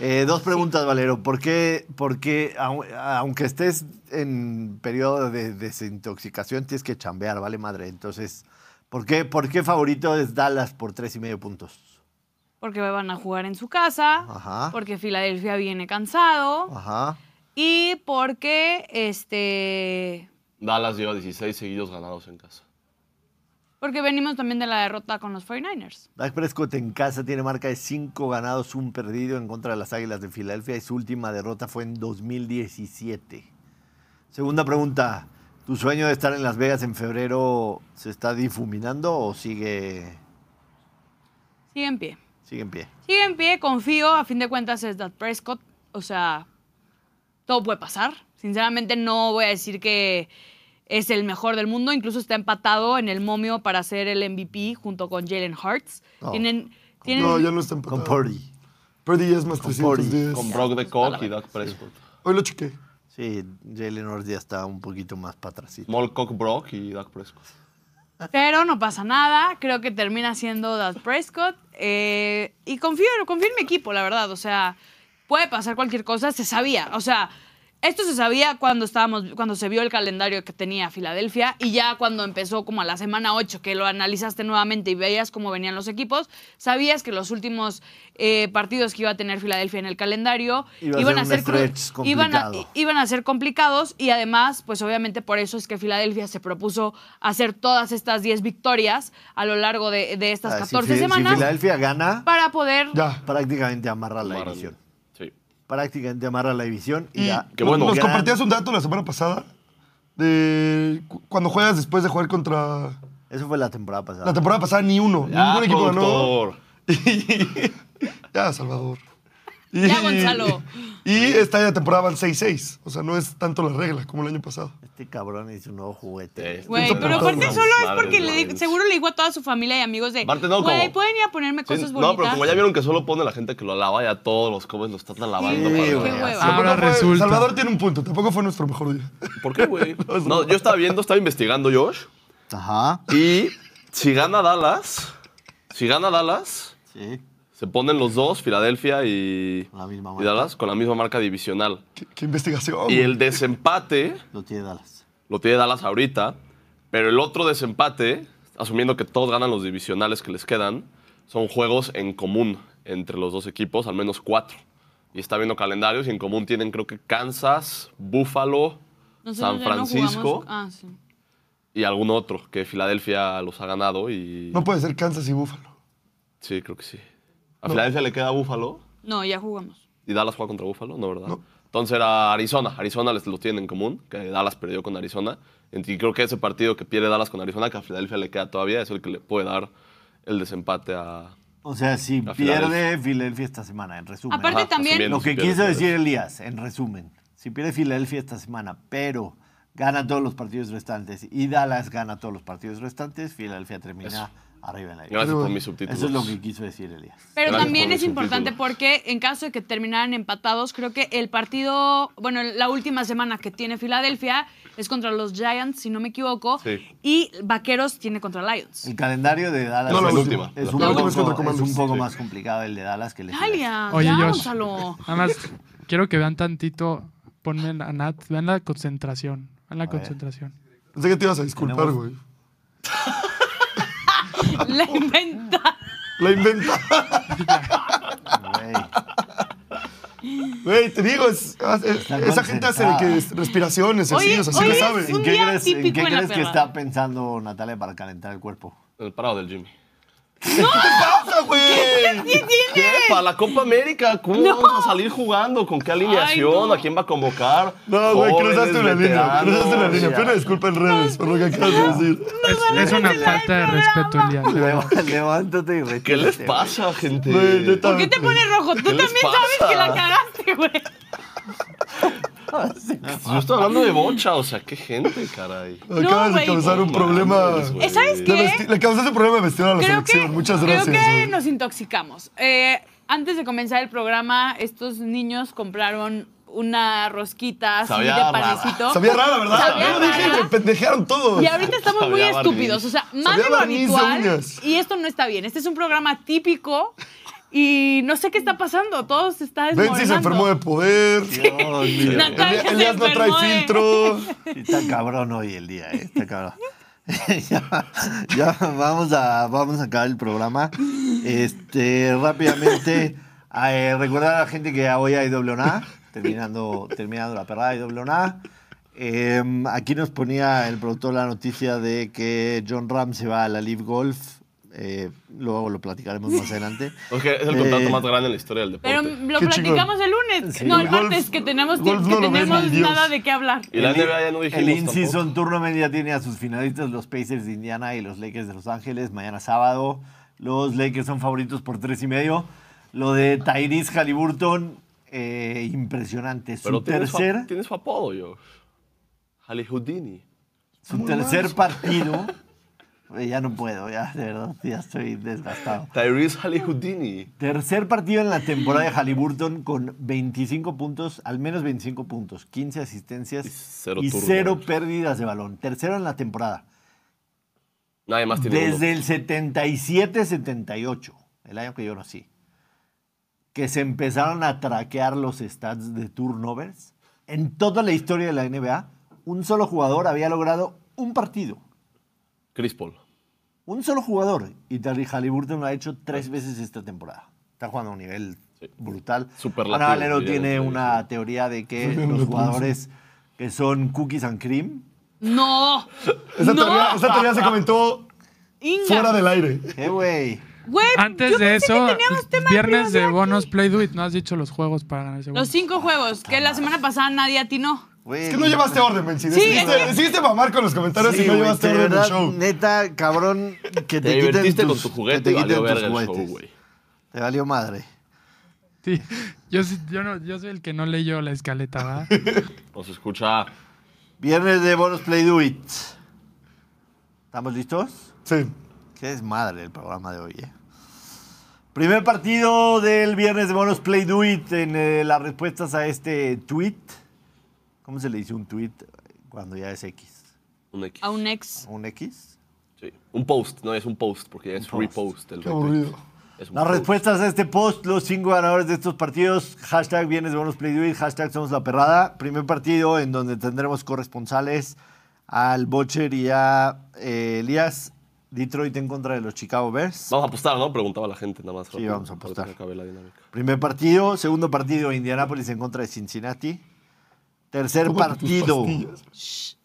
[SPEAKER 1] Eh, dos preguntas, Valero. ¿Por qué, por qué, au- aunque estés en periodo de desintoxicación, tienes que chambear, vale madre? Entonces, ¿por qué, por qué favorito es Dallas por tres y medio puntos?
[SPEAKER 6] porque van a jugar en su casa,
[SPEAKER 1] Ajá.
[SPEAKER 6] porque Filadelfia viene cansado
[SPEAKER 1] Ajá.
[SPEAKER 6] y porque este
[SPEAKER 4] Dallas lleva 16 seguidos ganados en casa.
[SPEAKER 6] porque venimos también de la derrota con los 49ers.
[SPEAKER 1] Dak Prescott en casa tiene marca de 5 ganados, un perdido en contra de las Águilas de Filadelfia y su última derrota fue en 2017. Segunda pregunta, ¿tu sueño de estar en Las Vegas en febrero se está difuminando o sigue,
[SPEAKER 6] Sigue en pie.
[SPEAKER 1] sigue en pie?
[SPEAKER 6] Sigue en pie, confío, a fin de cuentas es Dad Prescott, o sea, todo puede pasar. Sinceramente no voy a decir que, es el mejor del mundo. Incluso está empatado en el momio para ser el MVP junto con Jalen Hurts.
[SPEAKER 1] No.
[SPEAKER 6] Tienen, tienen
[SPEAKER 5] No, ya no está
[SPEAKER 1] Con
[SPEAKER 5] empatado.
[SPEAKER 1] Purdy.
[SPEAKER 5] Purdy ya es más
[SPEAKER 1] Con Purdy,
[SPEAKER 5] 310.
[SPEAKER 4] Con Brock de Cock y Doug Prescott.
[SPEAKER 5] Hoy lo chequé.
[SPEAKER 1] Sí, Jalen Hurts ya está un poquito más para atrás.
[SPEAKER 4] Small Cock Brock y Doug Prescott.
[SPEAKER 6] Pero no pasa nada, creo que termina siendo Dad Prescott. eh, y confío, confío en mi equipo, la verdad. O sea, puede pasar cualquier cosa, se sabía. O sea, esto se sabía cuando estábamos, cuando se vio el calendario que tenía Filadelfia y ya cuando empezó como a la semana 8, que lo analizaste nuevamente y veías cómo venían los equipos, sabías que los últimos eh, partidos que iba a tener Filadelfia en el calendario
[SPEAKER 1] Iba a
[SPEAKER 6] iban
[SPEAKER 1] ser
[SPEAKER 6] a
[SPEAKER 1] un
[SPEAKER 6] ser cru-
[SPEAKER 1] stretch
[SPEAKER 6] iban a-
[SPEAKER 1] complicado.
[SPEAKER 6] iban a ser complicados y además, pues obviamente por eso es que Filadelfia se propuso hacer todas estas 10 victorias a lo largo de, de estas
[SPEAKER 1] Ah, si
[SPEAKER 6] 14
[SPEAKER 1] Fi- Si
[SPEAKER 6] semanas
[SPEAKER 1] Filadelfia gana,
[SPEAKER 6] para poder...
[SPEAKER 5] Ya.
[SPEAKER 1] prácticamente amarra la
[SPEAKER 4] Maravilla.
[SPEAKER 1] división.
[SPEAKER 4] Sí.
[SPEAKER 1] Prácticamente amarra la división
[SPEAKER 6] Mm.
[SPEAKER 1] y da.
[SPEAKER 4] Qué bueno.
[SPEAKER 5] Nos
[SPEAKER 1] gran-
[SPEAKER 5] compartías un dato la semana pasada de cu- cuando juegas después de jugar contra.
[SPEAKER 1] Eso fue la temporada pasada.
[SPEAKER 5] La temporada pasada ni uno.
[SPEAKER 4] Ya,
[SPEAKER 5] ningún equipo ganó.
[SPEAKER 4] productor.
[SPEAKER 5] Ya, Salvador. Y-
[SPEAKER 6] [laughs] Ya, Gonzalo.
[SPEAKER 5] Y esta temporada van 6-6. O sea, no es tanto la regla como el año pasado.
[SPEAKER 1] Este cabrón hizo un nuevo juguete.
[SPEAKER 4] Sí.
[SPEAKER 6] Güey,
[SPEAKER 5] Estoy
[SPEAKER 6] pero aparte
[SPEAKER 5] soportando.
[SPEAKER 6] solo es
[SPEAKER 4] Madres,
[SPEAKER 6] porque le-
[SPEAKER 4] madres.
[SPEAKER 6] seguro le dijo a toda su familia y amigos de,
[SPEAKER 4] Aparte, no,
[SPEAKER 6] güey,
[SPEAKER 4] como-
[SPEAKER 6] pueden ir a ponerme
[SPEAKER 4] Sí,
[SPEAKER 6] cosas bonitas.
[SPEAKER 4] no, pero como ya vieron que solo pone la gente que lo alaba, ya todos los cobres lo están alabando.
[SPEAKER 1] Sí,
[SPEAKER 4] para-
[SPEAKER 1] güey.
[SPEAKER 6] Qué hueva.
[SPEAKER 5] Tampoco
[SPEAKER 3] Ahora
[SPEAKER 5] fue-
[SPEAKER 3] resulta.
[SPEAKER 5] Salvador tiene un punto. Tampoco fue nuestro mejor día. [laughs]
[SPEAKER 4] ¿Por
[SPEAKER 1] [laughs]
[SPEAKER 4] qué, güey? No, yo estaba viendo, estaba investigando, Josh.
[SPEAKER 1] Ajá.
[SPEAKER 4] Y si gana Dallas, si gana Dallas,
[SPEAKER 1] Sí.
[SPEAKER 4] se ponen los dos, Filadelfia y,
[SPEAKER 1] La misma
[SPEAKER 4] y
[SPEAKER 1] marca. Oh.
[SPEAKER 4] Dallas, con la misma marca divisional.
[SPEAKER 5] Qué, qué investigación.
[SPEAKER 4] Y el desempate
[SPEAKER 1] Lo tiene Dallas.
[SPEAKER 4] lo tiene Dallas ahorita, pero el otro desempate, asumiendo que todos ganan los divisionales que les quedan, son juegos en común entre los dos equipos, al menos cuatro. Y está viendo calendarios y en común tienen creo que Kansas, Buffalo
[SPEAKER 6] Nosotros
[SPEAKER 4] San
[SPEAKER 6] ya no
[SPEAKER 4] Francisco.
[SPEAKER 6] jugamos- ah, sí.
[SPEAKER 4] y algún otro que Filadelfia los ha ganado y...
[SPEAKER 5] No puede ser Kansas y Búfalo.
[SPEAKER 4] Sí, creo que sí. A Filadelfia le queda Buffalo
[SPEAKER 6] No, ya jugamos.
[SPEAKER 4] y Dallas juega contra Buffalo, ¿no, verdad?
[SPEAKER 5] No.
[SPEAKER 4] Entonces era Arizona. Arizona les lo tiene en común, que Dallas perdió con Arizona. Ent- Y creo que ese partido que pierde Dallas con Arizona, que a Filadelfia le queda todavía, es el que le puede dar el desempate a...
[SPEAKER 1] O sea, si
[SPEAKER 4] A
[SPEAKER 1] pierde Filadelfia esta semana, en resumen.
[SPEAKER 6] Aparte
[SPEAKER 4] Ajá,
[SPEAKER 6] también-
[SPEAKER 4] asumiendo
[SPEAKER 1] Lo que
[SPEAKER 4] si pierde
[SPEAKER 1] quiso
[SPEAKER 4] Filadelfia.
[SPEAKER 1] decir Elías, en resumen. Si pierde Filadelfia esta semana, pero gana todos los partidos restantes y Dallas gana todos los partidos restantes, Filadelfia termina arriba en la
[SPEAKER 4] Gracias
[SPEAKER 1] división.
[SPEAKER 4] por mis subtítulos.
[SPEAKER 1] Eso es lo que quiso decir Elías.
[SPEAKER 6] Pero
[SPEAKER 4] Gracias
[SPEAKER 6] también
[SPEAKER 4] por
[SPEAKER 6] es
[SPEAKER 4] los
[SPEAKER 6] importante
[SPEAKER 4] subtítulos.
[SPEAKER 6] porque en caso de que terminaran empatados, creo que el partido, bueno, la última semana que tiene Filadelfia es contra los Giants, si no me equivoco,
[SPEAKER 4] Sí.
[SPEAKER 6] y Vaqueros tiene contra Lions.
[SPEAKER 1] El calendario de Dallas
[SPEAKER 5] No, la
[SPEAKER 1] es,
[SPEAKER 4] última.
[SPEAKER 1] es
[SPEAKER 4] La
[SPEAKER 1] un
[SPEAKER 5] última
[SPEAKER 1] poco,
[SPEAKER 5] es contra
[SPEAKER 1] es un
[SPEAKER 5] Commanders.
[SPEAKER 1] poco
[SPEAKER 5] Sí.
[SPEAKER 1] más complicado el de Dallas que el de Filadelfia.
[SPEAKER 6] Italia,
[SPEAKER 3] Oye,
[SPEAKER 6] ya,
[SPEAKER 3] Josh.
[SPEAKER 6] Gonzalo.
[SPEAKER 3] Nada más quiero que vean tantito, ponme a Nat, vean la concentración, vean la
[SPEAKER 1] ver.
[SPEAKER 3] concentración.
[SPEAKER 5] Pensé que te ibas a disculpar,
[SPEAKER 1] Tenemos-
[SPEAKER 5] güey.
[SPEAKER 6] La inventa.
[SPEAKER 5] La inventa. [laughs]
[SPEAKER 1] Güey,
[SPEAKER 5] Güey, te digo, es- es-
[SPEAKER 1] Están
[SPEAKER 5] esa gente hace de que
[SPEAKER 1] concentradas.
[SPEAKER 5] es- respiraciones, así,
[SPEAKER 6] Oye,
[SPEAKER 5] o sea, sí
[SPEAKER 6] oye,
[SPEAKER 5] le
[SPEAKER 6] es
[SPEAKER 5] sabe.
[SPEAKER 1] ¿En
[SPEAKER 6] Un
[SPEAKER 1] qué
[SPEAKER 6] día
[SPEAKER 1] crees, en
[SPEAKER 6] típico
[SPEAKER 1] qué
[SPEAKER 6] en la
[SPEAKER 1] crees que
[SPEAKER 6] perra.
[SPEAKER 1] está pensando Natalia para calentar el cuerpo?
[SPEAKER 4] El parado del Jimmy.
[SPEAKER 5] pasa, güey?
[SPEAKER 4] ¿Qué? Para la Copa América, ¿cómo vamos a salir jugando? ¿Con qué alineación?
[SPEAKER 6] no.
[SPEAKER 4] ¿A quién va a convocar?
[SPEAKER 5] No, güey,
[SPEAKER 4] Jóvenes,
[SPEAKER 5] cruzaste una línea,
[SPEAKER 4] veteranos.
[SPEAKER 5] cruzaste una línea. Pero disculpa en redes por lo que acabas de decir.
[SPEAKER 3] Es, es una falta de respeto,
[SPEAKER 1] [laughs]
[SPEAKER 3] Elías.
[SPEAKER 1] Leva- Levántate y retírate.
[SPEAKER 4] ¿Qué les
[SPEAKER 1] güey.
[SPEAKER 4] pasa, gente?
[SPEAKER 5] Güey, neta.
[SPEAKER 6] ¿Por qué te pones rojo? Tú
[SPEAKER 4] ¿Qué les
[SPEAKER 6] también sabes
[SPEAKER 4] pasa?
[SPEAKER 6] que la cagaste, güey.
[SPEAKER 4] Yo estoy hablando de bocha, o sea, qué gente, caray.
[SPEAKER 5] Acabas de
[SPEAKER 6] güey.
[SPEAKER 5] causar un
[SPEAKER 4] No
[SPEAKER 5] problor
[SPEAKER 4] mames,
[SPEAKER 5] problema.
[SPEAKER 4] güey.
[SPEAKER 6] Eh, ¿Sabes
[SPEAKER 5] Te
[SPEAKER 6] qué?
[SPEAKER 5] vesti- Le causaste un problema de vestir a la
[SPEAKER 6] Creo
[SPEAKER 5] selección.
[SPEAKER 6] que,
[SPEAKER 5] Muchas
[SPEAKER 6] creo
[SPEAKER 5] gracias.
[SPEAKER 6] que
[SPEAKER 5] güey.
[SPEAKER 6] nos intoxicamos. Eh, antes de comenzar el programa, estos niños compraron una rosquita así
[SPEAKER 4] Sabía
[SPEAKER 6] de
[SPEAKER 4] rara.
[SPEAKER 6] panecito.
[SPEAKER 5] Sabía rara, ¿verdad?
[SPEAKER 6] Sabía
[SPEAKER 5] Yo dije,
[SPEAKER 6] rara.
[SPEAKER 5] me pendejearon todos.
[SPEAKER 6] Y ahorita estamos muy
[SPEAKER 4] Sabía barniz.
[SPEAKER 6] estúpidos. O sea, más
[SPEAKER 5] Sabía
[SPEAKER 6] de lo
[SPEAKER 5] barniz de
[SPEAKER 6] habitual.
[SPEAKER 5] uñas.
[SPEAKER 6] Y esto no está bien. Este es un programa típico y no sé qué está pasando. Todo se está desmoronando.
[SPEAKER 5] Benzi se enfermó de poder.
[SPEAKER 1] Dios mío.
[SPEAKER 6] Natalia
[SPEAKER 5] Eli- Elías
[SPEAKER 6] se
[SPEAKER 5] no trae
[SPEAKER 6] enfermó de-
[SPEAKER 5] filtro.
[SPEAKER 1] Sí, [laughs] Está cabrón hoy el día, ¿eh? Está cabrón. [laughs] ya ya vamos, a, vamos a acabar el programa. Este, rápidamente, a, eh, recordar a la gente que hoy hay doble o nada, terminando, terminando la perrada hay doble o nada. Em, aquí nos ponía el productor la noticia de que John Ram se va a la Live Golf. Eh, luego lo platicaremos más adelante.
[SPEAKER 4] Ok, es el
[SPEAKER 1] Eh,
[SPEAKER 4] contrato más grande en la historia del deporte.
[SPEAKER 6] Pero lo
[SPEAKER 5] Qué
[SPEAKER 6] platicamos el lunes.
[SPEAKER 1] Sí.
[SPEAKER 6] No, el
[SPEAKER 5] El golf-
[SPEAKER 6] martes, que tenemos, que
[SPEAKER 5] golf no lo ves
[SPEAKER 6] tenemos
[SPEAKER 5] ni Dios.
[SPEAKER 6] nada de qué hablar.
[SPEAKER 4] y la NBA ya no
[SPEAKER 1] El
[SPEAKER 4] dijimos tampoco.
[SPEAKER 1] in-season tournament ya tiene a sus finalistas los Pacers de Indiana y los Lakers de Los Ángeles. Mañana sábado. Los Lakers son favoritos por tres y medio. Lo de Tyrese Halliburton, eh, impresionante. Su
[SPEAKER 4] Pero tienes, su-
[SPEAKER 1] tercer.
[SPEAKER 4] tienes su apodo, yo. Hallie Houdini.
[SPEAKER 1] Su tercer
[SPEAKER 4] [laughs]
[SPEAKER 1] partido. Oye, Ya no puedo, ya, de verdad, ya estoy desgastado.
[SPEAKER 4] Tyrese Halihudini.
[SPEAKER 1] Tercer partido en la temporada de Halliburton con 25 puntos, al menos 25 puntos, 15 asistencias
[SPEAKER 4] Y cero
[SPEAKER 1] y
[SPEAKER 4] turnovers.
[SPEAKER 1] cero pérdidas de balón. Tercero en la temporada.
[SPEAKER 4] Nadie más tiene uno.
[SPEAKER 1] Desde el 77-78, el año que yo nací, que se empezaron a traquear los stats de turnovers, en toda la historia de la NBA, un solo jugador había logrado un partido.
[SPEAKER 4] Chris Paul.
[SPEAKER 1] Un solo jugador. Y Terry Halliburton lo ha hecho tres veces esta temporada. Está jugando a un nivel brutal.
[SPEAKER 4] Superlativo,
[SPEAKER 1] Ana Valero
[SPEAKER 4] diría
[SPEAKER 1] tiene
[SPEAKER 4] yo.
[SPEAKER 1] una teoría de que los jugadores que son cookies and cream.
[SPEAKER 6] No.
[SPEAKER 5] Esa,
[SPEAKER 6] no.
[SPEAKER 5] teoría, esa teoría se comentó
[SPEAKER 6] Inga.
[SPEAKER 5] fuera del aire.
[SPEAKER 1] ¡Eh, güey!
[SPEAKER 6] Güey, yo
[SPEAKER 3] Antes de
[SPEAKER 6] pensé que
[SPEAKER 3] eso,
[SPEAKER 6] teníamos tema
[SPEAKER 3] viernes de
[SPEAKER 6] prioridad.
[SPEAKER 3] bonos Play Do It. No has dicho los juegos para ganar ese bono.
[SPEAKER 6] Los cinco juegos que la semana pasada nadie atinó.
[SPEAKER 1] güey.
[SPEAKER 5] Es que no llevaste orden, Benji.
[SPEAKER 6] es
[SPEAKER 5] Decidiste,
[SPEAKER 6] que-
[SPEAKER 5] decidiste mamar con los comentarios
[SPEAKER 1] Sí,
[SPEAKER 5] y no
[SPEAKER 1] güey,
[SPEAKER 5] llevaste
[SPEAKER 1] de
[SPEAKER 5] orden en el
[SPEAKER 1] verdad,
[SPEAKER 5] show.
[SPEAKER 1] Neta, cabrón, que te,
[SPEAKER 4] Te
[SPEAKER 1] quiten
[SPEAKER 4] divertiste
[SPEAKER 1] tus-
[SPEAKER 4] con tu
[SPEAKER 1] que
[SPEAKER 4] juguete
[SPEAKER 1] te
[SPEAKER 4] y
[SPEAKER 1] quiten
[SPEAKER 4] valió
[SPEAKER 1] tus
[SPEAKER 4] verga el show,
[SPEAKER 1] juguetes.
[SPEAKER 4] güey.
[SPEAKER 1] Te valió madre.
[SPEAKER 3] Sí. Yo, sí- yo no, yo soy el que no leyó la escaleta, ¿va?
[SPEAKER 4] Nos escucha.
[SPEAKER 1] Viernes de Bonus Play Do It. ¿Estamos listos?
[SPEAKER 5] Sí.
[SPEAKER 1] Qué desmadre el programa de hoy, eh. Primer partido del viernes de Bonus Play Do It en eh, las respuestas a este tweet. ¿Cómo se le dice un tweet cuando ya es X?
[SPEAKER 4] Un X.
[SPEAKER 6] A un ex.
[SPEAKER 1] ¿Un X?
[SPEAKER 4] Sí. Un post. No, es un post porque ya es
[SPEAKER 1] post.
[SPEAKER 4] repost. El
[SPEAKER 5] Qué
[SPEAKER 4] retweet.
[SPEAKER 5] aburrido.
[SPEAKER 4] Es un
[SPEAKER 1] Las
[SPEAKER 4] post.
[SPEAKER 1] respuestas a este post, los cinco ganadores de estos partidos, hashtag viernes de bonus play do it, hashtag somos la perrada. Primer partido en donde tendremos corresponsales al Bocher y a eh, Elías. Detroit en contra de los Chicago Bears.
[SPEAKER 4] Vamos a apostar, ¿no? Preguntaba la gente nada más.
[SPEAKER 1] Sí, vamos a
[SPEAKER 4] Ahorita
[SPEAKER 1] apostar.
[SPEAKER 4] que acabe la dinámica.
[SPEAKER 1] Primer partido, segundo partido Indianapolis en contra de Cincinnati. Tercer
[SPEAKER 5] Tómate tus
[SPEAKER 1] partido,
[SPEAKER 5] pastillas.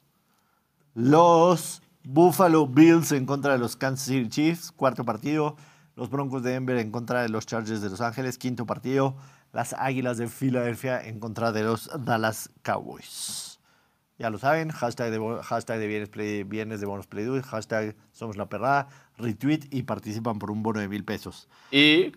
[SPEAKER 1] los Buffalo Bills en contra de los Kansas City Chiefs. Cuarto partido, los Broncos de Denver en contra de los Chargers de Los Ángeles. Quinto partido, las Águilas de Filadelfia en contra de los Dallas Cowboys. Ya lo saben, hashtag de, bo- hashtag de viernes, play, viernes de bonus play do, hashtag somos la perrada, retweet y participan por un bono de mil pesos.
[SPEAKER 4] Y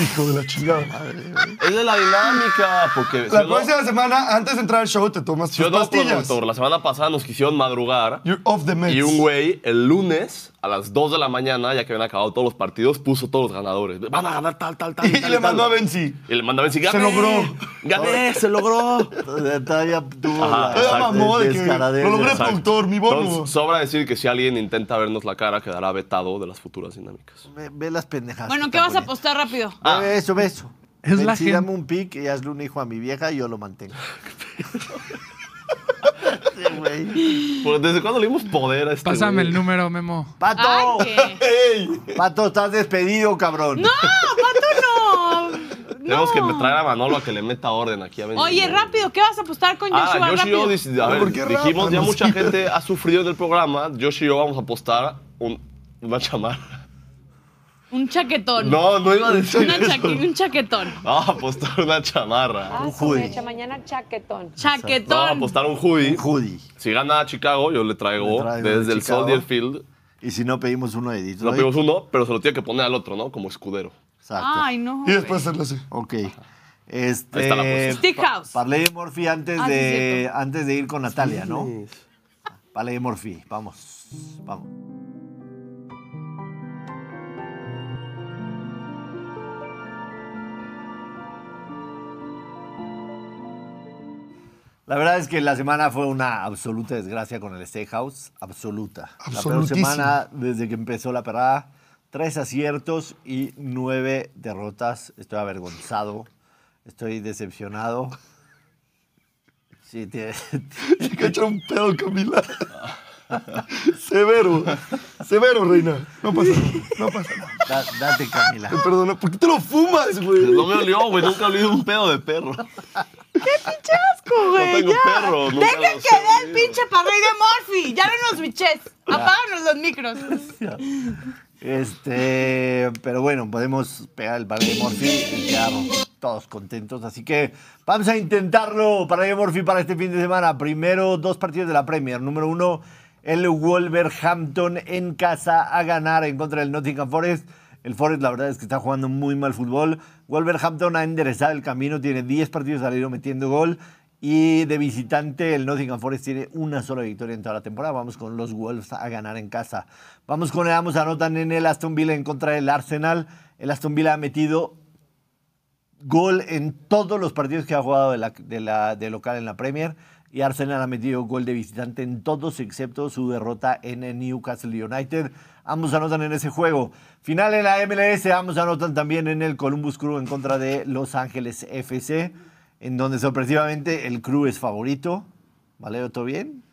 [SPEAKER 5] Hijo de la chingada.
[SPEAKER 4] es de la dinámica porque
[SPEAKER 5] La
[SPEAKER 4] si no-
[SPEAKER 5] próxima semana, antes de entrar al show, te tomas
[SPEAKER 4] si
[SPEAKER 5] tus
[SPEAKER 4] yo no,
[SPEAKER 5] pastillas.
[SPEAKER 4] productor, la semana pasada nos quisieron madrugar
[SPEAKER 5] You're off the meds.
[SPEAKER 4] y un güey el lunes a las 2 de la mañana, ya que habían acabado todos los partidos, puso todos los ganadores. Van a ganar tal, tal, tal.
[SPEAKER 5] Y
[SPEAKER 4] tal,
[SPEAKER 5] le mandó
[SPEAKER 4] tal.
[SPEAKER 5] a Benzi.
[SPEAKER 4] Y le mandó a Benzi.
[SPEAKER 5] Se
[SPEAKER 4] ¡Gané!
[SPEAKER 5] logró.
[SPEAKER 4] ¡Gané! ¡Se logró!
[SPEAKER 1] Todavía tuvo
[SPEAKER 4] Ajá,
[SPEAKER 1] la-
[SPEAKER 5] Todavía mamó de que
[SPEAKER 1] descaradez.
[SPEAKER 5] lo logré
[SPEAKER 1] Exacto.
[SPEAKER 5] productor, mi bono.
[SPEAKER 4] Entonces, sobra decir que si alguien intenta vernos la cara, quedará vetado de las futuras dinámicas.
[SPEAKER 1] Ve, ve las pendejas.
[SPEAKER 6] Bueno,
[SPEAKER 1] que
[SPEAKER 6] ¿qué
[SPEAKER 1] está
[SPEAKER 6] vas a
[SPEAKER 1] poniendo.
[SPEAKER 6] apostar rápido?
[SPEAKER 4] Ah.
[SPEAKER 1] Ve Eso, ve eso.
[SPEAKER 3] Es la
[SPEAKER 1] Betsy,
[SPEAKER 3] gen-
[SPEAKER 1] dame un pic y hazle un hijo a mi vieja y yo lo
[SPEAKER 4] [laughs]
[SPEAKER 1] mantengo. Sí, güey.
[SPEAKER 4] Pues, ¿Desde cuándo le dimos poder a este
[SPEAKER 3] Pásame
[SPEAKER 4] güey?
[SPEAKER 3] el número, Memo.
[SPEAKER 6] Ay,
[SPEAKER 1] ¡Pato!
[SPEAKER 6] qué.
[SPEAKER 1] ¡Pato, estás despedido, cabrón!
[SPEAKER 6] No, Pato, no.
[SPEAKER 4] Tenemos que
[SPEAKER 6] No.
[SPEAKER 4] traer a Manolo a que le meta orden aquí a Benzi.
[SPEAKER 6] Oye, rápido, ¿qué vas a apostar con
[SPEAKER 4] Ah,
[SPEAKER 6] Joshua?
[SPEAKER 4] Yoshi O
[SPEAKER 6] rápido.
[SPEAKER 4] dice, a ver,
[SPEAKER 5] ¿Por qué
[SPEAKER 4] dijimos,
[SPEAKER 5] Rafa?
[SPEAKER 4] ya
[SPEAKER 5] No
[SPEAKER 4] mucha
[SPEAKER 5] sé.
[SPEAKER 4] gente ha sufrido en el programa. Yoshi O vamos a apostar un, una chamarra.
[SPEAKER 6] Un chaquetón.
[SPEAKER 4] No, no iba a decir
[SPEAKER 6] Una
[SPEAKER 4] eso.
[SPEAKER 6] chaque- un chaquetón.
[SPEAKER 4] [laughs] Vamos a apostar una chamarra.
[SPEAKER 7] Ah,
[SPEAKER 1] Un
[SPEAKER 7] su
[SPEAKER 1] hoodie.
[SPEAKER 7] mecha, mañana chaquetón.
[SPEAKER 4] Vamos a
[SPEAKER 6] Chaquetón.
[SPEAKER 4] apostar un hoodie.
[SPEAKER 1] Un hoodie.
[SPEAKER 4] Si gana Chicago, yo le traigo,
[SPEAKER 1] Le traigo de
[SPEAKER 4] desde el
[SPEAKER 1] Chicago.
[SPEAKER 4] Soldier Field.
[SPEAKER 1] Y si no, pedimos uno de
[SPEAKER 4] No
[SPEAKER 1] Detroit.
[SPEAKER 4] pedimos uno, pero se lo tiene que poner al otro, ¿no? Como escudero.
[SPEAKER 1] Exacto.
[SPEAKER 6] Ay, no.
[SPEAKER 5] Y después hacerlo así.
[SPEAKER 1] Ok. Este,
[SPEAKER 4] Ahí está la apuesta.
[SPEAKER 6] Stick House.
[SPEAKER 1] Parley de Morphy antes,
[SPEAKER 6] Ah, sí,
[SPEAKER 1] de,
[SPEAKER 6] cierto.
[SPEAKER 1] antes de ir con Natalia, ¿no? Parley de Morphy. Vamos. Vamos. La verdad es que la semana fue una absoluta desgracia con el Stay House. Absoluta. La peor
[SPEAKER 5] Absolutísima.
[SPEAKER 1] semana desde que empezó la perrada. Tres aciertos y nueve derrotas. Estoy avergonzado. Estoy decepcionado. Sí, te-
[SPEAKER 5] Se cachó un pedo, Camila. [laughs] Severo. Severo, reina. No pasa nada. No pasa nada.
[SPEAKER 1] da- date, Camila.
[SPEAKER 5] Te perdono. ¿Por qué te lo fumas, güey?
[SPEAKER 4] Pues No me olió, güey. Nunca olí un pedo de perro.
[SPEAKER 6] asco, güey,
[SPEAKER 4] tengo
[SPEAKER 6] Pues ya.
[SPEAKER 4] perro, nunca
[SPEAKER 6] Dejen
[SPEAKER 4] los
[SPEAKER 6] que
[SPEAKER 4] he
[SPEAKER 6] dé el
[SPEAKER 4] tenido.
[SPEAKER 6] pinche parrey de Morphy. Ya no nos biches. Apáganos los micros.
[SPEAKER 1] Este, pero bueno, podemos pegar el Parley de Morphy y quedar todos contentos. Así que vamos a intentarlo, Parley de Morphy, para este fin de semana. Primero, dos partidos de la Premier. Número uno, el Wolverhampton en casa a ganar en contra del Nottingham Forest. El Forest, la verdad es que está jugando muy mal fútbol. Wolverhampton ha enderezado el camino, tiene 10 partidos al hilo metiendo gol. Y de visitante, el Nottingham Forest tiene una sola victoria en toda la temporada. Vamos con los Wolves a ganar en casa. Vamos con el ambos anotan en el Aston Villa en contra del Arsenal. El Aston Villa ha metido gol en todos los partidos que ha jugado de, la- de la- de local en la Premier. Y Arsenal ha metido gol de visitante en todos excepto su derrota en el Newcastle United. Ambos anotan en ese juego. Final en la MLS, ambos anotan también en el Columbus Crew en contra de Los Ángeles FC, en donde sorpresivamente el Crew es favorito. ¿Valeo todo bien?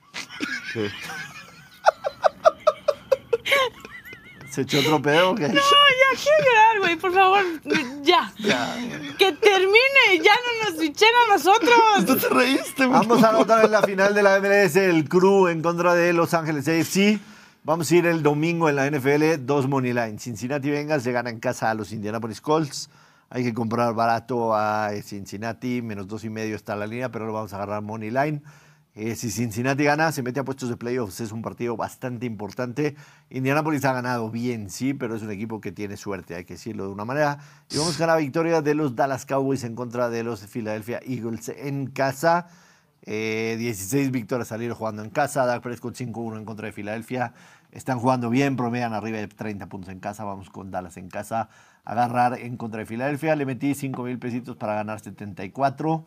[SPEAKER 1] ¿Se echó otro pedo? o qué?
[SPEAKER 6] ya quiero llorar, güey, por favor. Ya. Que termine, ya no nos fichen a nosotros.
[SPEAKER 5] ¿Tú te reíste, güey?
[SPEAKER 1] Vamos a anotar en la final de la MLS el crew en contra de Los Ángeles AFC. Vamos a ir el domingo en la NFL, dos money line. Cincinnati Bengals se gana en casa a los Indianapolis Colts. Hay que comprar barato a Cincinnati, menos dos y medio está la línea, pero lo vamos a agarrar money line. Eh, si Cincinnati gana, se mete a puestos de playoffs. Es un partido bastante importante. Indianapolis ha ganado bien, sí, pero es un equipo que tiene suerte, hay que decirlo de una manera. Y vamos con la victoria de los Dallas Cowboys en contra de los Philadelphia Eagles en casa. Eh, 16 victorias salieron jugando en casa. Dak Prescott 5-1 en contra de Filadelfia. Están jugando bien, promedian arriba de 30 puntos en casa. Vamos con Dallas en casa. Agarrar en contra de Filadelfia. Le metí 5 mil pesitos para ganar 74.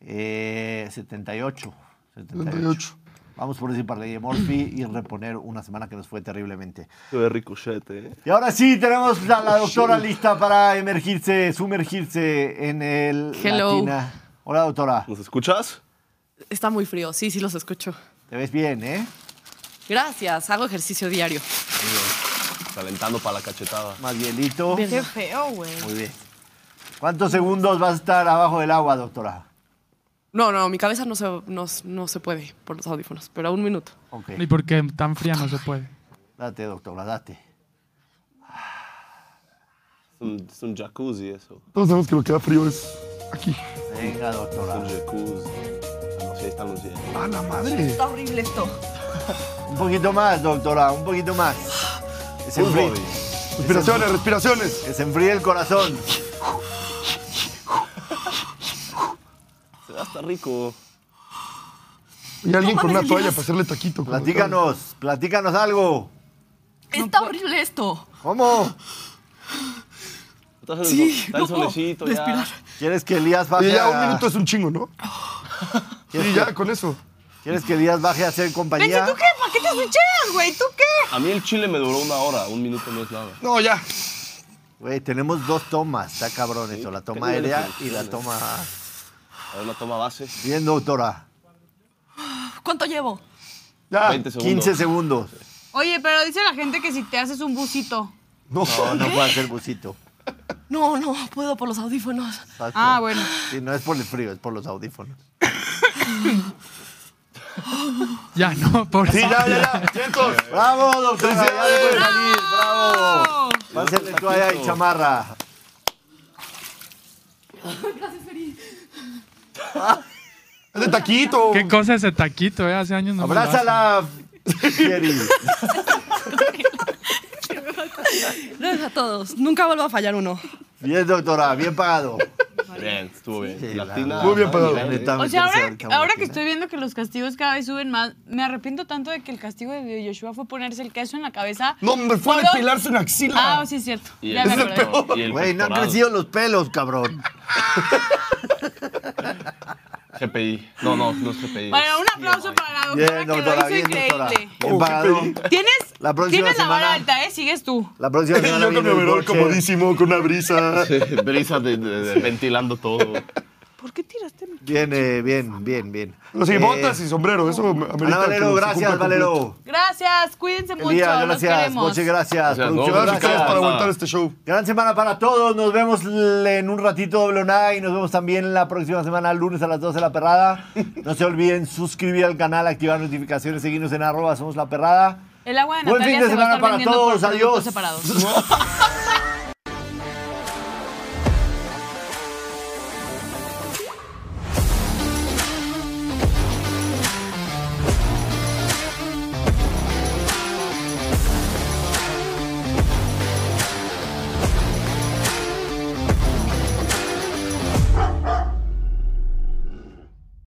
[SPEAKER 1] Eh, 78. 78.
[SPEAKER 5] 78.
[SPEAKER 1] Vamos por decir parlay de Murphy y reponer una semana que nos fue terriblemente.
[SPEAKER 4] Se ve ricochet, ¿eh?
[SPEAKER 1] Y ahora sí, tenemos a la doctora lista para emergirse, sumergirse en el.
[SPEAKER 2] Hello.
[SPEAKER 1] Latina. Hola, doctora.
[SPEAKER 4] ¿Nos escuchas?
[SPEAKER 2] Está muy frío, sí, sí los escucho.
[SPEAKER 1] Te ves bien, ¿eh?
[SPEAKER 2] Gracias, hago ejercicio diario.
[SPEAKER 4] Calentando para la cachetada.
[SPEAKER 1] Más
[SPEAKER 2] Oh,
[SPEAKER 1] bielito.
[SPEAKER 6] Qué feo, güey.
[SPEAKER 1] Muy bien. ¿Cuántos segundos vas a estar abajo del agua, doctora?
[SPEAKER 2] No, no, mi cabeza no se, no, no se puede por los audífonos, pero un minuto.
[SPEAKER 1] Ok.
[SPEAKER 3] Y porque tan fría no se puede.
[SPEAKER 1] Date, doctora, date.
[SPEAKER 4] Es un, es un jacuzzi eso.
[SPEAKER 5] Todos sabemos que lo que da frío es aquí.
[SPEAKER 1] Venga,
[SPEAKER 4] Es un
[SPEAKER 1] doctora.
[SPEAKER 4] jacuzzi. Ah, No sé, ahí están los dientes.
[SPEAKER 5] ¡A la madre!
[SPEAKER 6] Está horrible esto.
[SPEAKER 1] Un poquito más, doctora, un poquito más. Que se
[SPEAKER 4] Full
[SPEAKER 1] enfríe,
[SPEAKER 4] body.
[SPEAKER 5] Respiraciones, respiraciones.
[SPEAKER 1] que se enfríe el corazón.
[SPEAKER 4] Se ve hasta rico.
[SPEAKER 5] Y alguien con una toalla para hacerle taquito. como
[SPEAKER 1] Platícanos, platícanos algo.
[SPEAKER 7] Está horrible esto.
[SPEAKER 1] ¿Cómo?
[SPEAKER 4] Está el,
[SPEAKER 7] Sí,
[SPEAKER 4] está el
[SPEAKER 7] no puedo
[SPEAKER 4] solecito ya.
[SPEAKER 7] respirar.
[SPEAKER 1] ¿Quieres que Elías
[SPEAKER 5] tal.
[SPEAKER 1] baje
[SPEAKER 5] Y ya
[SPEAKER 1] a-
[SPEAKER 5] un minuto es un chingo, ¿no?
[SPEAKER 1] ¿Quieres,
[SPEAKER 5] Y
[SPEAKER 1] que-
[SPEAKER 5] ya con eso.
[SPEAKER 1] ¿Quieres que Elías baje a hacer
[SPEAKER 6] ¿Y
[SPEAKER 1] compañía?
[SPEAKER 6] tú qué? ¿Para qué te ficheas, güey? ¿Tú qué?
[SPEAKER 4] A mí el chile me duró una hora. Un minuto no es nada.
[SPEAKER 5] No, ya.
[SPEAKER 1] Güey, tenemos dos tomas. Está cabrón eso. La toma
[SPEAKER 4] tengo
[SPEAKER 1] aérea
[SPEAKER 4] las
[SPEAKER 1] y la
[SPEAKER 4] instrucciones.
[SPEAKER 1] toma...
[SPEAKER 4] A ver, una toma base.
[SPEAKER 1] Bien, doctora.
[SPEAKER 7] ¿Cuánto llevo?
[SPEAKER 5] Ya.
[SPEAKER 4] 20 segundos.
[SPEAKER 1] 15 segundos.
[SPEAKER 6] Oye, pero dice la gente que si te haces un busito.
[SPEAKER 5] No.
[SPEAKER 1] No, no puede hacer bucito.
[SPEAKER 7] No, no, puedo por los audífonos.
[SPEAKER 1] Exacto.
[SPEAKER 6] Ah, bueno.
[SPEAKER 1] Sí, no es por el frío, es por los audífonos.
[SPEAKER 3] Ya no, pobre.
[SPEAKER 5] Sí, ya, ya, ya. Cientos.
[SPEAKER 1] ¡Bravo, doctora! ¡Ya
[SPEAKER 5] ¡Felicidades!
[SPEAKER 1] puede salir! ¡Bravo! Pásenle toalla y
[SPEAKER 4] Taquito.
[SPEAKER 1] chamarra.
[SPEAKER 5] [laughs] Es de taquito.
[SPEAKER 3] ¿Qué cosa ese taquito, eh? Hace años no me lo hacen.
[SPEAKER 1] ¡Abrázala, Fieri!
[SPEAKER 2] Gracias a todos, nunca vuelvo a fallar uno.
[SPEAKER 1] Bien, doctora, bien pagado.
[SPEAKER 4] Bien, estuvo bien.
[SPEAKER 1] Sí,
[SPEAKER 4] Latina.
[SPEAKER 1] la-
[SPEAKER 5] Muy bien
[SPEAKER 4] ah,
[SPEAKER 5] pagado.
[SPEAKER 4] nivel,
[SPEAKER 1] Neta,
[SPEAKER 4] ¿eh?
[SPEAKER 6] O sea,
[SPEAKER 1] meterse
[SPEAKER 6] ahora,
[SPEAKER 1] al campo
[SPEAKER 6] ahora que
[SPEAKER 1] latina.
[SPEAKER 6] estoy viendo que los castigos cada vez suben más, me arrepiento tanto de que el castigo de Joshua fue ponerse el queso en la cabeza.
[SPEAKER 5] No, hombre, fue
[SPEAKER 6] Solo-
[SPEAKER 5] depilarse una axila.
[SPEAKER 6] Ah, sí, es cierto.
[SPEAKER 4] Y
[SPEAKER 6] Ya
[SPEAKER 4] el,
[SPEAKER 6] me
[SPEAKER 5] Ese
[SPEAKER 6] acordé.
[SPEAKER 5] peor.
[SPEAKER 4] y el
[SPEAKER 1] Güey, no han
[SPEAKER 4] pectoral.
[SPEAKER 1] crecido los pelos, cabrón.
[SPEAKER 4] GPI. No, no, no es GPI.
[SPEAKER 6] Bueno, un aplauso para la doctora
[SPEAKER 1] Bien,
[SPEAKER 6] que
[SPEAKER 1] doctora,
[SPEAKER 6] lo
[SPEAKER 1] bien,
[SPEAKER 6] hizo
[SPEAKER 1] doctora.
[SPEAKER 6] increíble.
[SPEAKER 5] Oh,
[SPEAKER 1] Bien pagado.
[SPEAKER 6] Tienes
[SPEAKER 1] La
[SPEAKER 6] la,
[SPEAKER 1] próxima
[SPEAKER 6] tienes la vara
[SPEAKER 1] semana-
[SPEAKER 6] alta, ¿eh? Sigues tú.
[SPEAKER 1] La próxima semana
[SPEAKER 5] [laughs] Yo con mi
[SPEAKER 1] viene el
[SPEAKER 5] overol
[SPEAKER 1] voucher.
[SPEAKER 5] comodísimo, con una brisa.
[SPEAKER 4] Brisa de- de- de- ventilando todo.
[SPEAKER 6] ¿Por qué tiraste mi
[SPEAKER 1] Viene, bien, bien, bien.
[SPEAKER 5] No, sí,
[SPEAKER 1] Eh,
[SPEAKER 5] botas y sombrero, eso
[SPEAKER 1] Ana
[SPEAKER 5] amerita. que
[SPEAKER 1] Valero,
[SPEAKER 5] se
[SPEAKER 1] gracias,
[SPEAKER 5] cumpla completo.
[SPEAKER 1] Valero.
[SPEAKER 6] Gracias, cuídense mucho,
[SPEAKER 1] Elías,
[SPEAKER 6] los
[SPEAKER 1] gracias.
[SPEAKER 6] queremos.
[SPEAKER 1] Moche, gracias.
[SPEAKER 4] Gracias, no,
[SPEAKER 1] Producción,
[SPEAKER 5] Gracias
[SPEAKER 4] Gracias.
[SPEAKER 5] para
[SPEAKER 1] gracias.
[SPEAKER 5] aguantar este show.
[SPEAKER 1] Gran semana para todos. Nos vemos l- en un ratito doble o nada y nos vemos también la próxima semana, lunes a las 12 de la perrada. No se olviden suscribir al canal, activar notificaciones, seguirnos en arroba somos la perrada.
[SPEAKER 6] El agua de
[SPEAKER 1] Buen fin
[SPEAKER 6] Natalia
[SPEAKER 1] de
[SPEAKER 6] se va
[SPEAKER 1] semana
[SPEAKER 6] a estar
[SPEAKER 1] para
[SPEAKER 6] vendiendo
[SPEAKER 1] todos,
[SPEAKER 6] por productos
[SPEAKER 1] adiós.
[SPEAKER 6] separados.